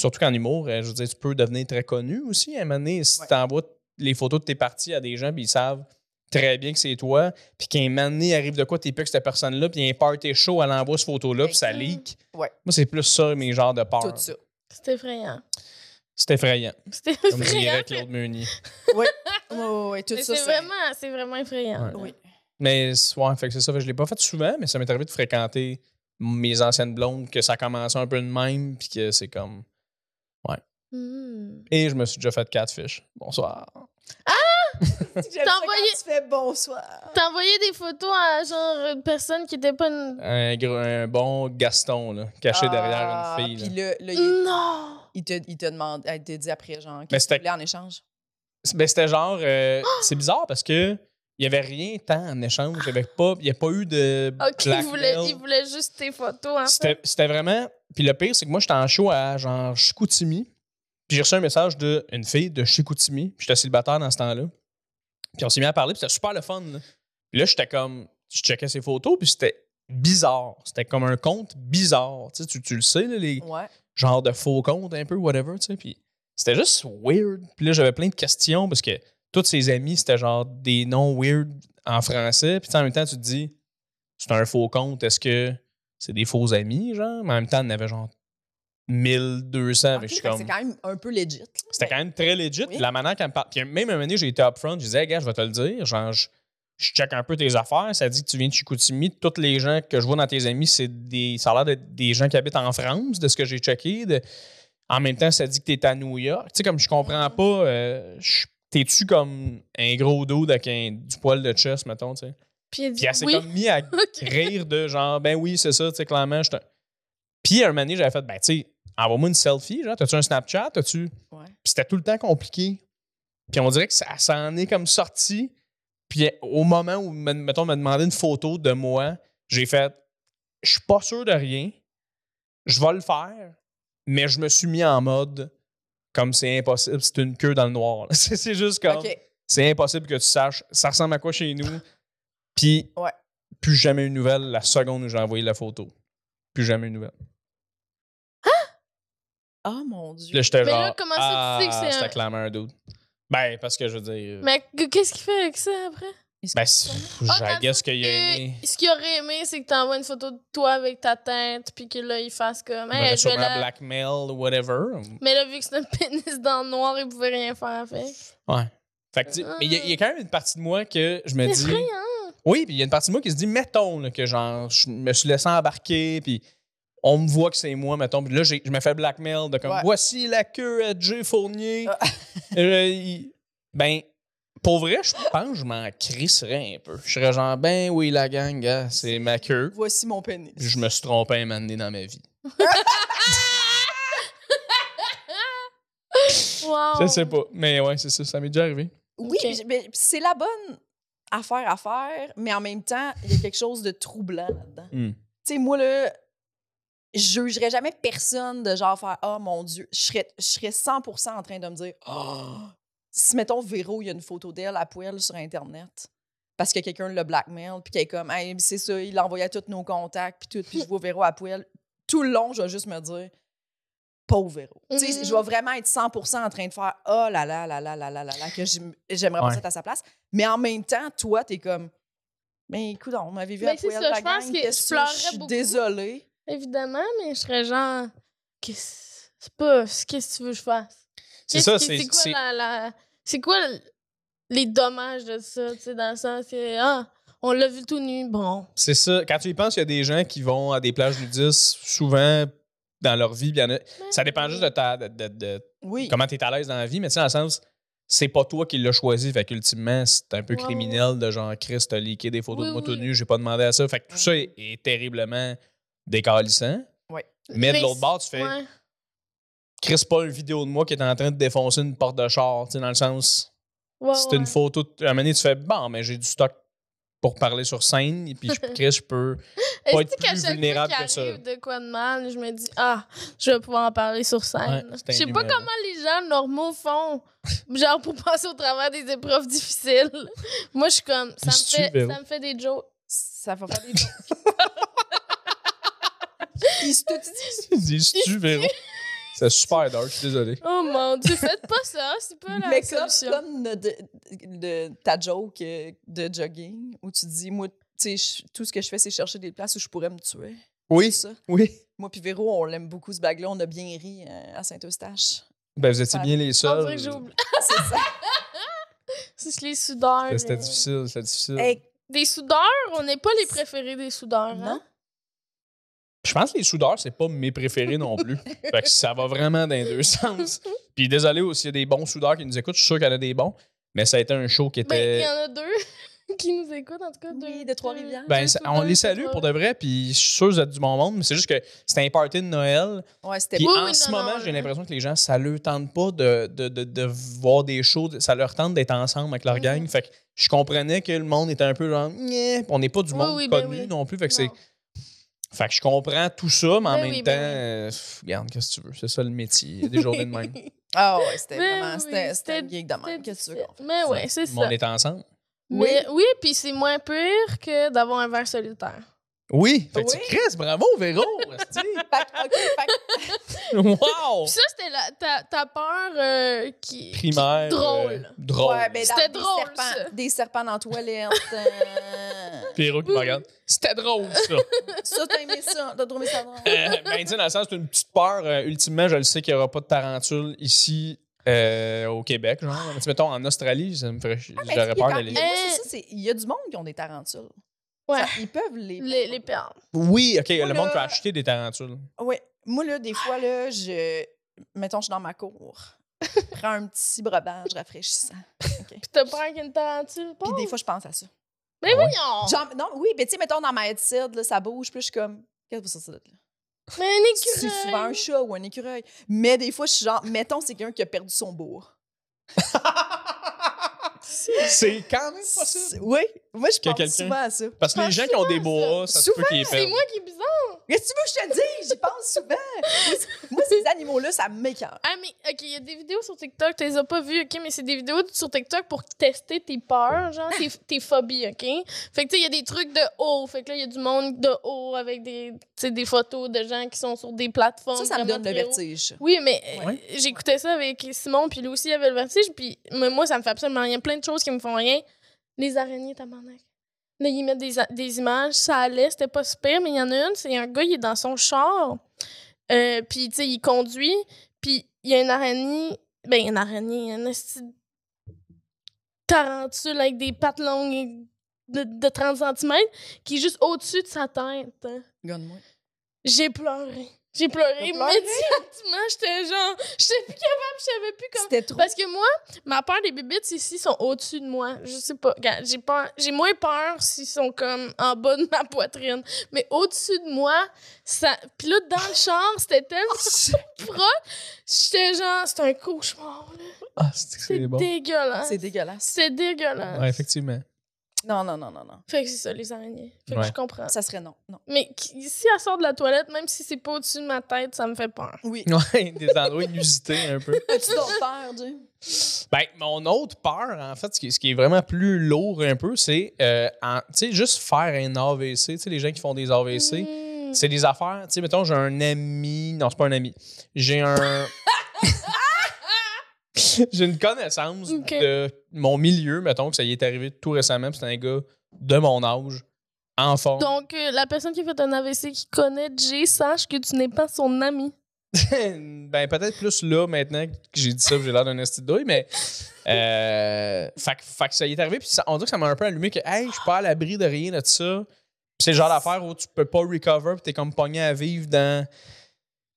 Speaker 4: Surtout qu'en humour, euh, je veux dire, tu peux devenir très connu aussi. À un moment donné, si
Speaker 3: Ouais.
Speaker 4: t'envoies les photos de tes parties à des gens, puis ils savent très bien que c'est toi, puis qu'un moment donné, arrive de quoi, t'es plus que cette personne-là, puis il y a un party show, elle envoie cette photo-là, puis ça
Speaker 2: Hmm.
Speaker 3: Exact.
Speaker 4: leak.
Speaker 3: Ouais.
Speaker 4: Moi, c'est plus ça, mes genres de peur.
Speaker 3: Tout ça.
Speaker 2: C'est effrayant.
Speaker 4: C'est effrayant.
Speaker 2: C'est
Speaker 4: Comme dirait
Speaker 2: effrayant.
Speaker 4: Claude Meunier.
Speaker 3: Ouais, ouais, ouais, tout
Speaker 2: mais
Speaker 3: ça.
Speaker 2: C'est vraiment, c'est vraiment effrayant.
Speaker 4: Ouais.
Speaker 3: Oui.
Speaker 4: Mais ouais, fait que c'est ça. Fait que je l'ai pas fait souvent, mais ça m'est arrivé de fréquenter mes anciennes blondes, que ça commençait un peu de même, puis que c'est comme.
Speaker 2: Hmm.
Speaker 4: Et je me suis déjà fait catfish. Bonsoir.
Speaker 3: (laughs) J'aime
Speaker 2: T'as
Speaker 3: ça quand
Speaker 2: envoyé-
Speaker 3: tu fais bonsoir.
Speaker 2: T'as envoyé des photos à genre une personne qui était pas une.
Speaker 4: Un, gros- un bon Gaston, là,
Speaker 3: Ah,
Speaker 4: caché derrière une fille.
Speaker 3: Puis
Speaker 4: là.
Speaker 3: là, là, il,
Speaker 2: Non!
Speaker 3: il te, il te demande, elle te dit après, genre,
Speaker 4: Mais
Speaker 3: qu'est-ce que
Speaker 4: c'était-
Speaker 3: tu voulais en échange?
Speaker 4: Ben, c'était genre.
Speaker 2: (gasps)
Speaker 4: euh, c'est bizarre parce que. Il n'y avait rien tant en échange. Il n'y pas, il y a pas eu de.
Speaker 2: Ah, Ok, il voulait,
Speaker 4: blackmail.
Speaker 2: il voulait juste tes photos. hein. En fait.
Speaker 4: C'était c'était vraiment. Puis le pire, c'est que moi, j'étais en show à genre Chicoutimi. Puis j'ai reçu un message d'une fille de Chicoutimi. Puis j'étais célibataire dans ce temps-là. Puis on s'est mis à parler. Puis c'était super le fun. Là, Puis là j'étais comme. Je checkais ses photos. Puis c'était bizarre. C'était comme un compte bizarre. Tu, sais, tu, tu le sais, là, les
Speaker 3: Ouais.
Speaker 4: genres de faux comptes un peu, whatever. Tu sais. Puis c'était juste weird. Puis là, j'avais plein de questions parce que tous ses amis, c'était genre des noms weird en français. Puis tu sais, en même temps, tu te dis, c'est un faux compte, est-ce que c'est des faux amis, genre? Mais en même temps, il y en avait genre 1200.
Speaker 3: Ah, Ok,
Speaker 4: Fait que Ah, je suis
Speaker 3: fait que
Speaker 4: comme-
Speaker 3: C'est quand même un peu legit.
Speaker 4: C'était quand même très legit.
Speaker 3: Ben, Oui.
Speaker 4: La manière qu'elle me parle. Puis même un moment donné, j'ai été upfront, je disais, hey, gars, je vais te le dire, genre, je, je check un peu tes affaires. Ça dit que tu viens de Chicoutimi. Tous les gens que je vois dans tes amis, c'est des. Ça a l'air d'être des gens qui habitent en France, de ce que j'ai checké. De- En même temps, ça dit que t'es à New York. Tu sais, comme je comprends pas, euh, je- t'es-tu comme un gros dos avec un- du poil de chest, mettons, tu sais?
Speaker 2: Puis il dit
Speaker 4: Puis elle s'est
Speaker 2: oui.
Speaker 4: comme mis
Speaker 2: (laughs)
Speaker 4: à
Speaker 2: Ok.
Speaker 4: (laughs) rire de genre, ben oui, c'est ça, tu sais, clairement. j'étais- Puis à un moment donné, j'avais fait, ben tu sais, envoie-moi une selfie, genre, t'as-tu un Snapchat, t'as-tu.
Speaker 3: Ouais.
Speaker 4: Puis c'était tout le temps compliqué. Puis on dirait que ça s'en est comme sorti. Puis au moment où, me- mettons, on m'a demandé une photo de moi, j'ai fait, je suis pas sûr de rien, je vais le faire, mais je me suis mis en mode, comme c'est impossible, c'est une queue dans le noir. là. (laughs) c'est c'est juste comme
Speaker 3: OK.
Speaker 4: c'est impossible que tu saches ça ressemble à quoi chez nous. Puis,
Speaker 3: Ouais.
Speaker 4: plus jamais une nouvelle la seconde où j'ai envoyé la photo. Plus jamais une nouvelle.
Speaker 3: Oh mon
Speaker 4: Puis
Speaker 3: Dieu.
Speaker 4: Là, j'étais
Speaker 2: Mais
Speaker 4: genre.
Speaker 2: là, comment ça, tu sais que
Speaker 4: ah,
Speaker 2: c'est un-
Speaker 4: C'était clairement un doute. Ben, parce que je veux dire.
Speaker 2: Mais que- qu'est-ce qu'il fait avec ça après?
Speaker 4: Ben, c'est-
Speaker 2: Ah,
Speaker 4: je
Speaker 2: dans
Speaker 4: guess
Speaker 2: le
Speaker 4: qu'il y a
Speaker 2: Et
Speaker 4: une.
Speaker 2: ce qu'il aurait aimé, c'est que t'envoies une photo de toi avec ta tête, puis que là, il fasse comme.
Speaker 4: Ben,
Speaker 2: Hey, je vais
Speaker 4: sûrement
Speaker 2: la-
Speaker 4: blackmail, whatever.
Speaker 2: Mais là, vu que c'est un (laughs) pénis dans le noir, il pouvait rien faire avec.
Speaker 4: Ouais. Fait que, tu sais, mais il y, a- il y a quand même une partie de moi que je me
Speaker 2: C'est hein?
Speaker 4: dis.
Speaker 2: effrayant.
Speaker 4: Oui, puis il y a une partie de moi qui se dit, mettons, là, que genre, je me suis laissé embarquer, puis on me voit que c'est moi, mettons. Puis là, j'ai- je me fais blackmail de comme,
Speaker 3: Ouais.
Speaker 4: voici la queue à Jay Fournier.
Speaker 3: Ah.
Speaker 4: (laughs) Euh, il- ben, pour vrai, je pense que je m'en crisserais un peu. Je serais genre, ben oui, la gang, gars, c'est ma queue.
Speaker 3: Voici mon pénis.
Speaker 4: Puis je me suis trompé un moment donné dans ma vie.
Speaker 2: Wow. Oh.
Speaker 4: Je sais pas. Mais ouais, c'est ça, ça m'est déjà arrivé.
Speaker 3: Oui,
Speaker 2: Ok.
Speaker 3: puis- mais c'est la bonne affaire à faire, mais en même temps, il y a quelque chose de troublant là-dedans.
Speaker 4: Hmm.
Speaker 3: Tu sais, moi, là, je jugerais jamais personne de genre faire Ah mon Dieu. Je serais, je serais 100 en train de me dire Ah, si mettons Véro, il y a une photo d'elle à poil sur Internet. parce que quelqu'un le blackmail, puis qu'elle est comme, hey, c'est ça, il l'envoyait à tous nos contacts, puis tout, puis je vois Véro à poil. Tout le long, je vais juste me dire, pauvre Véro. Tu sais,
Speaker 2: Mhm.
Speaker 3: je vais vraiment être 100 en train de faire, oh là là là là là là là là, que j'aime- j'aimerais
Speaker 4: Ouais.
Speaker 3: pas être à sa place. Mais en même temps, toi, t'es comme, mais écoute, on m'avait vu
Speaker 2: Ben,
Speaker 3: à
Speaker 2: c'est
Speaker 3: poil,
Speaker 2: ça,
Speaker 3: la
Speaker 2: je pense
Speaker 3: gang,
Speaker 2: que
Speaker 3: qu'est-ce
Speaker 2: je
Speaker 3: que
Speaker 2: pleurais
Speaker 3: je suis
Speaker 2: beaucoup.
Speaker 3: désolée.
Speaker 2: Évidemment, mais je serais genre. Qu'est-ce c'est pas. Qu'est-ce que tu veux que je fasse?
Speaker 4: C'est
Speaker 2: Qu'est-ce
Speaker 4: ça,
Speaker 2: qui-
Speaker 4: c'est.
Speaker 2: C'est quoi,
Speaker 4: c'est-
Speaker 2: la, la- c'est quoi le- les dommages de ça? Tu sais, dans le sens que. Ah, on l'a vu tout nu, bon.
Speaker 4: C'est ça. Quand tu y penses, il y a des gens qui vont à des plages nudistes souvent dans leur vie. puis il y en a- Ça dépend juste de, ta, de, de- de-
Speaker 3: Oui.
Speaker 4: comment tu es à l'aise dans la vie, mais tu sais, dans le sens, c'est pas toi qui l'as choisi. Fait qu'ultimement, c'est un peu
Speaker 2: Ouais,
Speaker 4: criminel de genre, Chris, t'as leaké des photos
Speaker 2: Oui,
Speaker 4: de moi tout
Speaker 2: oui.
Speaker 4: nu, j'ai pas demandé à ça. Fait que tout ça
Speaker 3: Ouais.
Speaker 4: est, est terriblement décalissant.
Speaker 3: Ouais.
Speaker 4: Mais de
Speaker 2: Mais
Speaker 4: l'autre bord, tu fais,
Speaker 2: Ouais.
Speaker 4: Chris, pas une vidéo de moi qui est en train de défoncer une porte de char. Tu sais, dans le sens,
Speaker 2: Ouais,
Speaker 4: c'est
Speaker 2: ouais.
Speaker 4: une photo. de- À un moment donné, tu fais bon, mais j'ai du stock pour parler sur scène.
Speaker 2: (laughs)
Speaker 4: Et puis, je- Chris, je peux.
Speaker 2: Est-ce
Speaker 4: pas être
Speaker 2: qu'à
Speaker 4: plus
Speaker 2: chaque fois
Speaker 4: vulnérable
Speaker 2: qu'il
Speaker 4: que ça.
Speaker 2: arrive de quoi de mal, je me dis, ah, je vais pouvoir en parler sur scène.
Speaker 4: Ouais, c'est
Speaker 2: je sais pas
Speaker 4: inhumain,
Speaker 2: comment les gens normaux font, genre pour (laughs) passer au travers des épreuves difficiles. (laughs) Moi, je suis comme, ça me
Speaker 4: Qu'est-ce que tu oh.
Speaker 2: fait,
Speaker 4: veux?
Speaker 2: ça me fait des jokes.
Speaker 3: Ça va
Speaker 2: (laughs)
Speaker 3: faire des jokes. (laughs) Il se tout dit.
Speaker 4: Dis-tu, Véro? C'est super dark, je suis désolé.
Speaker 2: Oh mon dieu, faites pas ça, c'est
Speaker 3: (laughs)
Speaker 2: pas la
Speaker 3: Mais comme,
Speaker 2: solution.
Speaker 3: comme le- de- de- ta joke euh, de jogging, où tu dis, moi, tu sais, je- tout ce que je fais, c'est chercher des places où je pourrais me tuer.
Speaker 4: Oui,
Speaker 3: C'est ça.
Speaker 4: oui.
Speaker 3: Moi puis Véro, on l'aime beaucoup, ce bague-là. On a bien ri euh,
Speaker 2: (laughs)
Speaker 3: à Saint-Eustache.
Speaker 4: Ben, vous étiez
Speaker 3: Ouais.
Speaker 4: bien les
Speaker 2: On
Speaker 4: seuls.
Speaker 2: dirait Ah, que j'ai oublié. (laughs)
Speaker 3: C'est
Speaker 4: (laughs) Euh,
Speaker 3: ça.
Speaker 2: C'est les soudeurs.
Speaker 4: C'était
Speaker 2: euh,
Speaker 4: difficile, c'était difficile.
Speaker 3: Hey,
Speaker 2: Des soudeurs, on n'est pas les préférés des soudeurs.
Speaker 3: non?
Speaker 2: Hein?
Speaker 4: Je pense que les soudeurs, c'est pas mes préférés
Speaker 2: (laughs)
Speaker 4: non plus. fait que ça va vraiment dans les deux sens. Puis désolé aussi, s'il y a des bons soudeurs qui nous écoutent, je suis sûr qu'il y en a des bons, mais ça a été un show qui
Speaker 2: Ben, il
Speaker 4: était.
Speaker 2: y en a deux (laughs) qui nous écoutent, en tout cas.
Speaker 3: Oui,
Speaker 2: deux-
Speaker 3: de Trois-Rivières.
Speaker 4: Ben,
Speaker 2: deux
Speaker 4: ça- on
Speaker 2: soudeurs,
Speaker 4: les salue pour de vrai, puis je suis sûr que vous êtes du bon monde, mais c'est juste que c'était un party de Noël.
Speaker 3: Ouais, c'était
Speaker 4: Puis
Speaker 2: Oui,
Speaker 4: en
Speaker 2: oui,
Speaker 4: ce
Speaker 2: non,
Speaker 4: moment,
Speaker 2: non,
Speaker 4: j'ai
Speaker 2: là.
Speaker 4: l'impression que les gens, ça leur tente pas de, de, de, de voir des shows, ça leur tente d'être ensemble avec leur
Speaker 2: Mhm.
Speaker 4: gang. Fait que je comprenais que le monde était un peu genre, Nyeh on n'est pas du
Speaker 2: Oui,
Speaker 4: monde
Speaker 2: oui, ben
Speaker 4: connu
Speaker 2: oui.
Speaker 4: non plus. Fait que, c'est,
Speaker 2: Non.
Speaker 4: fait que je comprends tout ça, mais en
Speaker 2: Ben
Speaker 4: même
Speaker 2: oui, ben
Speaker 4: temps,
Speaker 2: oui.
Speaker 4: euh, pff, regarde, qu'est-ce que tu veux, c'est ça le métier. Il y a des journées de même.
Speaker 3: Ah ouais, c'était
Speaker 2: Ben
Speaker 3: vraiment.
Speaker 2: oui,
Speaker 3: C'était c'était
Speaker 2: c'était-
Speaker 3: une gig de
Speaker 2: C'était
Speaker 3: même. Qu'est-ce que tu veux qu'on
Speaker 2: difficile. Mais (laughs) ouais, c'est
Speaker 4: Mais on
Speaker 2: ça.
Speaker 4: est ensemble.
Speaker 2: Mais oui, puis c'est moins pire que d'avoir un verre solitaire.
Speaker 4: Oui, fait que
Speaker 3: Oui.
Speaker 4: tu Chris, bravo
Speaker 2: (laughs)
Speaker 4: Véro! esti.
Speaker 3: fasse? Fait que, OK, fait que-
Speaker 4: wow!
Speaker 2: Puis ça, c'était la- ta, ta peur euh, qui.
Speaker 4: Primaire.
Speaker 2: drôle.
Speaker 4: euh, drôle.
Speaker 3: Ouais, ben, dans
Speaker 2: C'était
Speaker 3: des
Speaker 2: drôle,
Speaker 3: serpents-
Speaker 2: ça.
Speaker 3: Des serpents dans la toilette. euh,
Speaker 4: Pierrot qui me regarde. C'était drôle,
Speaker 2: (laughs)
Speaker 4: ça.
Speaker 3: ça, t'as aimé ça. T'as trouvé ça drôle.
Speaker 4: Euh, ben, tu sais, dans le sens, c'est une petite peur. euh, ultimement, je le sais qu'il n'y aura pas de tarentule ici euh, au Québec. Genre,
Speaker 2: Ah.
Speaker 4: mais tu sais, mettons en Australie, ça me ferait chier.
Speaker 3: Mais
Speaker 4: J'aurais
Speaker 3: il y a
Speaker 4: peur
Speaker 3: quand-
Speaker 4: d'aller.
Speaker 3: mais moi, c'est
Speaker 2: Euh,
Speaker 3: ça, c'est- Il y a du monde qui ont des tarentules.
Speaker 2: Ouais.
Speaker 3: Ça, ils peuvent les.
Speaker 2: Les, les perdre.
Speaker 4: Oui, OK, le
Speaker 3: Moi,
Speaker 4: monde
Speaker 3: là-
Speaker 4: peut acheter des tarentules.
Speaker 3: Ouais. Moi, là, des fois, là, je. Mettons, je suis dans ma cour. Je prends un petit breuvage rafraîchissant.
Speaker 2: Puis t'as peur qu'une tarentule.
Speaker 3: Puis ben
Speaker 2: pauvre.
Speaker 3: des fois, je pense à ça.
Speaker 2: Mais voyons!
Speaker 3: Genre, non, oui, mais tu sais, mettons, dans ma headset, là, ça bouge. Puis je suis comme. Qu'est-ce que c'est ça, là?
Speaker 2: Mais un écureuil!
Speaker 3: C'est souvent un chat ou un écureuil. Mais des fois, je suis genre. Mettons, c'est quelqu'un qui a perdu son bourg.
Speaker 4: C'est quand même possible.
Speaker 3: C'est- Oui, moi, je
Speaker 4: Que
Speaker 3: pense
Speaker 4: quelqu'un-
Speaker 3: souvent à ça.
Speaker 4: Parce que les gens qui ont des boas, ça se peut qu'ils les
Speaker 2: C'est
Speaker 4: perdent.
Speaker 2: moi qui est bizarre.
Speaker 3: Qu'est-ce que tu veux que je te dise? J'y pense souvent. Moi, c'est- Moi, ces animaux-là, ça m'écœure.
Speaker 2: Ah, mais OK, il y a des vidéos sur TikTok, tu les as pas vues, OK, mais c'est des vidéos sur TikTok pour tester tes peurs, genre
Speaker 3: (laughs)
Speaker 2: tes, tes phobies, OK? Fait que, tu sais, il y a des trucs de haut. Fait que là, il y a du monde de haut avec des, tu sais, des photos de gens qui sont sur des plateformes.
Speaker 3: Ça, ça me
Speaker 2: vraiment
Speaker 3: donne le
Speaker 2: très haut.
Speaker 3: vertige.
Speaker 2: Oui, mais euh,
Speaker 4: Ouais.
Speaker 2: j'écoutais ça avec Simon, puis lui aussi, il avait le vertige, puis mais moi, ça me fait absolument rien. Plein de choses qui me font rien. Les araignées, tabarnak. Là, ils mettent des, a- des images, ça allait, c'était pas super, mais il y en a une, c'est un gars, il est dans son char, euh, puis, tu sais, il conduit, puis il y a une araignée, ben, une araignée, une esti de tarentule avec des pattes longues et de, de 30 cm qui est juste au-dessus de sa tête. hein.
Speaker 3: Gonne-moi.
Speaker 2: J'ai pleuré. J'ai
Speaker 3: T'as
Speaker 2: pleuré
Speaker 3: pleuré?
Speaker 2: immédiatement. J'étais genre, j'étais plus capable, je savais plus comment.
Speaker 3: C'était trop.
Speaker 2: Parce que moi, ma peur des bibites ici sont au-dessus de moi. Je sais pas. Regarde, J'ai peur, j'ai moins peur s'ils sont comme en bas de ma poitrine. Mais au-dessus de moi, ça. Puis là, dans le char, c'était
Speaker 3: (laughs)
Speaker 2: tellement proche. J'étais genre, c'est un cauchemar. là.
Speaker 4: Ah, c'est
Speaker 2: C'est
Speaker 4: bon.
Speaker 2: dégueulasse.
Speaker 3: C'est dégueulasse.
Speaker 2: C'est dégueulasse.
Speaker 4: Ouais, effectivement. (laughs)
Speaker 3: Non, non, non, non, non.
Speaker 2: Fait que c'est ça, les araignées. Fait que
Speaker 4: Ouais.
Speaker 2: je comprends.
Speaker 3: Ça serait non. Non.
Speaker 2: Mais qui- si elle sort de la toilette, même si c'est pas au-dessus de ma tête, ça me fait peur.
Speaker 3: Oui.
Speaker 4: Ouais, des endroits inusités un peu.
Speaker 3: As-tu d'autres peurs, Jay?
Speaker 4: Ben, mon autre peur, en fait, ce qui, ce qui est vraiment plus lourd un peu, c'est euh, en- tu sais, juste faire un AVC. Tu sais, les gens qui font des AVC,
Speaker 2: Hmm.
Speaker 4: c'est des affaires. Tu sais, mettons, j'ai un ami. Non, c'est pas un ami. J'ai un. (laughs) j'ai une connaissance
Speaker 2: Ok.
Speaker 4: de mon milieu, mettons, que ça y est arrivé tout récemment. puis C'est un gars de mon âge, en forme.
Speaker 2: Donc, euh, la personne qui a fait un AVC qui connaît Jay, sache que tu n'es pas son ami.
Speaker 4: ben, peut-être plus là, maintenant que j'ai dit ça, que j'ai l'air d'un esti de douille, mais. Euh, fait, que- fait que ça y est arrivé, puis ça- on dirait que ça m'a un peu allumé que, hey, je suis pas à l'abri de rien de ça. Puis c'est le genre d'affaire où tu peux pas recover, puis t'es comme pogné à vivre dans.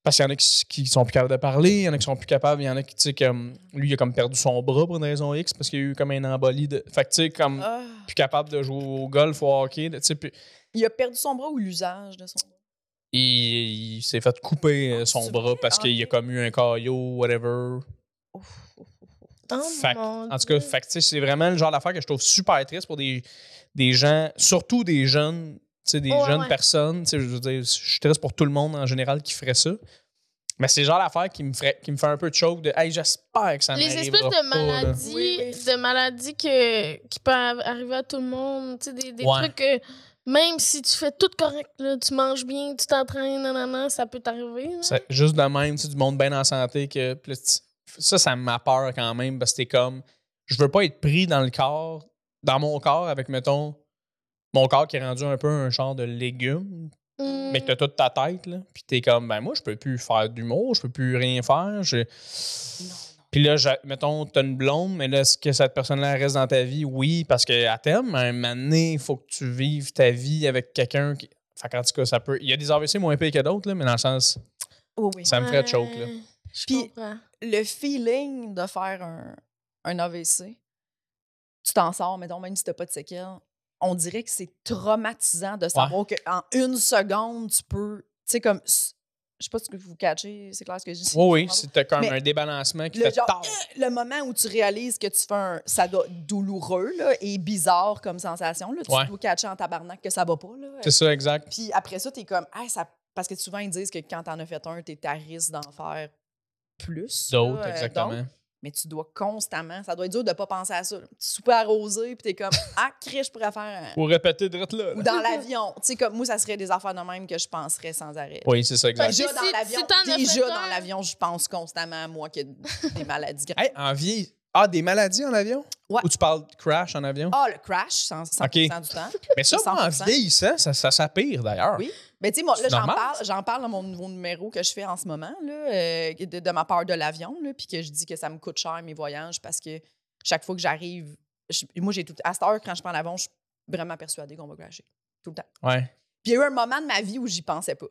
Speaker 4: Parce qu'il y en a qui, s- qui sont plus capables de parler, il y en a qui sont plus capables, il y en a qui, tu sais, comme. Lui, il a comme perdu son bras pour une raison X parce qu'il y a eu comme un embolie de. Fait que, tu sais, comme.
Speaker 3: Ah.
Speaker 4: Plus capable de jouer au golf ou au hockey, de- tu sais, puis
Speaker 3: Il a perdu son bras ou l'usage de son bras?
Speaker 4: il, il s'est fait couper euh, son
Speaker 3: c'est
Speaker 4: bras parce
Speaker 3: Ah,
Speaker 4: qu'il a
Speaker 3: ok.
Speaker 4: comme eu un caillot, whatever.
Speaker 2: Oh,
Speaker 4: Fait que-
Speaker 2: mon
Speaker 4: en tout
Speaker 2: Dieu.
Speaker 4: cas, fait que, tu sais, c'est vraiment le genre d'affaire que je trouve super triste pour des, des gens, surtout des jeunes, tu sais, des
Speaker 2: Ouais,
Speaker 4: jeunes
Speaker 2: ouais.
Speaker 4: personnes. Tu sais, Je veux dire, je suis triste pour tout le monde en général qui ferait ça. Mais c'est le genre d'affaire qui me, ferait, qui me fait un peu de choke de Hey, j'espère que ça
Speaker 2: les
Speaker 4: m'arrivera
Speaker 2: espèces de
Speaker 4: pas, là.
Speaker 2: maladies, hein.
Speaker 3: Oui, oui.
Speaker 2: de maladies que, qui peuvent arriver à tout le monde, tu sais, des, des
Speaker 4: Ouais.
Speaker 2: trucs que même si tu fais tout correct, là, tu manges bien, tu t'entraînes, nanana, ça peut t'arriver. là.
Speaker 4: C'est juste de même, tu sais, du monde bien en santé. que puis là, tu- Ça, ça m'a peur quand même parce que t'es comme Je veux pas être pris dans le corps, dans mon corps avec, mettons, mon corps qui est rendu un peu un genre de légume.
Speaker 2: Mm.
Speaker 4: mais que t'as toute ta tête, là. Puis t'es comme, ben moi, je peux plus faire d'humour, je peux plus rien faire. je- Puis là, j'a- mettons, t'as une blonde, mais là, est-ce que cette personne-là reste dans ta vie? Oui, parce qu'à terme, à un moment donné, il faut que tu vives ta vie avec quelqu'un qui. Fait qu'en tout cas, ça peut. Il y a des AVC moins pires que d'autres, là, mais dans le sens,
Speaker 3: Oui, oui.
Speaker 4: ça me ferait choke, là.
Speaker 2: Ouais, Je
Speaker 3: Puis-
Speaker 2: comprends.
Speaker 3: Le feeling de faire un, un AVC, tu t'en sors, mettons, même si t'as pas de séquelles, on dirait que c'est traumatisant de savoir qu'en une seconde, tu peux. Tu sais, comme. Je sais pas ce que vous catchez, c'est clair ce que je dis.
Speaker 4: Oui, oui, c'était comme
Speaker 3: Mais
Speaker 4: un débalancement qui
Speaker 3: le
Speaker 4: fait
Speaker 3: genre- euh,
Speaker 4: tard.
Speaker 3: le moment où tu réalises que tu fais un. Ça doit être douloureux là, et bizarre comme sensation. Là. Tu
Speaker 4: Ouais.
Speaker 3: dois catcher en tabarnak que ça va pas. Là.
Speaker 4: C'est ça, exact.
Speaker 3: Puis après ça, t'es comme. Hey, ça... Parce que souvent, ils disent que quand t'en as fait un, t'es à risque d'en faire plus. là,
Speaker 4: D'autres,
Speaker 3: euh,
Speaker 4: exactement.
Speaker 3: d'autres. Mais tu dois constamment. Ça doit être dur de pas penser à ça. là. Tu soupes arrosé, puis t'es comme. Ah, crée, je pourrais faire. un-
Speaker 4: Pour répéter direct là.
Speaker 3: Ou
Speaker 4: là.
Speaker 3: dans l'avion. Tu sais, comme moi, ça serait des affaires de même que je penserais sans arrêt.
Speaker 4: Oui, c'est ça, exact.
Speaker 2: Fait
Speaker 3: Déjà
Speaker 2: Si-
Speaker 3: dans l'avion,
Speaker 2: si t'en as fait
Speaker 3: déjà
Speaker 2: un-
Speaker 3: dans l'avion, je pense constamment à moi que
Speaker 2: (laughs)
Speaker 3: des maladies graves.
Speaker 4: Hey, en vie. Ah, des maladies en avion?
Speaker 3: Ouais.
Speaker 4: Ou tu parles de crash en avion?
Speaker 3: Ah, le crash, 100, 100% du temps.
Speaker 4: Mais ça, moi, en
Speaker 3: 100%.
Speaker 4: vieillissant, ça, ça s'appire d'ailleurs.
Speaker 3: Oui. Mais tu sais, moi, là,
Speaker 4: C'est
Speaker 3: j'en
Speaker 4: normal,
Speaker 3: parle, j'en parle dans mon nouveau numéro que je fais en ce moment, là, euh, de, de ma peur de l'avion, là, puis que je dis que ça me coûte cher mes voyages parce que chaque fois que j'arrive, je- moi, j'ai tout. À cette heure, quand je prends l'avion, je suis vraiment persuadée qu'on va crasher. Tout le temps.
Speaker 4: Ouais.
Speaker 3: Puis il y a eu un moment de ma vie où j'y pensais pas.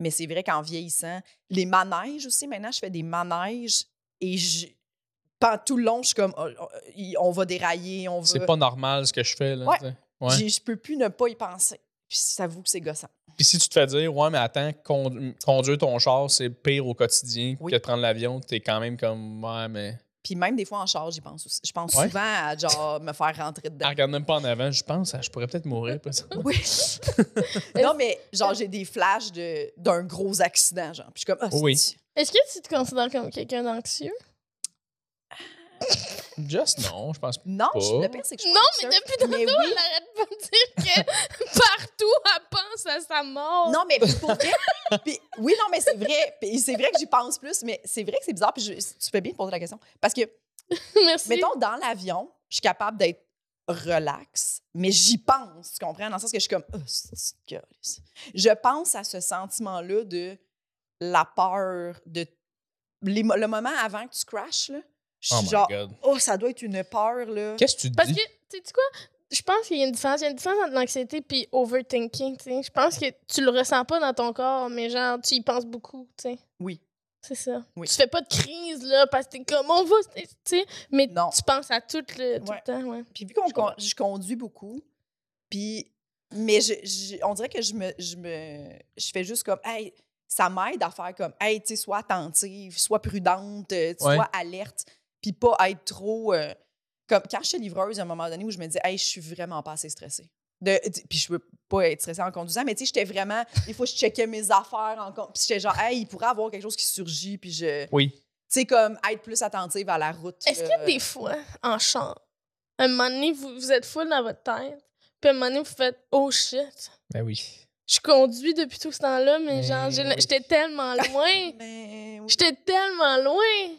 Speaker 3: Mais c'est vrai qu'en vieillissant, les manèges aussi, maintenant, je fais des manèges et je. Pendant tout le long, je suis comme, oh, oh, il- on va dérailler, on va.
Speaker 4: C'est pas normal ce que je fais. Là,
Speaker 3: Ouais.
Speaker 4: tu sais. ouais.
Speaker 3: J'ai- Je peux plus ne pas y penser. Puis ça vous que c'est gossant.
Speaker 4: Puis si tu te fais dire, ouais, mais attends, condu- conduire ton char, c'est pire au quotidien
Speaker 3: Oui.
Speaker 4: que de prendre l'avion, t'es quand même comme, ouais, mais.
Speaker 3: Puis même des fois en charge, j'y pense aussi. Je pense
Speaker 4: Ouais.
Speaker 3: souvent à genre me faire rentrer
Speaker 4: Ah, (laughs)
Speaker 3: dedans.
Speaker 4: regarde même pas en avant, je pense, ah, je pourrais peut-être mourir.
Speaker 3: (laughs)
Speaker 4: après ça.
Speaker 3: Oui.
Speaker 2: (laughs)
Speaker 3: non, mais genre j'ai des flashs de- d'un gros accident, genre. Puis je suis comme, ah,
Speaker 4: Oui.
Speaker 3: c'est-
Speaker 2: Est-ce que tu te considères comme quelqu'un d'anxieux?
Speaker 4: Just non, je pense pas.
Speaker 3: Non, je-
Speaker 4: Pas.
Speaker 3: le pire, c'est que je suis
Speaker 2: Non,
Speaker 3: pas
Speaker 2: mais
Speaker 3: anxieuse.
Speaker 2: depuis tantôt,
Speaker 3: Mais oui.
Speaker 2: elle arrête pas de dire que (laughs) partout, elle pense à sa mort.
Speaker 3: Non, mais pour vrai. (laughs) puis- oui, non, mais c'est vrai. Puis c'est vrai que j'y pense plus, mais c'est vrai que c'est bizarre. Puis je- tu fais bien de poser la question. Parce que,
Speaker 2: Merci.
Speaker 3: mettons, dans l'avion, je suis capable d'être relax, mais j'y pense, tu comprends? Dans le sens que je suis comme, Ah, c'est- c'est gueule, ça. Je pense à ce sentiment-là de la peur, de les mo- le moment avant que tu crashes, là. Je
Speaker 4: Oh
Speaker 3: suis
Speaker 4: my
Speaker 3: genre,
Speaker 4: God.
Speaker 3: oh, ça doit être une peur, là.
Speaker 4: Qu'est-ce que tu
Speaker 2: Parce
Speaker 4: dis?
Speaker 2: que, tu sais quoi, je pense qu'il y a une différence. Il y a une différence entre l'anxiété puis overthinking, tu sais. Je pense que tu le ressens pas dans ton corps, mais genre, tu y penses beaucoup, tu sais.
Speaker 3: Oui.
Speaker 2: C'est ça.
Speaker 3: Oui.
Speaker 2: Tu fais pas de crise, là, parce que t'es comme, on va, tu sais. Mais
Speaker 3: Non.
Speaker 2: tu penses à tout le, tout
Speaker 3: Ouais.
Speaker 2: le temps, ouais.
Speaker 3: Puis vu qu'on
Speaker 2: Je comprends.
Speaker 3: con- je conduis beaucoup, puis mais je, je- on dirait que je me, je me je fais juste comme hey, ça m'aide à faire comme hey, tu sais sois attentive, sois prudente, euh, tu
Speaker 4: Ouais.
Speaker 3: sois alerte, puis pas être trop euh, Comme quand je suis livreuse, à un moment donné où je me dis, hey, je suis vraiment pas assez stressée. De, de- puis je veux pas être stressée en conduisant, mais tu sais, j'étais vraiment. Des fois, je checkais mes affaires en con- Puis j'étais genre, hey, il pourrait avoir quelque chose qui surgit, puis je. Tu
Speaker 4: Oui.
Speaker 3: sais, comme être plus attentive à la route.
Speaker 2: Est-ce
Speaker 3: euh,
Speaker 2: que des fois, en chant, un moment donné, vous, vous êtes full dans votre tête, puis un moment donné, vous faites Oh shit,
Speaker 4: Ben oui.
Speaker 2: je conduis depuis tout ce temps-là, mais
Speaker 4: Mais
Speaker 2: genre, j'ai-
Speaker 4: oui.
Speaker 2: j'étais tellement loin.
Speaker 3: Mais oui.
Speaker 2: J'étais tellement loin.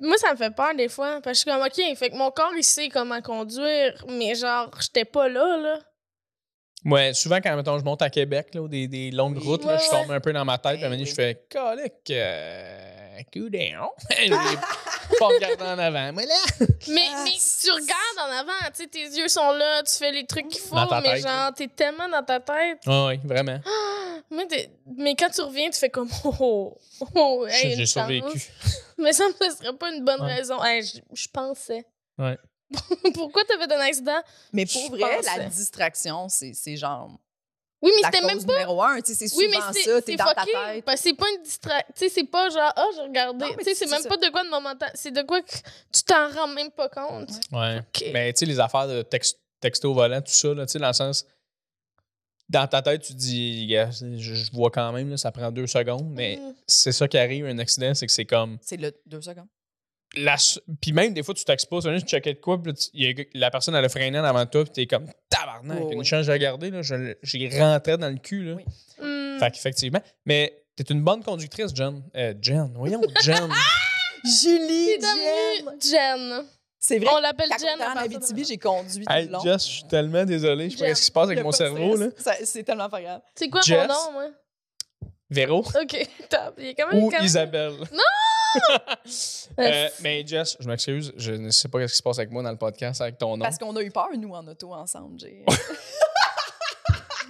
Speaker 2: Moi, ça me fait peur des fois. Parce que je suis comme, OK, fait que mon corps, il sait comment conduire, mais genre, j'étais pas là, là.
Speaker 4: Ouais, souvent quand mettons, je monte à Québec, là, ou des, des longues
Speaker 3: Oui. Ben
Speaker 4: routes, là, je
Speaker 2: Ouais,
Speaker 4: tombe un peu dans ma tête, puis à un moment donné,
Speaker 3: Oui.
Speaker 4: je fais Colique, euh, coup
Speaker 3: (laughs)
Speaker 4: (laughs) down. J'ai pas regardé en avant. Moi, là.
Speaker 2: Mais,
Speaker 3: Ah,
Speaker 2: mais
Speaker 3: c'est-
Speaker 2: tu regardes en avant, tu sais, tes yeux sont là, tu fais les trucs qu'il faut,
Speaker 4: Dans ta
Speaker 2: mais
Speaker 4: tête, là.
Speaker 2: genre, t'es tellement dans ta tête.
Speaker 4: Ah oui, vraiment.
Speaker 2: Mais, t'es- mais quand tu reviens, tu fais comme, (laughs) oh, oh, oh, hey,
Speaker 4: J'ai
Speaker 2: une
Speaker 4: j'ai
Speaker 2: chance.
Speaker 4: survécu.
Speaker 2: Mais ça, ce serait pas une bonne
Speaker 4: Ouais.
Speaker 2: raison. Hey, je- je pensais.
Speaker 4: Ouais.
Speaker 2: (laughs) Pourquoi t'avais un accident?
Speaker 3: Mais pour
Speaker 2: Je
Speaker 3: vrai,
Speaker 2: pense,
Speaker 3: la
Speaker 2: euh,
Speaker 3: distraction, c'est c'est genre
Speaker 2: Oui, mais
Speaker 3: la
Speaker 2: c'était
Speaker 3: cause
Speaker 2: même
Speaker 3: numéro un. Tu sais, c'est souvent
Speaker 2: Oui, mais
Speaker 3: ça,
Speaker 2: c'est
Speaker 3: t'es
Speaker 2: c'est
Speaker 3: dans ta
Speaker 2: fucké.
Speaker 3: tête.
Speaker 2: Parce que c'est pas une distraction. Tu sais, c'est pas genre, ah, j'ai regardé.
Speaker 3: Non,
Speaker 2: Tu
Speaker 3: mais
Speaker 2: sais, c'est
Speaker 3: c'est
Speaker 2: même
Speaker 3: ça.
Speaker 2: pas de quoi de momentan. C'est de quoi que tu t'en rends même pas compte.
Speaker 4: Ouais.
Speaker 2: Ok.
Speaker 4: Mais tu sais, les affaires de texte, texto volant, tout ça, là, tu sais, dans le sens. Dans ta tête, tu dis, Gars, je, je vois quand même, là, ça prend deux secondes, mais
Speaker 2: Mm.
Speaker 4: c'est ça qui arrive, un accident, c'est que c'est comme.
Speaker 3: C'est le deux secondes.
Speaker 4: la s- puis même des fois, tu t'exposes, tu checkais de quoi, puis là, tu- il y a- la personne, elle a freiné en avant de toi, puis t'es comme tabarnak.
Speaker 3: Ouais,
Speaker 4: une
Speaker 3: ouais.
Speaker 4: chance de regarder, là, je l- j'y rentrais dans le cul. Là.
Speaker 3: Oui.
Speaker 2: Mm.
Speaker 4: Fait qu'effectivement. Mais t'es une bonne conductrice, Jen. Euh, Jen, voyons, Jen.
Speaker 3: Julie,
Speaker 2: C'est devenu Jen.
Speaker 3: C'est vrai.
Speaker 2: On l'appelle
Speaker 3: Quand
Speaker 2: Jen.
Speaker 3: j'étais
Speaker 2: à
Speaker 3: en
Speaker 2: partir de
Speaker 3: Abitibi,
Speaker 2: maintenant.
Speaker 3: j'ai conduit tout
Speaker 4: hey,
Speaker 3: le long.
Speaker 4: Jess, je suis tellement désolé. Je sais pas
Speaker 2: Jen.
Speaker 4: ce qui se passe
Speaker 3: Il y
Speaker 4: avec
Speaker 3: a
Speaker 4: mon
Speaker 3: pas de
Speaker 4: cerveau, là.
Speaker 3: stress. Ça- C'est tellement pas grave.
Speaker 2: C'est quoi
Speaker 4: Jess.
Speaker 2: mon nom, moi?
Speaker 4: Véro
Speaker 2: Ok, (laughs) top. Il est quand même.
Speaker 4: ou
Speaker 2: quand même-
Speaker 4: Isabelle. (laughs) Non!
Speaker 2: Euh,
Speaker 4: mais Jess, je m'excuse, je ne sais pas ce qui se passe avec moi dans le podcast, avec ton nom.
Speaker 3: Parce qu'on a eu peur, nous, en auto ensemble.
Speaker 4: (laughs)
Speaker 3: J'ai-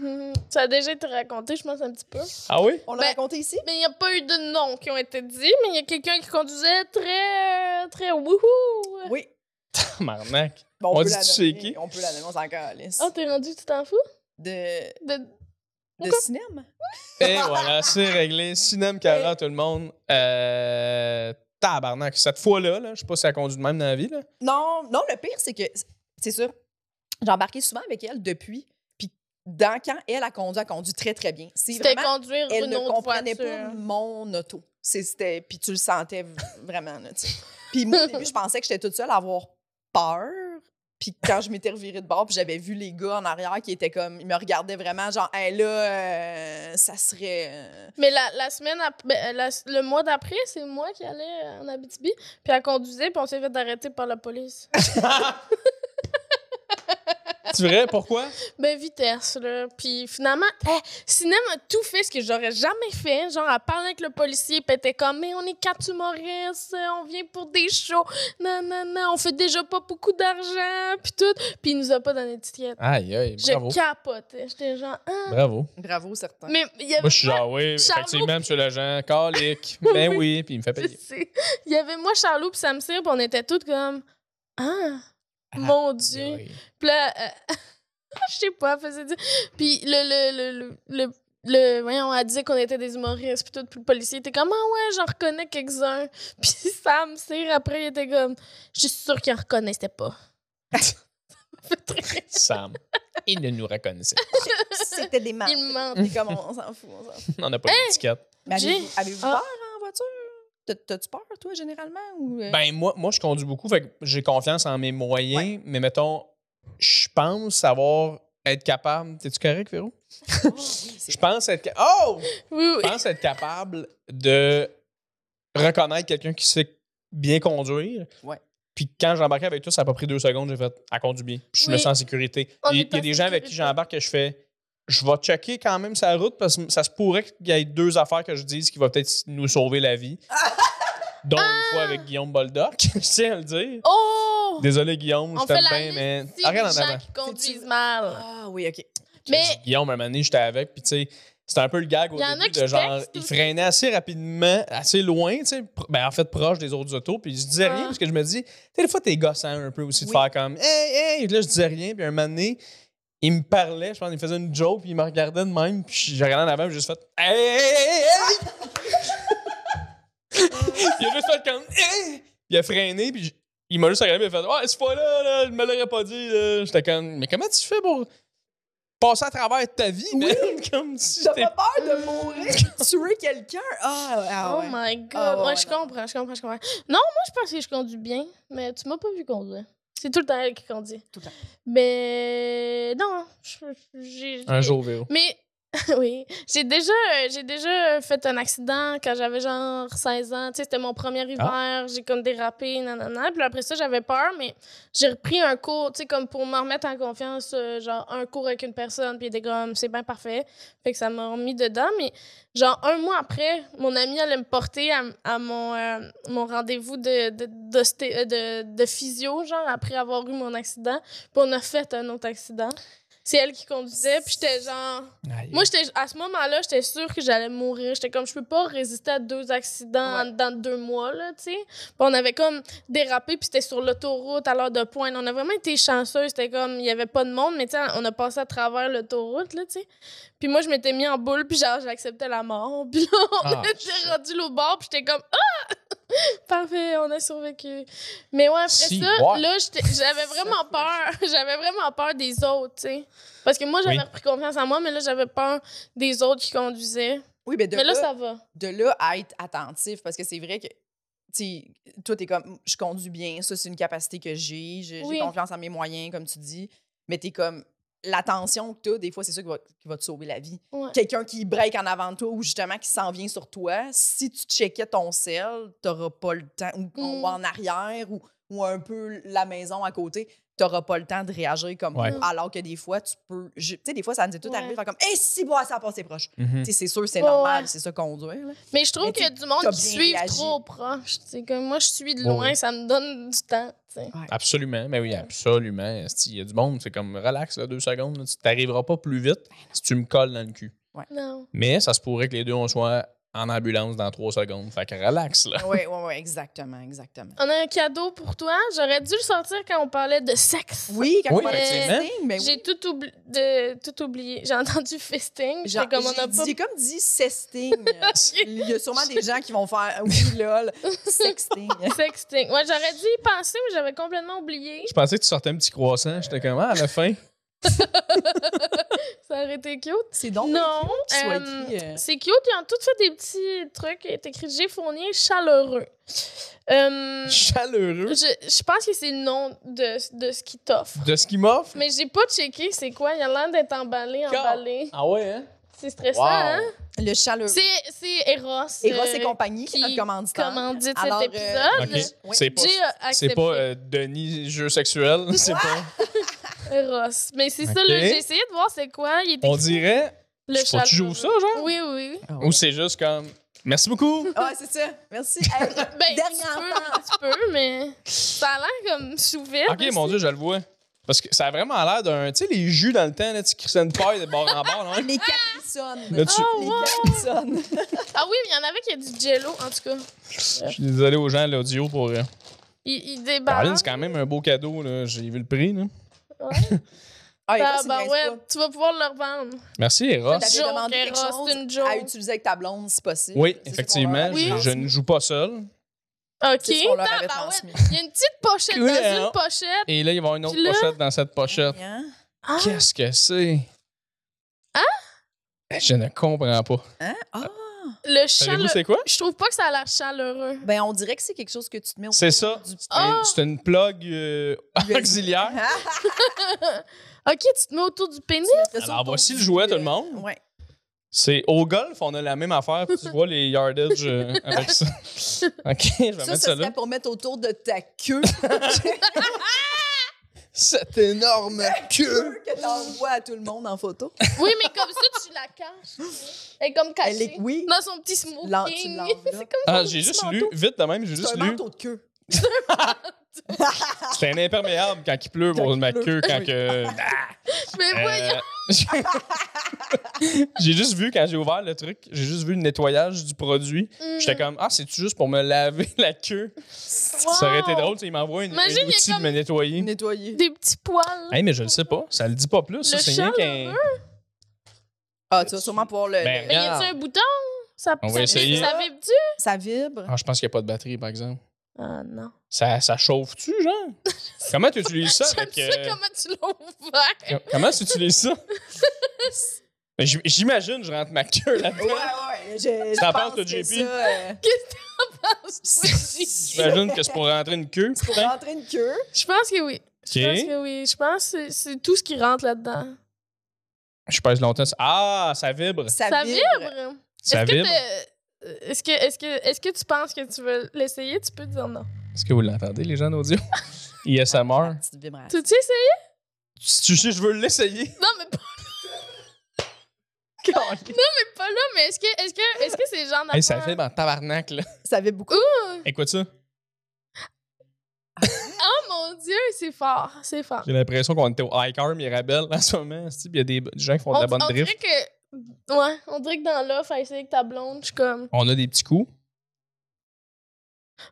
Speaker 2: Mm. (laughs) Ça a déjà été raconté, je pense, un petit peu.
Speaker 4: Ah oui?
Speaker 3: On l'a
Speaker 2: Ben-
Speaker 3: raconté ici?
Speaker 2: Mais il n'y a pas eu de noms qui ont été dits, mais il y a quelqu'un qui conduisait très. euh, très wouhou.
Speaker 3: Oui.
Speaker 4: Tabarnak.
Speaker 3: Bon,
Speaker 4: On
Speaker 3: peut
Speaker 4: dit
Speaker 3: la
Speaker 4: tu sais
Speaker 3: nommer,
Speaker 4: qui?
Speaker 3: On peut la nommer, on s'en calisse.
Speaker 2: Oh, t'es rendu, tu t'en fous?
Speaker 3: De,
Speaker 2: De-
Speaker 3: de cinéma?
Speaker 4: Et voilà, c'est réglé. Sinem Cara, tout le monde. Euh, tabarnak. Cette fois-là, là, je sais pas si ça conduit de même dans la vie. Là.
Speaker 3: Non, non, le pire, c'est que, c'est sûr, j'embarquais souvent avec elle depuis, puis dans quand elle a conduit, elle a conduit très, très bien. C'est
Speaker 2: C'était
Speaker 3: vraiment,
Speaker 2: conduire
Speaker 3: elle
Speaker 2: une
Speaker 3: ne
Speaker 2: autre
Speaker 3: comprenait
Speaker 2: voiture.
Speaker 3: pas mon auto. C'est- C'était, puis tu le sentais (laughs) v- vraiment, là, tu sais. Puis (laughs) moi, au début, je pensais que j'étais toute seule à avoir peur, puis quand je m'étais revirée de bord, puis j'avais vu les gars en arrière qui étaient comme, ils me regardaient vraiment, genre, hey, là, euh, ça serait... euh,
Speaker 2: Mais la, la semaine, ap- ben, euh, la- le mois d'après, c'est moi qui allais euh, en Abitibi. Puis elle conduisait, puis on s'est fait arrêter par la
Speaker 4: (coughs)
Speaker 2: police.
Speaker 4: tu verrais pourquoi?
Speaker 2: ben, vitesse, là. Puis finalement, eh, Sinem a tout fait ce que j'aurais jamais fait. Genre, elle parlait avec le policier, puis elle était comme, mais on est quatre humoristes, euh, on vient pour des shows. Non, non, non, on fait déjà pas beaucoup d'argent, puis tout. Puis il nous a pas donné d'étiquette.
Speaker 4: Aïe, aïe, bravo.
Speaker 2: Je capotais. J'étais genre, ah.
Speaker 4: Bravo.
Speaker 3: Bravo, certain.
Speaker 2: Mais il y avait
Speaker 4: Moi, je suis genre, oui,
Speaker 2: Charlot.
Speaker 4: effectivement, monsieur l'agent, calique. Ben oui, puis il me fait
Speaker 2: Je
Speaker 4: payer.
Speaker 2: sais. Il y avait moi, Charlot, puis Sam Cyr, puis on était toutes comme Ah, mon Dieu.
Speaker 4: Oui.
Speaker 2: Puis là, euh, (laughs) je sais pas, elle faisait dire. Puis le. le, le, le, le le- voyons, elle disait qu'on était des humoristes, puis tout, puis le policier était comme, ah ouais, j'en reconnais quelques-uns. (laughs) Puis Sam Cyr, après, il était comme, je suis sûre qu'il en reconnaissait pas. (laughs) Ça me fait très-
Speaker 4: Sam, il ne nous reconnaissait.
Speaker 3: (laughs) C'était des (laughs) menteurs.
Speaker 2: Il ment.
Speaker 3: Puis comme, on s'en fout, on s'en fout.
Speaker 4: On n'a pas d'étiquette.
Speaker 3: Mais
Speaker 2: J'ai-
Speaker 3: avez-vous avez-vous
Speaker 2: Ah.
Speaker 3: peur en voiture? T'as- T'as-tu peur, toi, généralement? Ou... euh,
Speaker 4: Ben, moi, moi, je conduis beaucoup, fait que j'ai confiance en mes moyens, mais mettons, je pense savoir être capable. T'es-tu correct, Véro?
Speaker 3: ah oui, c'est-
Speaker 4: Je pense être. ca- Oh!
Speaker 2: Oui, oui.
Speaker 4: Je pense être capable de reconnaître quelqu'un qui sait bien conduire.
Speaker 3: Ouais.
Speaker 4: Puis quand j'embarquais avec toi, ça a pas pris deux secondes, j'ai fait à conduire bien. Puis je me
Speaker 2: Oui.
Speaker 4: sens en sécurité.
Speaker 2: On
Speaker 4: Il
Speaker 2: est
Speaker 4: il y a
Speaker 2: en
Speaker 4: des gens avec qui
Speaker 2: sécurité.
Speaker 4: j'embarque que je fais je vais checker quand même sa route parce que ça se pourrait qu'il y ait deux affaires que je dise qui vont peut-être nous sauver
Speaker 2: (laughs)
Speaker 4: la vie. Dont une fois avec Guillaume Boldoc, (laughs) je tiens à le dire.
Speaker 2: Ah! Oh!
Speaker 4: Désolé Guillaume, je
Speaker 2: on fait
Speaker 4: t'aime
Speaker 2: la
Speaker 4: bien,
Speaker 2: liste
Speaker 4: mais.
Speaker 2: ici
Speaker 4: Ah, regarde
Speaker 2: des
Speaker 4: en avant.
Speaker 2: gens qui conduisent mal.
Speaker 3: Ah oui, OK.
Speaker 2: Mais
Speaker 4: Guillaume, un moment donné, j'étais avec, puis tu sais, c'était un peu le gag au
Speaker 2: Il y en a
Speaker 4: début
Speaker 2: qui
Speaker 4: de genre,
Speaker 2: textent
Speaker 4: il
Speaker 2: aussi.
Speaker 4: freinait assez rapidement, assez loin, tu sais, pro- ben en fait proche des autres autos, puis je disais
Speaker 2: Ah.
Speaker 4: rien, parce que je me dis, tu sais, des fois, t'es gossant un peu aussi de
Speaker 3: Oui.
Speaker 4: faire comme, hey, hey, là, je disais rien, puis un moment donné, il me parlait, je pense, il me faisait une joke, puis il me regardait de même, puis je regardais en avant, puis j'ai juste fait, hey, hey, hey, hey, hey! il a juste fait comme, hey! Puis il a freiné, puis il m'a juste regardé et fait Ouais, cette fois-là, là, je me l'aurais pas dit. là. J'étais comme Mais comment tu fais pour passer à travers ta vie, man? (laughs) Comme si
Speaker 3: T'as
Speaker 4: t'es-
Speaker 3: pas peur de mourir, tuer quelqu'un? Ah, ah
Speaker 2: Oh
Speaker 3: ouais.
Speaker 2: my god.
Speaker 3: Ah ouais,
Speaker 2: ouais,
Speaker 3: ouais,
Speaker 2: je
Speaker 3: non.
Speaker 2: comprends, je comprends, je comprends. Non, moi, je pense que je conduis bien, mais tu m'as pas vu conduire. C'est tout le temps elle qui conduit.
Speaker 3: Tout le temps.
Speaker 2: Mais non, je- j'ai.
Speaker 4: Un jour, Véro.
Speaker 2: Mais (laughs) oui, j'ai déjà, euh, j'ai déjà fait un accident quand j'avais genre 16 ans. Tu sais, c'était mon premier hiver, j'ai comme dérapé, nanana. Puis après ça, j'avais peur, mais j'ai repris un cours, tu sais, comme pour me remettre en confiance, euh, genre un cours avec une personne, puis des comme, c'est bien parfait. Fait que ça m'a remis dedans, mais genre un mois après, mon amie allait me porter à, à mon, euh, mon rendez-vous de, de, d'osté- euh, de, de physio, genre après avoir eu mon accident. Puis on a fait un autre accident. C'est elle qui conduisait, puis j'étais genre... Moi, j'étais à ce moment-là, j'étais sûre que j'allais mourir. J'étais comme, je peux pas résister à deux accidents
Speaker 3: Ouais.
Speaker 2: dans deux mois, là, tu sais. Puis on avait comme dérapé, puis c'était sur l'autoroute à l'heure de pointe. On a vraiment été chanceux. C'était comme, il y avait pas de monde, mais tu sais, on a passé à travers l'autoroute, là, tu sais. Puis moi, je m'étais mis en boule, puis genre, j'acceptais la mort. (laughs) Puis là, on
Speaker 4: Ah,
Speaker 2: était rendu au bord, puis j'étais comme, ah! Parfait, on a survécu. Mais ouais, après
Speaker 4: Si,
Speaker 2: ça,
Speaker 4: ouais.
Speaker 2: là, j'étais- j'avais vraiment peur. (laughs) J'avais vraiment peur des autres, tu sais. Parce que moi, j'avais
Speaker 4: Oui.
Speaker 2: repris confiance en moi, mais là, j'avais peur des autres qui conduisaient.
Speaker 3: Oui, ben de,
Speaker 2: mais là,
Speaker 3: là,
Speaker 2: ça va.
Speaker 3: de là à être attentif, parce que c'est vrai que, tu sais, toi, t'es comme, je conduis bien, ça, c'est une capacité que j'ai, j'ai j'ai
Speaker 2: Oui.
Speaker 3: confiance en mes moyens, comme tu dis, mais t'es comme, l'attention que t'as, des fois, c'est ça qui va, qui va te sauver la vie.
Speaker 2: Ouais.
Speaker 3: Quelqu'un qui break en avant de toi ou justement qui s'en vient sur toi, si tu checkais ton sel, t'auras pas le temps, ou,
Speaker 2: Mm.
Speaker 3: ou en arrière, ou, ou un peu la maison à côté, t'auras pas le temps de réagir comme
Speaker 4: Ouais.
Speaker 3: alors que des fois, tu peux... je- Tu sais, des fois, ça nous est tout
Speaker 2: Ouais.
Speaker 3: arrivé, faire comme, hé, si, moi, ça passe, c'est proche.
Speaker 4: Mhm.
Speaker 3: Tu sais, c'est sûr, c'est
Speaker 2: Ouais,
Speaker 3: normal,
Speaker 2: ouais.
Speaker 3: c'est ça conduire. là.
Speaker 2: Mais je trouve
Speaker 3: Mais
Speaker 2: qu'il y a
Speaker 3: t'es-
Speaker 2: du monde
Speaker 3: t'as
Speaker 2: qui
Speaker 3: bien
Speaker 2: suit
Speaker 3: réagi.
Speaker 2: trop proche. tu sais. Comme moi, je suis de
Speaker 4: Ouais,
Speaker 2: loin,
Speaker 4: ouais.
Speaker 2: ça me donne du temps. tu sais.
Speaker 4: Absolument, mais oui, absolument. Esti, Il y a du monde, c'est comme relax, là, deux secondes, là, tu t'arriveras pas plus vite si tu me colles dans le cul.
Speaker 2: Non.
Speaker 4: Mais ça se pourrait que les deux, on soit en ambulance dans trois secondes. Fait que relax, là.
Speaker 3: Oui, oui, oui, exactement, exactement.
Speaker 2: On a un cadeau pour toi. J'aurais dû le sortir quand on parlait de sexe.
Speaker 3: Oui, quand
Speaker 4: (laughs) Oui,
Speaker 3: on a
Speaker 4: effectivement.
Speaker 3: festing, mais oui.
Speaker 2: J'ai tout, oubli- de, tout oublié. J'ai entendu (laughs) festing.
Speaker 3: J'ai
Speaker 2: J'étais comme on a
Speaker 3: j'ai
Speaker 2: pas.
Speaker 3: dit- comme
Speaker 2: (laughs)
Speaker 3: dit sexting. Il y a sûrement des gens qui vont faire oui, lol, sexting.
Speaker 2: Sexting. Ouais, j'aurais dû y penser, mais j'avais complètement oublié.
Speaker 4: Je pensais que tu sortais un petit croissant. J'étais comme, ah, à la fin.
Speaker 2: Ça aurait été cute.
Speaker 3: C'est donc
Speaker 2: Non,
Speaker 3: Oh, qu'il soit
Speaker 2: euh,
Speaker 3: écrit, euh,
Speaker 2: c'est cute. Ils ont tout fait des petits trucs. Il est écrit J'ai fourni chaleureux. Euh,
Speaker 4: (laughs) Chaleureux
Speaker 2: je, je pense que c'est le nom de, de ce qu'ils t'offrent.
Speaker 4: de ce qu'il m'offre.
Speaker 2: Mais j'ai pas checké c'est quoi. Il a l'air d'être emballé,
Speaker 4: Car-
Speaker 2: emballé.
Speaker 4: Ah ouais, hein?
Speaker 2: C'est stressant,
Speaker 4: Wow.
Speaker 2: hein?
Speaker 3: le chaleureux.
Speaker 2: C'est, c'est Eros.
Speaker 3: Et Ross
Speaker 2: euh,
Speaker 3: et compagnie qui
Speaker 2: qui-
Speaker 3: notre commanditaire.
Speaker 2: Comment dit cet
Speaker 3: hein? Alors, euh,
Speaker 2: épisode?
Speaker 4: OK.
Speaker 3: Oui.
Speaker 4: C'est pas,
Speaker 2: J'ai euh, accepté
Speaker 4: c'est pas euh, Denis, jeu sexuel. (laughs) C'est pas.
Speaker 2: Eros. Mais c'est ça,
Speaker 4: OK.
Speaker 2: là, j'ai essayé de voir c'est quoi. Il était
Speaker 4: On dirait.
Speaker 2: le
Speaker 4: faut que tu joues ça,
Speaker 2: chaleureux.
Speaker 4: genre?
Speaker 2: Oui, oui, oui.
Speaker 3: Ah
Speaker 4: Ou
Speaker 3: ouais.
Speaker 4: c'est juste comme. Merci beaucoup.
Speaker 3: Ah, c'est ça.
Speaker 2: (laughs)
Speaker 3: Merci. Hey,
Speaker 2: Ben,
Speaker 3: Dernier
Speaker 2: tu peux, tu peux, mais ça a l'air comme sous vide.
Speaker 4: Ok, mon Dieu, je le vois. Parce que ça a vraiment l'air d'un. Tu sais, les jus dans le temps, là, tu crissais une paille de bord en bord, là.
Speaker 3: les caprissonnes.
Speaker 4: Là, tu-
Speaker 2: Oh,
Speaker 3: Les
Speaker 2: wow.
Speaker 3: caprissonnes.
Speaker 2: Ah oui, mais il y en avait qui a du jello, en tout cas.
Speaker 4: Je suis désolé aux gens à l'audio pour. euh,
Speaker 2: Il, il
Speaker 3: Bah,
Speaker 4: Caroline,
Speaker 2: débarrasse.
Speaker 3: hein?
Speaker 4: c'est quand même un beau cadeau, là. J'ai vu le prix, là.
Speaker 3: Ah, et
Speaker 2: Ah,
Speaker 3: Ross, il
Speaker 2: ben
Speaker 3: niaise
Speaker 2: ouais,
Speaker 3: pas.
Speaker 2: tu vas pouvoir le revendre.
Speaker 4: Merci, Ross.
Speaker 3: T'avais
Speaker 2: Joke,
Speaker 3: demandé quelque
Speaker 2: Ross,
Speaker 3: chose
Speaker 2: c'est une joke.
Speaker 3: à utiliser avec ta blonde si possible. C'est
Speaker 4: Oui,
Speaker 3: ça qu'on leur
Speaker 4: effectivement.
Speaker 3: avait
Speaker 4: Je, je ne
Speaker 3: transmis.
Speaker 4: joue pas seul.
Speaker 2: OK.
Speaker 3: C'est ce qu'on leur avait
Speaker 2: tabarouette.
Speaker 3: transmis.
Speaker 2: Il y a une petite pochette
Speaker 4: Cool,
Speaker 2: dans
Speaker 4: hein?
Speaker 2: une pochette.
Speaker 4: Et là, il va y avoir une autre
Speaker 2: Puis là-
Speaker 4: pochette dans cette pochette.
Speaker 3: Hein?
Speaker 2: Ah,
Speaker 4: Qu'est-ce que c'est? Ben,
Speaker 2: Hein?
Speaker 4: Je ne comprends pas.
Speaker 3: Hein? Ah.
Speaker 2: le
Speaker 4: Savez-vous
Speaker 2: chaleureux.
Speaker 4: c'est quoi?
Speaker 2: Je trouve pas que ça a l'air chaleureux.
Speaker 3: Ben, on dirait que c'est quelque chose que tu te mets au
Speaker 4: C'est ça.
Speaker 3: du
Speaker 4: C'est une- C'est une plug euh, (laughs) auxiliaire.
Speaker 3: Ah,
Speaker 2: (laughs) OK, tu te mets autour du
Speaker 3: (laughs)
Speaker 2: pénis.
Speaker 4: Alors, voici le jouet, tout le monde.
Speaker 3: Ouais.
Speaker 4: C'est au golf, on a la même affaire. puis Tu vois les
Speaker 3: (laughs)
Speaker 4: yardages euh, avec ça. OK, je vais
Speaker 3: Ça,
Speaker 4: mettre
Speaker 3: ce
Speaker 4: ça là.
Speaker 3: serait pour mettre autour de ta
Speaker 4: (laughs)
Speaker 3: queue (laughs)
Speaker 4: Cette
Speaker 3: (laughs)
Speaker 4: énorme queue.
Speaker 3: que t'envoies à tout le monde en photo.
Speaker 2: Oui, mais comme ça, tu la caches. Elle est comme
Speaker 3: Elle est,
Speaker 2: cachée.
Speaker 3: oui,
Speaker 2: Dans son petit
Speaker 3: l'en- tu
Speaker 2: (laughs) smoking.
Speaker 3: l'enveloppes.
Speaker 4: Ah, j'ai juste lu, vite de même, j'ai
Speaker 3: C'est
Speaker 4: juste
Speaker 3: un
Speaker 4: lu.
Speaker 3: manteau de queue.
Speaker 4: C'est un imperméable quand il pleut
Speaker 3: Quand
Speaker 4: pour
Speaker 3: il
Speaker 4: ma
Speaker 3: pleut.
Speaker 4: queue,
Speaker 2: (laughs)
Speaker 4: quand que.
Speaker 2: Mais Ah, voyons.
Speaker 4: Euh, (laughs) j'ai juste vu, quand j'ai ouvert le truc, j'ai juste vu le nettoyage du produit.
Speaker 2: Mm.
Speaker 4: J'étais comme, ah, c'est-tu juste pour me laver (laughs) la queue?
Speaker 2: Hmm.
Speaker 4: Ça aurait été
Speaker 2: Wow.
Speaker 4: drôle, tu sais, il m'envoie une, un
Speaker 2: Imagine, il y a
Speaker 4: outil
Speaker 2: comme-
Speaker 4: de me nettoyer.
Speaker 3: Nettoyer.
Speaker 2: Des petits poils.
Speaker 4: Hey, mais je le sais pas, ça le dit pas plus. ça,
Speaker 2: Le
Speaker 4: C'est rien qu'un.
Speaker 3: Ah, tu vas sûrement pouvoir le.
Speaker 4: Ben,
Speaker 3: le-
Speaker 2: Mais y a-tu un bouton? Ça,
Speaker 4: On
Speaker 2: ça,
Speaker 4: va essayer.
Speaker 2: ça vibre-tu?
Speaker 3: Ça vibre.
Speaker 4: Ah, je pense qu'il n'y a pas de batterie, par exemple.
Speaker 2: Ah non.
Speaker 4: Ça, ça chauffe-tu,
Speaker 2: (laughs)
Speaker 4: genre? Comment tu utilises ça?
Speaker 2: J'aime
Speaker 4: avec,
Speaker 2: ça
Speaker 4: euh,
Speaker 2: comment tu l'as ouvert.
Speaker 4: com- Comment tu
Speaker 2: (laughs)
Speaker 4: utilises ça? Ben, j'im- J'imagine, je rentre ma queue là
Speaker 3: Ouais, ouais. Je, je
Speaker 4: T'en
Speaker 3: pense
Speaker 4: penses, toi,
Speaker 3: que
Speaker 4: JP?
Speaker 3: ça,
Speaker 2: (laughs)
Speaker 3: euh,
Speaker 4: (laughs)
Speaker 2: Je
Speaker 4: J'imagine que c'est pour rentrer une queue.
Speaker 3: (laughs) pour
Speaker 4: putain.
Speaker 3: rentrer une queue.
Speaker 2: pense que oui. (laughs) Je
Speaker 4: Ok.
Speaker 2: pense que oui. Je pense que c'est- c'est tout ce qui rentre là-dedans.
Speaker 4: Je pèse longtemps. ça- Ah, ça vibre.
Speaker 3: Ça,
Speaker 2: Ça
Speaker 3: vibre.
Speaker 2: vibre.
Speaker 4: Ça
Speaker 2: Est-ce
Speaker 4: vibre.
Speaker 2: que t'as- Est-ce que, est-ce, que, est-ce que tu penses que tu veux l'essayer? Tu peux dire non.
Speaker 4: Est-ce que vous l'entendez, les gens
Speaker 2: (laughs)
Speaker 4: d'audio?
Speaker 3: La
Speaker 4: ISMR.
Speaker 3: petite vibration.
Speaker 2: Tu tu essayé?
Speaker 4: Si tu sais, je veux l'essayer.
Speaker 2: Non, mais pas, pas là, mais est-ce que, est-ce que, est-ce que c'est le genre d'affaire?
Speaker 4: Hey, ça vibre en tabarnak, là.
Speaker 3: (laughs) Ça vibre beaucoup.
Speaker 4: Écoute ça.
Speaker 2: Oh mon Dieu, c'est fort. C'est fort.
Speaker 4: J'ai l'impression qu'on était au Icar Mirabel en ce moment. esti, puis Il y a des, des gens qui font de la
Speaker 2: On,
Speaker 4: bonne
Speaker 2: on
Speaker 4: drift.
Speaker 2: dirait que. Ouais, on dirait que dans l'offre, à essayer avec ta blonde, je suis comme.
Speaker 4: On a des petits coups.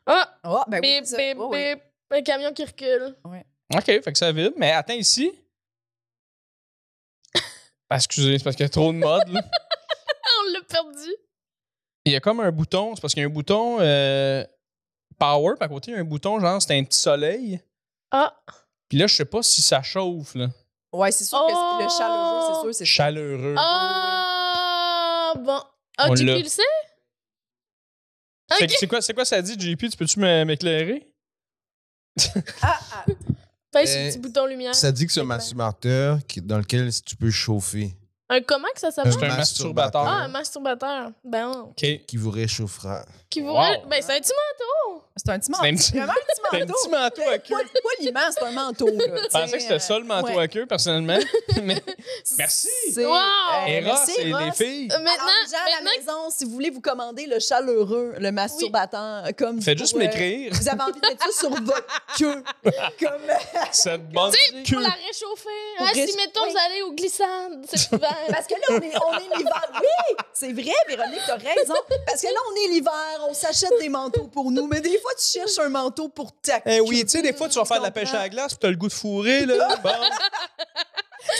Speaker 2: Ah!
Speaker 3: Oh, ben oui,
Speaker 2: bip,
Speaker 3: ça.
Speaker 2: bip,
Speaker 3: Oh, oui.
Speaker 2: bip. Un camion qui recule.
Speaker 4: OK, fait que ça vibre. Mais
Speaker 2: (laughs)
Speaker 4: attends ici. Ah, Excusez, c'est parce qu'il y a trop de mode. là.
Speaker 2: Ah, on l'a perdu.
Speaker 4: Il y a comme un bouton. C'est parce qu'il y a un bouton euh, power. Puis à côté, il y a un bouton genre, c'est un petit soleil.
Speaker 2: Ah!
Speaker 4: Puis là, je sais pas si ça chauffe. Là.
Speaker 3: Ouais, c'est sûr
Speaker 2: Oh.
Speaker 3: que le chaleureux, c'est sûr, c'est
Speaker 4: Chaleureux.
Speaker 2: Ah! Bon. Ah,
Speaker 4: On
Speaker 2: JP
Speaker 4: l'a.
Speaker 2: le sait?
Speaker 4: Fait
Speaker 2: Ok.
Speaker 4: que C'est quoi, c'est quoi ça dit, JP? Tu peux-tu me- m'éclairer?
Speaker 3: Ah, ah,
Speaker 2: Pèse sur
Speaker 5: Euh,
Speaker 2: le petit Ben, bouton lumière.
Speaker 5: Ça dit que c'est un
Speaker 2: Éclair.
Speaker 5: masturbateur qui- dans lequel tu peux chauffer.
Speaker 2: Un comment que ça s'appelle?
Speaker 4: C'est un masturbateur.
Speaker 2: Ah, un masturbateur. Ben, on-
Speaker 4: OK.
Speaker 5: Qui vous réchauffera.
Speaker 2: qui vous.
Speaker 4: Wow.
Speaker 2: Ben, c'est un petit Euh,
Speaker 3: c'est un petit
Speaker 4: C'est un
Speaker 3: manteau.
Speaker 4: petit-
Speaker 3: Vraiment un
Speaker 4: C'est
Speaker 3: petit
Speaker 4: un
Speaker 3: manteau.
Speaker 4: petit manteau à queue.
Speaker 3: Pas, pas l'immense, c'est un manteau. Là,
Speaker 4: Je pensais que c'était ça le manteau à queue, personnellement. Mais Merci.
Speaker 3: Ah, C'est, Eh,
Speaker 2: Wow.
Speaker 4: Eros,
Speaker 3: merci,
Speaker 4: c'est les
Speaker 3: Ross.
Speaker 4: filles.
Speaker 2: Euh, Maintenant,
Speaker 3: Alors, les gens à la
Speaker 2: maintenant-
Speaker 3: maison, si vous voulez vous commander le chaleureux, le masturbateur, comme
Speaker 4: Faites
Speaker 3: vous,
Speaker 4: juste
Speaker 3: euh,
Speaker 4: m'écrire.
Speaker 3: Vous avez envie de mettre ça sur votre
Speaker 4: (laughs)
Speaker 3: queue. comme (laughs)
Speaker 4: Cette bande
Speaker 2: pour la
Speaker 4: queue.
Speaker 2: réchauffer.
Speaker 3: Pour
Speaker 2: Ah, si,
Speaker 3: réchauffer.
Speaker 2: mettons, vous allez au glissade, c'est souvent.
Speaker 3: Parce que là, on est, on est l'hiver. Oui, c'est vrai, Véronique, t'as raison. Parce que là, on est l'hiver, on s'achète des manteaux pour nous. Mais des fois, tu cherches un manteau pour ta
Speaker 4: Eh oui,
Speaker 3: queue.
Speaker 4: tu sais, des fois, tu vas faire de la pêche à la glace, puis t'as le goût de fourrer, là. Bon.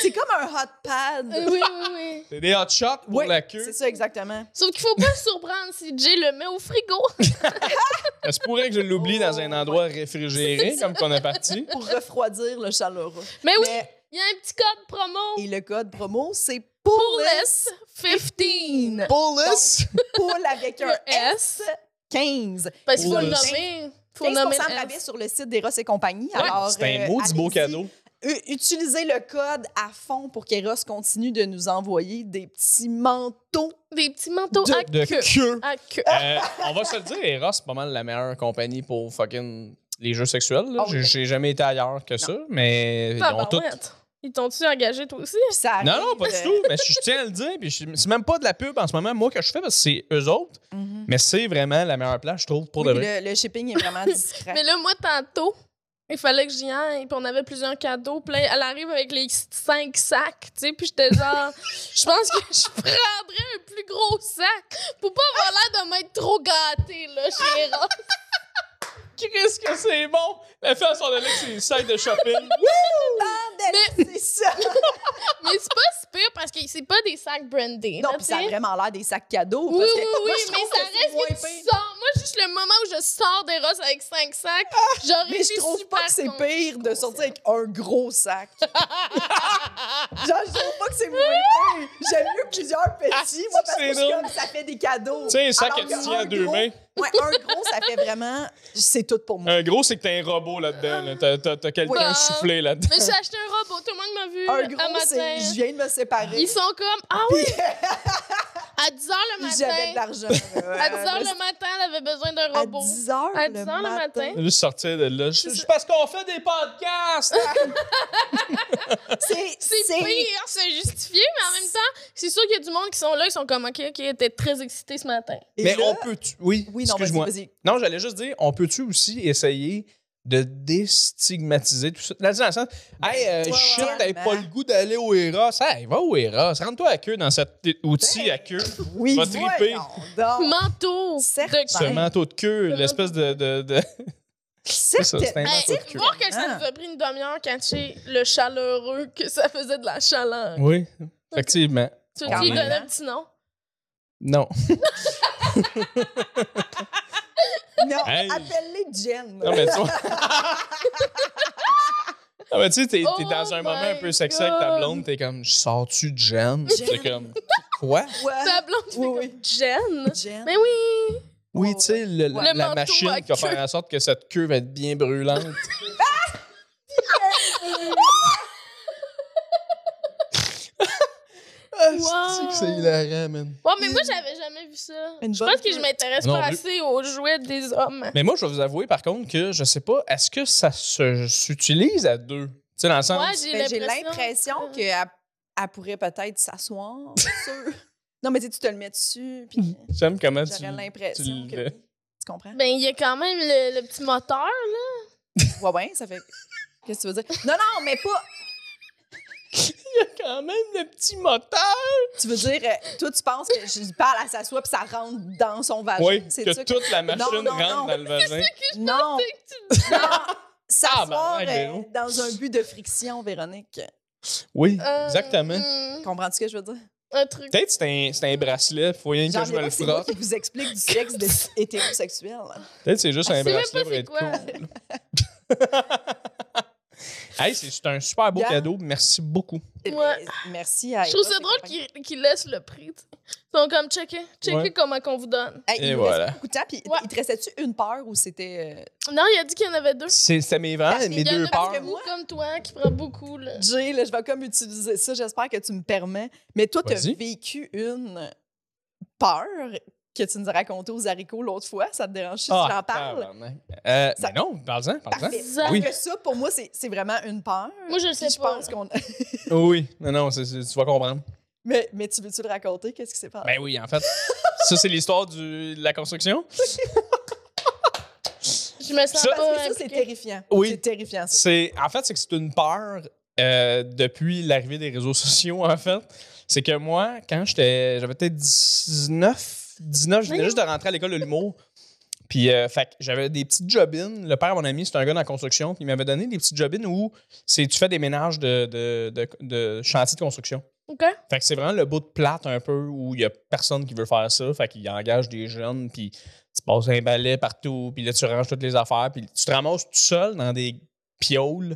Speaker 3: C'est comme un hot pad.
Speaker 2: Euh, oui, oui, oui.
Speaker 4: C'est des hot shots pour
Speaker 3: Oui,
Speaker 4: la queue.
Speaker 3: C'est ça, exactement.
Speaker 2: Sauf qu'il faut pas se surprendre si Jay le met au frigo.
Speaker 4: Ça se pourrait que je l'oublie dans un endroit réfrigéré, comme qu'on est parti.
Speaker 3: Pour refroidir le chaleureux.
Speaker 2: Mais Eh oui,
Speaker 3: Mais-
Speaker 2: il y a un petit code promo.
Speaker 3: et le code promo, c'est pour
Speaker 2: Poules 15.
Speaker 4: Bullis!
Speaker 3: Poule
Speaker 2: (laughs)
Speaker 3: avec un
Speaker 2: Un S.
Speaker 3: 15.
Speaker 2: Parce qu'il faut le
Speaker 4: Poules.
Speaker 2: nommer. Faut
Speaker 3: 15
Speaker 2: nommer euh,
Speaker 3: de
Speaker 2: le
Speaker 3: rabais
Speaker 2: S.
Speaker 3: sur le site d'Eros et compagnie. Alors,
Speaker 4: C'est un
Speaker 3: euh,
Speaker 4: mot du beau
Speaker 3: allez-y.
Speaker 4: cadeau.
Speaker 3: U- utilisez le code à fond pour qu'Eros continue de nous envoyer des petits manteaux.
Speaker 2: Des petits manteaux à
Speaker 4: De
Speaker 2: queue.
Speaker 4: queue.
Speaker 2: À queue.
Speaker 4: Euh, on va se le dire, Eros, c'est pas mal la meilleure compagnie pour fucking les jeux sexuels.
Speaker 3: Ah oui, Ah,
Speaker 4: là. J'ai-
Speaker 3: ben-
Speaker 4: J'ai jamais été ailleurs que ça, mais ils ont tout.
Speaker 2: Tabarouette. Ils t'ont-tu engagé, toi aussi?
Speaker 3: Puis ça
Speaker 4: Non,
Speaker 3: arrive,
Speaker 4: non, pas du
Speaker 3: euh,
Speaker 4: tout. Mais je je tiens à le dire. Puis je- c'est même pas de la pub en ce moment, moi, que je fais, parce que c'est eux autres.
Speaker 3: mhm.
Speaker 4: Mais c'est vraiment la meilleure place, je trouve, pour de
Speaker 3: Oui,
Speaker 4: vrai.
Speaker 3: le, le shipping est
Speaker 2: (laughs)
Speaker 3: vraiment discret.
Speaker 2: Mais là, moi, tantôt, il fallait que j'y aille, puis on avait plusieurs cadeaux. Puis là, elle arrive avec les cinq sacs, tu sais, puis j'étais genre,
Speaker 3: (laughs)
Speaker 2: je pense que je prendrais un plus gros sac pour pas avoir l'air de m'être trop gâtée, là,
Speaker 3: (laughs)
Speaker 2: chez Ross.
Speaker 4: Qu'est-ce que c'est bon? La façon de là que c'est une sac de
Speaker 3: (laughs)
Speaker 4: shopping.
Speaker 3: Bordel, (laughs) c'est ça.
Speaker 2: Mais c'est pas si pire parce que c'est pas des sacs brandés.
Speaker 3: Non,
Speaker 2: là,
Speaker 3: puis ça a
Speaker 2: tu sais.
Speaker 3: vraiment l'air des sacs cadeaux.
Speaker 2: Oui, oui,
Speaker 3: parce que
Speaker 2: oui,
Speaker 3: moi, je
Speaker 2: mais
Speaker 3: trouve
Speaker 2: ça
Speaker 3: c'est
Speaker 2: reste
Speaker 3: moins
Speaker 2: que tu
Speaker 3: pire.
Speaker 2: sors. Moi, juste le moment où je sors des Ross avec cinq sacs, j'aurais
Speaker 3: Ah! Mais je
Speaker 2: été
Speaker 3: trouve
Speaker 2: super
Speaker 3: pas que c'est
Speaker 2: contente.
Speaker 3: pire de sortir avec un gros sac. Genre, je trouve pas que c'est moins pire. J'aime mieux plusieurs petits, moi, parce que
Speaker 4: c'est
Speaker 3: je suis
Speaker 4: drôle.
Speaker 3: comme ça fait des cadeaux.
Speaker 4: Tu sais, un sac que
Speaker 3: Alors
Speaker 4: tu
Speaker 3: que
Speaker 4: tiens à
Speaker 3: un
Speaker 4: deux
Speaker 3: gros-
Speaker 4: mains.
Speaker 3: Ouais, un gros, ça fait vraiment. C'est tout pour moi.
Speaker 4: Un gros, c'est que t'as un robot là-dedans. là. T'as- T'as t'as quelqu'un
Speaker 2: Oui.
Speaker 4: soufflé là-dedans.
Speaker 3: (laughs)
Speaker 2: Mais j'ai acheté un robot, tout le monde m'a vu
Speaker 3: Un
Speaker 2: à
Speaker 3: gros, c'est. Je
Speaker 2: matin.
Speaker 3: viens de me séparer.
Speaker 2: Ils sont comme Ah oui! à 10 h le
Speaker 3: puis (laughs) J'avais de
Speaker 2: matin.
Speaker 3: l'argent.
Speaker 2: À 10 h le matin, elle avait besoin d'un
Speaker 3: À
Speaker 2: robot.
Speaker 3: 10 heures
Speaker 2: À
Speaker 3: le
Speaker 2: 10 heures le matin.
Speaker 4: Je vais Juste sortir de là. Je- je- Parce qu'on fait des podcasts!
Speaker 3: C'est
Speaker 2: C'est pire, c'est justifié, mais en même temps, c'est sûr qu'il y a du monde qui sont là, ils sont comme OK, OK, t'es très excité ce matin.
Speaker 3: (laughs) Et
Speaker 4: mais
Speaker 3: là-
Speaker 4: on peut. tu- Oui,
Speaker 3: Oui, non, vas-y,
Speaker 4: excuse-moi.
Speaker 3: vas-y.
Speaker 4: Non, j'allais juste dire, on peut-tu aussi essayer de déstigmatiser tout ça? Dans le sens, hey, euh,
Speaker 3: ouais,
Speaker 4: shit,
Speaker 3: ouais,
Speaker 4: t'avais
Speaker 3: ouais.
Speaker 4: pas le goût d'aller au Eros. Hey, va au Eros. Rentre-toi à queue dans cet outil à queue.
Speaker 2: Ben,
Speaker 3: Oui,
Speaker 4: Va triper.
Speaker 3: voyons donc.
Speaker 2: Manteau
Speaker 3: Certain.
Speaker 2: de
Speaker 4: Ce
Speaker 2: queue.
Speaker 4: manteau de queue,
Speaker 2: ben,
Speaker 4: l'espèce de. de, de- C'est (laughs) ça, c'est un
Speaker 3: Certainement.
Speaker 4: manteau de queue.
Speaker 2: Voir que
Speaker 3: Ah.
Speaker 2: ça nous a pris une demi-heure quand j'ai le chaleureux, que ça faisait de la chaleur.
Speaker 4: Oui, effectivement.
Speaker 2: Tu
Speaker 4: Quand
Speaker 2: veux lui
Speaker 4: même.
Speaker 2: donner un (laughs) petit nom?
Speaker 4: Non.
Speaker 3: Non,
Speaker 4: Hey.
Speaker 3: Appelle-les Jen.
Speaker 4: Non, mais tu (laughs) vois. Ah, mais tu sais, t'es, t'es
Speaker 2: Oh
Speaker 4: dans un moment un peu
Speaker 2: my
Speaker 4: sexy avec ta
Speaker 2: God.
Speaker 4: blonde, t'es comme, sors-tu de Jen?
Speaker 3: Jen.
Speaker 4: T'es comme,
Speaker 2: (laughs)
Speaker 4: quoi?
Speaker 3: Ouais.
Speaker 2: Ta blonde, tu fais
Speaker 3: Ah. Oui,
Speaker 2: comme Jen.
Speaker 4: (laughs)
Speaker 3: Jen.
Speaker 2: Mais oui!
Speaker 4: Oui, tu sais, le-
Speaker 2: Ouais. ben,
Speaker 4: la,
Speaker 2: Le
Speaker 4: la
Speaker 2: manteau
Speaker 4: machine
Speaker 2: à
Speaker 4: qui va
Speaker 2: queue.
Speaker 4: faire en sorte que cette queue va être
Speaker 2: (laughs)
Speaker 4: bien brûlante. Ah, c'est-tu que C'est hilarant, man.
Speaker 2: Ouais, mais moi, j'avais jamais vu ça.
Speaker 3: Une
Speaker 2: Je
Speaker 3: bonne
Speaker 2: pense que
Speaker 3: queue.
Speaker 2: je m'intéresse
Speaker 4: Mm. Non
Speaker 2: pas
Speaker 4: plus.
Speaker 2: assez aux jouets des hommes.
Speaker 4: Mais moi, je vais vous avouer, par contre, que je sais pas, est-ce que ça se- s'utilise à deux? Tu sais, dans le sens.
Speaker 2: Ouais, j'ai
Speaker 3: Ben, J'ai
Speaker 2: l'impression.
Speaker 3: l'impression qu'elle elle pourrait
Speaker 2: (laughs)
Speaker 3: peut-être s'asseoir sur. non, mais tu sais, tu te le mets dessus,
Speaker 4: (laughs)
Speaker 3: puis
Speaker 4: J'aime comment Ah, tu.
Speaker 3: j'aurais l'impression
Speaker 4: tu
Speaker 3: que.
Speaker 4: le-
Speaker 3: oui. Tu comprends?
Speaker 2: Ben, il y a quand même le, le petit moteur.
Speaker 3: Ouais, ouais, ça
Speaker 2: (laughs)
Speaker 3: fait. Qu'est-ce que tu veux dire? Non, non, mais pas.
Speaker 4: Quand même, le petit moteur!
Speaker 3: Tu veux dire, euh, toi, tu penses que je lui parle, elle s'assoit, puis ça rentre dans son vagin.
Speaker 4: Oui,
Speaker 3: Ah, c'est
Speaker 4: que
Speaker 3: ça
Speaker 4: toute la machine
Speaker 3: Non, non,
Speaker 4: rentre
Speaker 3: non.
Speaker 4: dans le vagin.
Speaker 3: Non! Non! S'asseoir
Speaker 4: Ah, ben, ouais,
Speaker 3: euh,
Speaker 4: Véro.
Speaker 3: dans un but de friction, Véronique.
Speaker 4: Oui,
Speaker 2: Euh,
Speaker 4: exactement.
Speaker 2: hmm,
Speaker 3: Comprends-tu ce que je veux dire?
Speaker 2: un truc.
Speaker 4: Peut-être c'est un, c'est un bracelet, faut rien que
Speaker 3: J'en ai
Speaker 4: je me
Speaker 3: pas,
Speaker 4: le
Speaker 3: c'est moi
Speaker 4: frotte.
Speaker 3: qui vous explique du
Speaker 2: (laughs)
Speaker 3: sexe des- hétérosexuel.
Speaker 4: Peut-être c'est juste
Speaker 2: Ah, je
Speaker 4: un
Speaker 2: sais même
Speaker 4: bracelet pour être
Speaker 2: pas c'est
Speaker 4: cool. hey, c'est c'est un super beau
Speaker 3: Gars.
Speaker 4: cadeau, merci beaucoup.
Speaker 2: Ouais.
Speaker 3: Eh ben, Merci à
Speaker 2: Je trouve
Speaker 3: Eva
Speaker 2: ça
Speaker 3: et
Speaker 2: drôle
Speaker 3: compagnie.
Speaker 2: qu'ils qu'ils laissent le prix. tu sais. Ils sont comme checker, checker
Speaker 4: Ouais.
Speaker 2: comment qu'on vous donne.
Speaker 3: Hey,
Speaker 4: Et
Speaker 3: il nous
Speaker 4: voilà.
Speaker 3: restait beaucoup de temps, puis
Speaker 2: Ouais.
Speaker 3: il te restait-tu une peur ou c'était.
Speaker 2: Non, il a dit qu'il y en avait deux.
Speaker 4: C'est c'est mes vents,
Speaker 3: Parce qu'il
Speaker 4: mes
Speaker 2: il y en
Speaker 4: deux
Speaker 2: a
Speaker 4: parts.
Speaker 2: beaucoup comme toi qui prend beaucoup. Là.
Speaker 3: euh, Jay, là, je vais comme utiliser ça, j'espère que tu me permets. Mais toi, tu as
Speaker 4: Vas-y.
Speaker 3: vécu une peur que tu nous as racontée aux haricots l'autre fois, ça te dérange si tu en parles?
Speaker 4: Ah, tabarnak. Euh,
Speaker 3: Ça-
Speaker 4: mais non, parle-en, parle-en.
Speaker 3: Parfait.
Speaker 2: Oui.
Speaker 3: Parce que ça, pour moi, c'est c'est vraiment une peur.
Speaker 2: Moi, je le sais
Speaker 3: Puis je
Speaker 2: pas.
Speaker 3: pense qu'on. (laughs)
Speaker 4: Oui, non, non, c'est- c'est- tu vas comprendre.
Speaker 3: mais, mais tu veux-tu le raconter? Qu'est-ce qui s'est passé?
Speaker 4: Ben oui, en fait, ça c'est l'histoire du- de la construction.
Speaker 2: Je me sens
Speaker 4: Ça,
Speaker 2: pas.
Speaker 3: Parce que ça, c'est
Speaker 2: impliquée.
Speaker 3: terrifiant.
Speaker 4: Oui.
Speaker 3: C'est terrifiant, ça.
Speaker 4: C'est en fait c'est que c'est une peur euh, depuis l'arrivée des réseaux sociaux en fait, c'est que moi quand j'étais j'avais peut-être 19 19, je venais juste de rentrer à l'école de l'humour. Puis euh, fait que j'avais des petites jobines, le père de mon ami, c'était un gars dans la construction, puis il m'avait donné des petites jobines où c'est tu fais des ménages de de, de, de chantier de construction.
Speaker 2: OK.
Speaker 4: Fait que c'est vraiment le bout de plate un peu où il y a personne qui veut faire ça. Fait qu'il engage des jeunes, puis tu passes un balai partout, puis là, tu ranges toutes les affaires, puis tu te ramasses tout seul dans des pioles.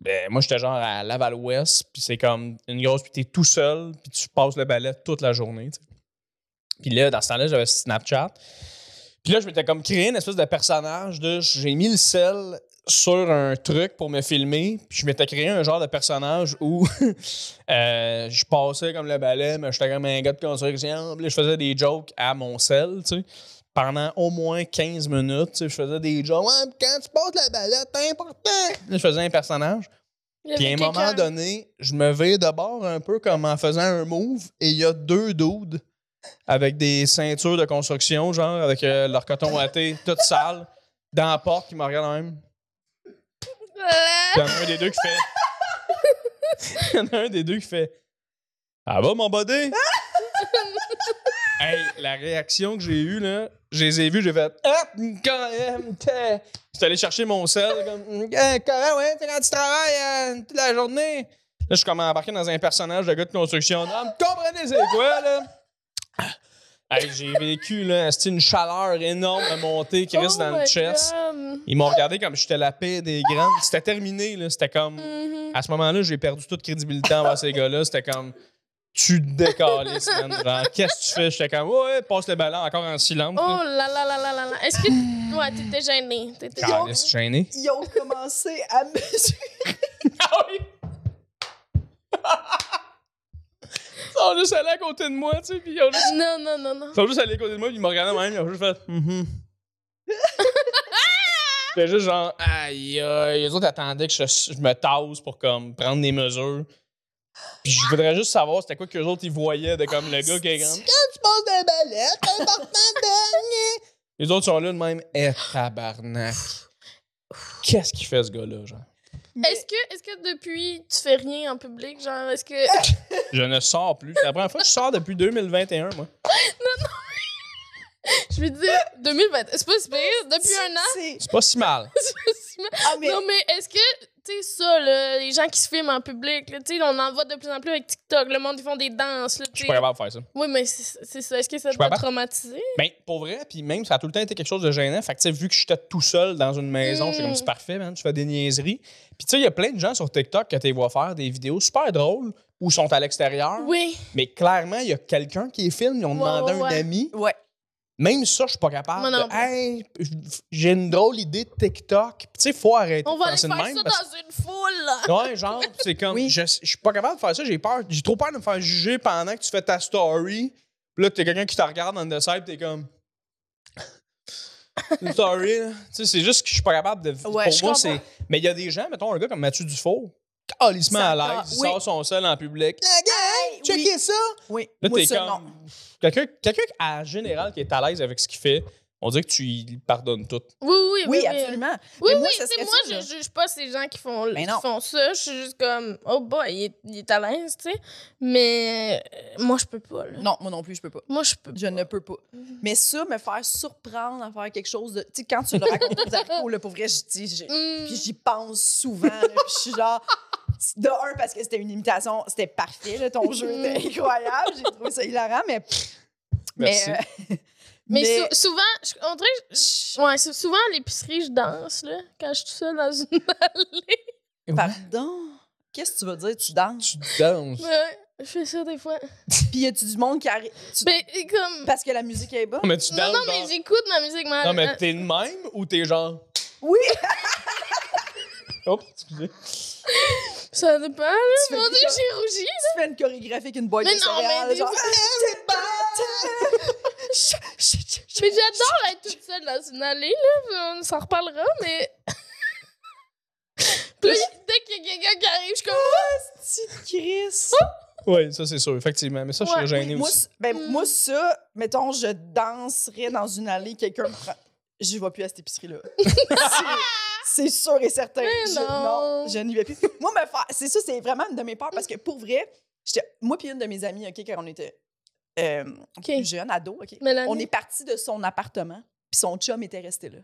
Speaker 4: Ben, moi, j'étais genre à Laval-Ouest, puis c'est comme une grosse, puis t'es tout seul, puis tu passes le balai toute la journée. tu sais. Puis là, dans ce temps-là, j'avais Snapchat. Puis là, je m'étais comme créé une espèce de personnage de j'ai mis le sel sur un truc pour me filmer, puis je m'étais créé un genre de personnage où (laughs) euh, je passais comme le balai, mais j'étais comme un gars de construction, puis là, je faisais des jokes à mon sel, tu sais. Pendant au moins 15 minutes, tu sais, je faisais des jokes. Ouais, puis quand tu passes le balai, c'est important! Là, je faisais un personnage.
Speaker 2: Il y
Speaker 4: Puis à
Speaker 2: avait
Speaker 4: un moment
Speaker 2: quelqu'un.
Speaker 4: donné, je me vais de bord un peu comme en faisant un move et il y a deux dudes avec des ceintures de construction, genre avec euh, leur coton watté, toute sale, dans la porte qui me regardent même.
Speaker 2: Là,
Speaker 4: Puis il y en a un des deux qui fait. (laughs) Il y en a un des deux qui fait. Ah va mon body? (laughs) hey, la réaction que j'ai eue, là, je les ai vus, j'ai fait. Ah, quand même, t'es. J'étais allé chercher mon sel, comme. Eh, Comment, ouais, t'es quand tu travailles euh, toute la journée? Là, je suis comme embarqué dans un personnage de gars de construction. Ah, vous comprenez, c'est quoi, là? Hey, j'ai vécu, là, c'était une chaleur énorme à monter qui reste
Speaker 2: oh
Speaker 4: dans le
Speaker 2: my
Speaker 4: chest.
Speaker 2: God.
Speaker 4: Ils m'ont regardé comme j'étais la paix des grandes. C'était terminé, là. C'était comme.
Speaker 2: Mhm.
Speaker 4: À ce moment-là, j'ai perdu toute crédibilité envers ces gars-là. C'était comme. Tu décales, man. Genre, Qu'est-ce que tu fais? J'étais comme, ouais, passe le ballon encore en silence.
Speaker 2: Oh là là là là là là. Est-ce que.
Speaker 3: (laughs)
Speaker 2: Ouais, t'étais gênée. T'étais
Speaker 4: Calais, c'est gêné.
Speaker 3: Ils ont commencé à (laughs) mesurer.
Speaker 4: (laughs) Ah oui! Ils sont juste allés à côté de moi, tu sais, puis ils (laughs) ont juste.
Speaker 2: Non, non, non, non.
Speaker 4: Ils sont juste allés à côté de moi, puis ils me regardaient même, ils ont juste fait. Mhm. J'étais juste genre, aïe, aïe. Les autres attendaient que je, je me tasse pour comme prendre des mesures. Puis je voudrais juste savoir c'était quoi qu'eux autres ils voyaient de comme le gars qui est comme.
Speaker 3: tu passes d'un balai, ben, c'est important de.
Speaker 4: Les autres sont là de même. Eh, tabarnak. Qu'est-ce qu'il fait, ce gars-là, genre?
Speaker 2: Est-ce que, est que depuis, tu fais rien en public? Genre, est-ce que.
Speaker 3: (laughs)
Speaker 4: Je ne sors plus. C'est la première fois que je sors depuis 2021, moi.
Speaker 2: Je veux dire, 2020, c'est pas si pire, depuis un an.
Speaker 3: C'est-
Speaker 4: C'est pas si mal.
Speaker 2: c'est pas si mal.
Speaker 3: Ah, mais
Speaker 2: Non, mais est-ce que tu sais, ça, là, les gens qui se filment en public, là, tu sais, on en voit de plus en plus avec TikTok. Le monde, ils font des danses. Là,
Speaker 4: Je
Speaker 2: tu sais.
Speaker 4: suis pas capable de faire ça.
Speaker 2: Oui, mais c'est c'est ça. Est-ce que ça
Speaker 4: Je suis pas
Speaker 2: t'a traumatisé?
Speaker 4: Ben, pour vrai, puis même, ça a tout le temps été quelque chose de gênant. Fait que, tu sais, vu que j'étais tout seul dans une maison, c'est
Speaker 2: Mm.
Speaker 4: comme, c'est parfait, man, tu fais des niaiseries. Puis, tu sais, il y a plein de gens sur TikTok que tu les vois faire des vidéos super drôles ou sont à l'extérieur.
Speaker 2: Oui.
Speaker 4: Mais clairement, il y a quelqu'un qui les filme, ils ont
Speaker 2: Ouais,
Speaker 4: demandé
Speaker 2: ouais,
Speaker 4: à un
Speaker 2: ouais.
Speaker 4: ami.
Speaker 3: Ouais.
Speaker 4: Même ça, je suis pas capable.
Speaker 2: Moi non
Speaker 4: de,
Speaker 2: plus.
Speaker 4: hey, j'ai une drôle idée de TikTok. Puis, tu sais, faut arrêter
Speaker 2: On
Speaker 4: de
Speaker 2: va aller
Speaker 4: penser
Speaker 2: faire
Speaker 4: de
Speaker 2: ça
Speaker 4: même.
Speaker 2: dans
Speaker 4: parce que-
Speaker 2: une foule. là.
Speaker 4: Ouais, genre, c'est comme.
Speaker 3: Oui.
Speaker 4: Je, je suis pas capable de faire ça, j'ai peur. J'ai trop peur de me faire juger pendant que tu fais ta story. Puis là, t'es quelqu'un qui te regarde dans le side, t'es comme. (laughs) Une story, là. Tu sais, c'est juste que je suis pas capable de.
Speaker 3: Ouais, je comprends.
Speaker 4: c'est. Mais il y a des gens, mettons un gars comme Mathieu Dufour, calissement
Speaker 3: Ça
Speaker 4: à l'aise, il
Speaker 3: part- oui.
Speaker 4: sort son sel en public.
Speaker 3: Hey,
Speaker 4: Checkez
Speaker 3: Ah, oui,
Speaker 4: ça!
Speaker 3: oui.
Speaker 4: Là,
Speaker 3: Moi,
Speaker 4: t'es
Speaker 3: ça,
Speaker 4: comme-
Speaker 3: non.
Speaker 4: Quelqu'un, quelqu'un qui, en général, qui est à l'aise avec ce qu'il fait, on dirait que tu lui pardonnes tout.
Speaker 2: Oui, oui, oui.
Speaker 3: Oui, euh,
Speaker 2: oui.
Speaker 3: absolument.
Speaker 2: Oui,
Speaker 3: Mais
Speaker 2: oui,
Speaker 3: moi,
Speaker 2: tu
Speaker 3: ça
Speaker 2: sais,
Speaker 3: serait
Speaker 2: moi,
Speaker 3: ça, là.
Speaker 2: je juge pas ces gens qui font,
Speaker 3: Ben
Speaker 2: qui
Speaker 3: non.
Speaker 2: font ça. Je suis juste comme, oh boy, il est, il est à l'aise, tu sais. Mais euh, moi, je peux pas, là.
Speaker 3: Non, moi non plus, je peux pas.
Speaker 2: Moi, je peux pas.
Speaker 3: Je ne peux pas. Mais ça, me faire surprendre à faire quelque chose de. Tu sais, quand tu le racontes aux arcos, là, pour vrai, je dis. j'ai-
Speaker 2: Hmm.
Speaker 3: Puis j'y pense souvent. là, puis je suis genre. De un, parce que c'était une imitation, c'était parfait, là, ton jeu était incroyable. J'ai trouvé ça hilarant, mais.
Speaker 4: Merci.
Speaker 3: Mais, euh,
Speaker 2: Mais,
Speaker 3: (laughs) mais-
Speaker 2: sou- souvent, je, on dirait, que je- ouais, sou- souvent à l'épicerie, je danse, là, quand je suis toute seule dans une (laughs) allée.
Speaker 3: Pardon? Qu'est-ce que tu veux dire? Tu danses?
Speaker 4: Tu danses.
Speaker 2: Ouais, je fais ça des fois.
Speaker 3: Puis y a-tu du monde qui arrive? Tu-
Speaker 2: Mais et Ben, comme...
Speaker 3: Parce que la musique est bonne?
Speaker 4: Mais tu
Speaker 2: Non,
Speaker 4: danses.
Speaker 2: non, mais
Speaker 4: genre-
Speaker 2: j'écoute ma musique, mais...
Speaker 4: non, mais
Speaker 3: euh.
Speaker 4: t'es de même ou t'es genre.
Speaker 3: Oui!
Speaker 4: Oh, excusez.
Speaker 2: Ça dépend, là.
Speaker 3: Tu fais,
Speaker 2: Mon Dieu, j'ai rougi.
Speaker 3: tu fais une chorégraphie avec une boîte
Speaker 2: Mais
Speaker 3: de
Speaker 2: non, mais
Speaker 3: céréales,
Speaker 2: des-
Speaker 3: genre...
Speaker 2: Mais j'adore être toute seule dans une allée, là. On s'en reparlera, (laughs) mais. Puis dès qu'il y a quelqu'un qui arrive, je suis comme.
Speaker 3: Petite Chris!
Speaker 4: Oui, ça, c'est sûr, effectivement. Mais ça, je
Speaker 2: Ouais,
Speaker 4: serais gêné
Speaker 3: Oui, moi,
Speaker 4: aussi.
Speaker 3: c- ben,
Speaker 2: Mm.
Speaker 3: moi, ça, mettons, je danserais dans une allée, quelqu'un me prend. Je vais plus à cette épicerie-là. (laughs) C'est- c'est sûr et certain.
Speaker 2: Mais
Speaker 3: Je-
Speaker 2: non.
Speaker 3: je n'y vais plus. Moi, me faire- c'est ça, c'est vraiment une de mes peurs parce que pour vrai, j'étais- moi puis une de mes amies, OK, quand on était euh, plus jeune, ado, OK,
Speaker 2: Mélanie.
Speaker 3: on est parti de son appartement, puis son chum était resté là.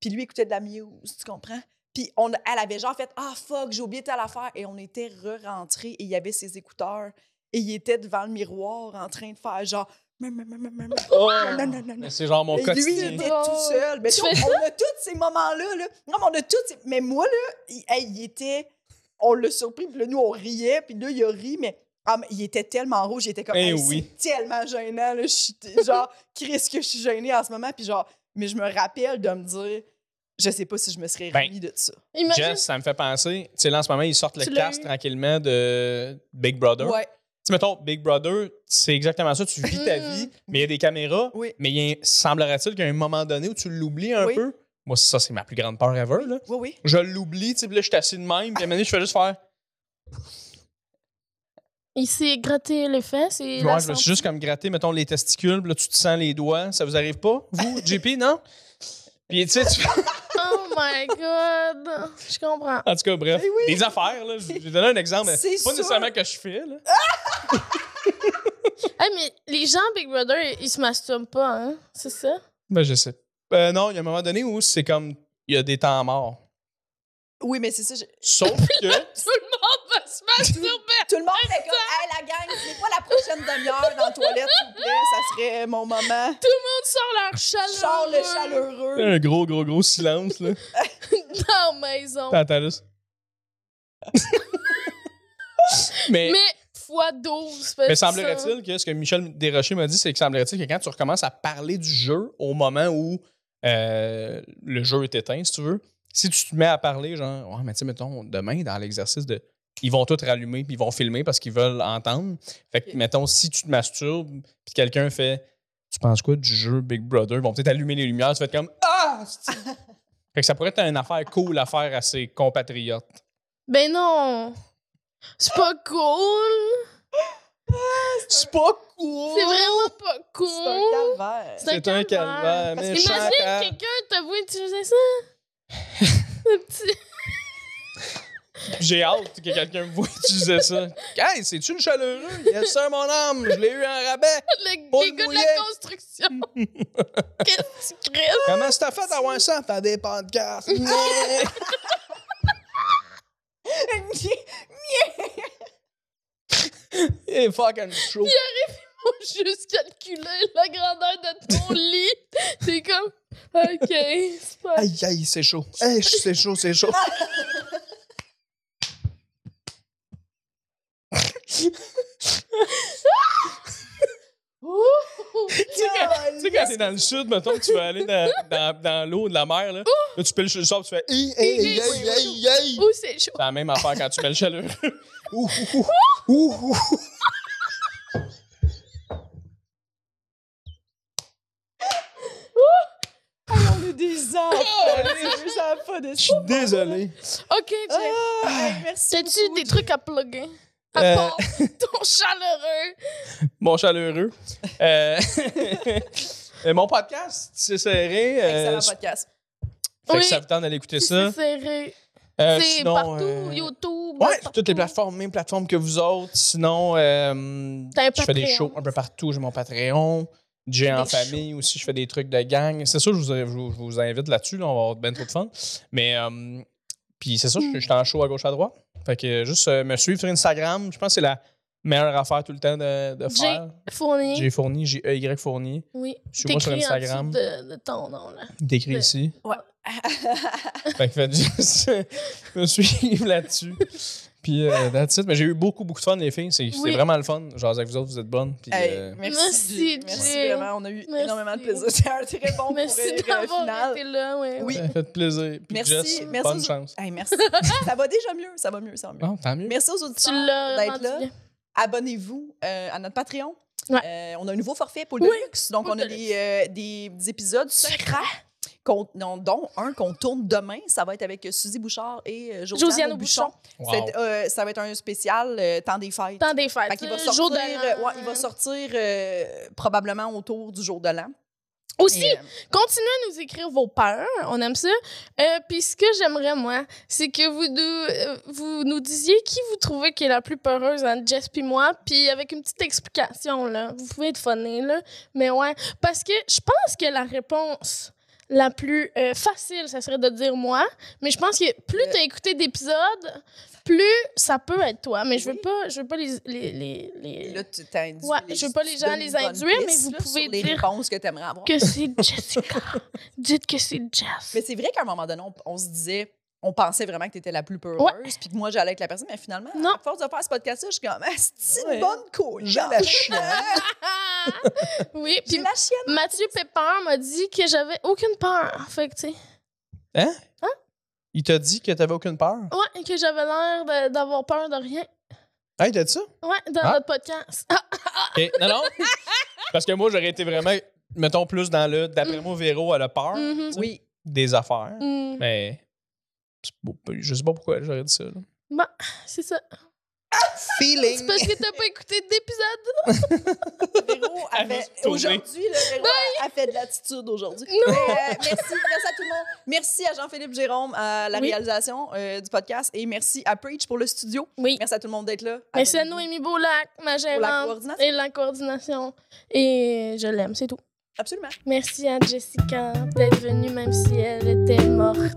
Speaker 3: Puis lui écoutait de la muse, tu comprends? Puis on, elle avait genre fait Ah fuck, j'ai oublié telle affaire. Et on était re-rentrés et il y avait ses écouteurs. Et il était devant le miroir en train de faire genre. Mou, mou, mou, mou, mou, mou.
Speaker 4: Oh!
Speaker 3: Non, non, non, non.
Speaker 4: Mais c'est genre mon
Speaker 3: Et lui, il
Speaker 4: quotidien.
Speaker 3: était
Speaker 2: Oh.
Speaker 3: tout seul. Mais
Speaker 2: Tu
Speaker 3: tu sais,
Speaker 2: fais
Speaker 3: on, on a tous ces moments-là. Là. Non, mais on a tous. ces- Mais moi, là, il, hey, il était. On l'a surpris, puis là, nous, on riait, puis là, il a ri, mais ah, mais il était tellement rouge, il était comme.
Speaker 4: Eh
Speaker 3: Hey, c'est
Speaker 4: oui.
Speaker 3: tellement gênant, là. Je suis genre, (laughs) Chris, que je suis gênée en ce moment, puis genre, mais je me rappelle de me dire, je sais pas si je me serais
Speaker 4: Ben,
Speaker 3: remis de ça.
Speaker 2: Imagine.
Speaker 4: Jess, ça me fait penser. Tu sais, là, en ce moment, ils sortent le
Speaker 2: Tu l'as
Speaker 4: cast
Speaker 2: eu?
Speaker 4: tranquillement de Big Brother.
Speaker 3: Ouais.
Speaker 4: Tu sais, mettons, Big Brother, c'est exactement ça. Tu vis ta
Speaker 2: Mm.
Speaker 4: vie, mais il y a des caméras.
Speaker 3: Oui.
Speaker 4: Mais il y a- semblerait-il qu'il y a un moment donné où tu l'oublies un
Speaker 3: Oui.
Speaker 4: peu. Moi, ça, c'est ma plus grande peur ever. Là.
Speaker 3: Oui, oui.
Speaker 4: Je l'oublie, tu sais, puis là, je suis assis de même, puis à un moment donné, je fais juste faire.
Speaker 2: Il s'est gratté les fesses et.
Speaker 4: Ouais,
Speaker 2: la
Speaker 4: je me
Speaker 2: santé.
Speaker 4: suis juste comme gratté, mettons, les testicules, puis là, tu te sens les doigts. Ça vous arrive pas, vous, (laughs) JP, non? Puis, tu sais, tu-
Speaker 2: Oh my god. Je comprends.
Speaker 4: En tout cas, bref,
Speaker 3: Eh oui.
Speaker 4: des affaires, là. Je vais donner un exemple, mais
Speaker 3: C'est
Speaker 4: c'est pas
Speaker 3: sûr.
Speaker 4: nécessairement que je fais, là.
Speaker 2: Hey, mais les gens Big Brother, ils se masturbent pas, hein? C'est ça?
Speaker 4: Ben, je sais. Euh, non, il y a un moment donné où c'est comme, il y a des temps morts.
Speaker 3: Oui, mais c'est ça. je- (laughs)
Speaker 4: Sauf que,
Speaker 2: Tout le monde va se masturber!
Speaker 3: Tout le monde fait comme, hey, la gang, c'est quoi la prochaine demi-heure dans la toilette, s'il vous plaît? Ça serait mon moment.
Speaker 2: Tout sort leur chaleur.
Speaker 3: Genre le chaleureux.
Speaker 4: un gros, gros, gros silence, là.
Speaker 2: Dans la maison.
Speaker 4: T'entends
Speaker 3: (laughs)
Speaker 4: juste. mais, mais,
Speaker 2: Mais fois 12. parce que ça-
Speaker 4: semblerait-il que ce que Michel Desrochers m'a dit, c'est que semblerait-il que quand tu recommences à parler du jeu au moment où euh, le jeu est éteint, si tu veux, si tu te mets à parler, genre, ouais, mais tu sais, mettons, demain, dans l'exercice de. Ils vont tout rallumer, puis ils vont filmer parce qu'ils veulent entendre. Fait que,
Speaker 3: Ok.
Speaker 4: mettons, si tu te masturbes, puis quelqu'un fait. Tu penses quoi du jeu Big Brother? Ils vont peut-être allumer les lumières, tu fais comme Ah! c'est-tu- fait que ça pourrait être une affaire cool à faire à ses compatriotes.
Speaker 2: Ben non! C'est pas cool!
Speaker 3: C'est pas cool.
Speaker 4: Oh!
Speaker 2: C'est vraiment pas
Speaker 3: C'est
Speaker 2: cool!
Speaker 3: un calvaire.
Speaker 2: C'est un calvaire.
Speaker 4: mais
Speaker 2: Imagine quelqu'un t'a vu utiliser
Speaker 4: (laughs)
Speaker 2: ça! Le petit-
Speaker 4: J'ai hâte que quelqu'un me voit utiliser ça. Hey, c'est-tu le chaleureux? Il y a ça, mon âme. Je l'ai eu en rabais.
Speaker 2: le
Speaker 4: Paul
Speaker 2: les gars de
Speaker 4: Mouillet.
Speaker 2: la
Speaker 4: (laughs)
Speaker 2: construction! Qu'est-ce que tu crées?
Speaker 4: (laughs) Comment ça fait d'avoir ça? Faire des podcasts.
Speaker 3: (laughs)
Speaker 4: Eh, fucking chaud.
Speaker 2: juste calculer la grandeur de
Speaker 4: (laughs)
Speaker 2: ton lit. T'es comme, OK, c'est pas...
Speaker 4: Aïe, aïe, c'est chaud. Hey, c'est chaud, c'est chaud.
Speaker 2: Ouh!
Speaker 4: Tu sais, quand- tu sais, quand t'es dans le sud, mettons, que tu veux aller dans, dans- dans l'eau de la mer, là, là tu piles sur le sable, tu fais hi, hi, hi, hi, hi, hi.
Speaker 2: Ouh, oh, c'est chaud.
Speaker 4: C'est la même affaire quand tu mets le chaleur.
Speaker 5: Ouh, ouh, ouh, ouh, ouh.
Speaker 3: on est des enfants. ça a pas de
Speaker 4: Je suis désolé.
Speaker 2: OK, Jeff.
Speaker 3: Ah, merci.
Speaker 2: T'as-tu
Speaker 3: beaucoup,
Speaker 2: des
Speaker 3: Jeff.
Speaker 2: trucs à plugger? À
Speaker 4: Euh.
Speaker 2: part ton
Speaker 4: (laughs)
Speaker 2: chaleureux.
Speaker 4: Mon chaleureux. Euh, (laughs) euh, mon podcast, c'est serré. euh,
Speaker 3: Excellent podcast.
Speaker 4: fait que
Speaker 2: Oui.
Speaker 4: ça vous tente d'aller écouter
Speaker 2: C'est
Speaker 4: ça.
Speaker 2: serré.
Speaker 4: Euh,
Speaker 2: c'est
Speaker 4: sinon,
Speaker 2: partout,
Speaker 4: euh,
Speaker 2: YouTube.
Speaker 4: Ouais, sur
Speaker 2: partout.
Speaker 4: toutes les plateformes, même plateforme que vous autres. Sinon, euh,
Speaker 2: T'as un
Speaker 4: je fais des
Speaker 2: Patreon.
Speaker 4: shows un peu partout. J'ai mon Patreon. J'ai en
Speaker 2: Des
Speaker 4: famille aussi, je fais des trucs de gang. C'est ça, je vous, je vous- je vous invite là-dessus. là, on va avoir bien trop de fun. Mais, euh, puis c'est ça, je, je suis en show à gauche à droite. Fait que euh, juste euh, me suivre sur Instagram, je pense que c'est la meilleure affaire tout le temps de, de
Speaker 2: J.
Speaker 4: faire.
Speaker 2: Fournier.
Speaker 4: J'ai fourni, j'ai EY fourni.
Speaker 2: Oui.
Speaker 4: Suis-moi sur
Speaker 2: T'écris en
Speaker 4: Instagram.
Speaker 2: dessous de, de ton nom, là.
Speaker 4: décrit
Speaker 2: Ouais.
Speaker 4: ici. (laughs) Fait que faites juste (laughs) me suivre là-dessus. Puis, euh, that's it. Mais j'ai eu beaucoup, beaucoup de fun, les filles. C'est c'était
Speaker 2: Oui.
Speaker 4: vraiment le fun. Genre, avec vous autres, vous êtes bonnes. Puis,
Speaker 3: Hey,
Speaker 4: euh,
Speaker 2: Merci,
Speaker 3: merci, Jeff. merci
Speaker 2: Jeff.
Speaker 3: vraiment. On a eu
Speaker 2: Merci.
Speaker 3: énormément de plaisir. C'est un très bon
Speaker 2: Merci
Speaker 3: pour euh, le
Speaker 2: d'avoir
Speaker 3: final.
Speaker 2: été là. Ouais,
Speaker 3: Oui.
Speaker 4: ça fait plaisir. Puis,
Speaker 3: Merci,
Speaker 4: Jess,
Speaker 3: merci
Speaker 4: bonne
Speaker 3: aux-
Speaker 4: chance.
Speaker 3: Hey, merci. ça va déjà mieux. Ça va mieux, ça va mieux.
Speaker 4: Bon, Ah, tant mieux.
Speaker 3: Merci aux
Speaker 2: Tu
Speaker 3: auditeurs
Speaker 2: l'as
Speaker 3: d'être
Speaker 2: rendu
Speaker 3: là.
Speaker 2: bien.
Speaker 3: Abonnez-vous euh, à notre Patreon.
Speaker 2: Ouais.
Speaker 3: Euh, on a un nouveau forfait pour
Speaker 2: Oui,
Speaker 3: le luxe. Donc,
Speaker 2: Poule
Speaker 3: on a
Speaker 2: Deluxe.
Speaker 3: des, euh, des, des épisodes secrets, qu'on- non, dont un qu'on tourne demain. Ça va être avec euh, Suzy Bouchard et euh, Josiane,
Speaker 2: Josiane
Speaker 3: Aubuchon.
Speaker 4: Wow.
Speaker 3: C'est, euh, ça va être un spécial euh, temps des fêtes.
Speaker 2: Temps des fêtes.
Speaker 3: Fait qu'il va
Speaker 2: euh,
Speaker 3: sortir,
Speaker 2: jour de
Speaker 3: euh,
Speaker 2: l'an.
Speaker 3: ouais, il va sortir euh, probablement autour du jour de l'an.
Speaker 2: Aussi,
Speaker 3: Et, euh,
Speaker 2: Continuez à nous écrire vos peurs, on aime ça. Euh, Puis ce que j'aimerais, moi, c'est que vous nous, euh, vous nous disiez qui vous trouvez qui est la plus peureuse entre Jess puis moi, puis avec une petite explication, là. Vous pouvez être funny, là. Mais ouais, parce que je pense que la réponse la plus euh, facile, ça serait de dire moi, mais je pense que plus
Speaker 3: Euh.
Speaker 2: t'as écouté d'épisodes, plus ça peut être toi. Mais je veux
Speaker 3: Oui.
Speaker 2: pas, je veux pas les... les, les, les-
Speaker 3: là, tu t'as induit-
Speaker 2: Ouais, je veux pas les
Speaker 3: tu
Speaker 2: gens
Speaker 3: donnes
Speaker 2: les
Speaker 3: une bonne
Speaker 2: induire, mais
Speaker 3: piste,
Speaker 2: vous
Speaker 3: là,
Speaker 2: pouvez
Speaker 3: sur les
Speaker 2: dire-
Speaker 3: réponses que tu aimerais avoir.
Speaker 2: Que c'est Jessica. Dites que c'est Jess.
Speaker 3: Mais c'est vrai qu'à un moment donné, on, on se disait, on pensait vraiment que tu étais la plus peureuse,
Speaker 2: Ouais.
Speaker 3: puis que moi, j'allais avec la personne, mais finalement,
Speaker 2: Non.
Speaker 3: à force de faire ce podcast-là, je suis comme, Ah, c'est une
Speaker 4: Ouais.
Speaker 3: bonne hein? couille.
Speaker 4: J'ai
Speaker 3: (laughs)
Speaker 4: la chienne.
Speaker 2: Ah! oui,
Speaker 3: J'ai
Speaker 2: puis
Speaker 3: la chienne.
Speaker 2: Mathieu Pépin m'a dit que j'avais aucune peur. Fait que, tu sais,
Speaker 4: Il t'a dit que t'avais aucune peur.
Speaker 2: ouais, que j'avais l'air de- d'avoir peur de rien.
Speaker 4: Hey, t'as dit ça?
Speaker 2: Ouais, dans
Speaker 4: Ah.
Speaker 2: notre podcast. Ah,
Speaker 4: OK.
Speaker 3: (laughs)
Speaker 4: Non, non. Parce que moi, j'aurais été vraiment, mettons, plus dans le. D'après moi, Véro, elle a peur
Speaker 2: mhm,
Speaker 3: Mm. Mm-hmm. Oui. Mm.
Speaker 4: des affaires.
Speaker 2: mhm.
Speaker 4: Mais. c'est beau- Je sais pas pourquoi j'aurais dit ça. là.
Speaker 2: C'est ça. C'est
Speaker 4: Feeling.
Speaker 2: parce que t'as pas écouté d'épisode.
Speaker 4: (laughs)
Speaker 3: Véro
Speaker 4: Elle va
Speaker 3: avait-
Speaker 4: se tourner.
Speaker 3: aujourd'hui, là, Véro a, a fait de l'attitude aujourd'hui.
Speaker 2: Non.
Speaker 3: Mais, euh, merci, merci à tout le monde. Merci à Jean-Philippe Jérôme à la
Speaker 2: Oui.
Speaker 3: réalisation euh, du podcast et merci à Preach pour le studio.
Speaker 2: Oui.
Speaker 3: Merci à tout le monde d'être là.
Speaker 2: Merci à
Speaker 3: Abonnez-vous.
Speaker 2: Noémie Boulac, ma gérante.
Speaker 3: coordination.
Speaker 2: et la coordination. Et je l'aime, c'est tout.
Speaker 3: Absolument.
Speaker 2: Merci à Jessica d'être venue, même si elle était morte.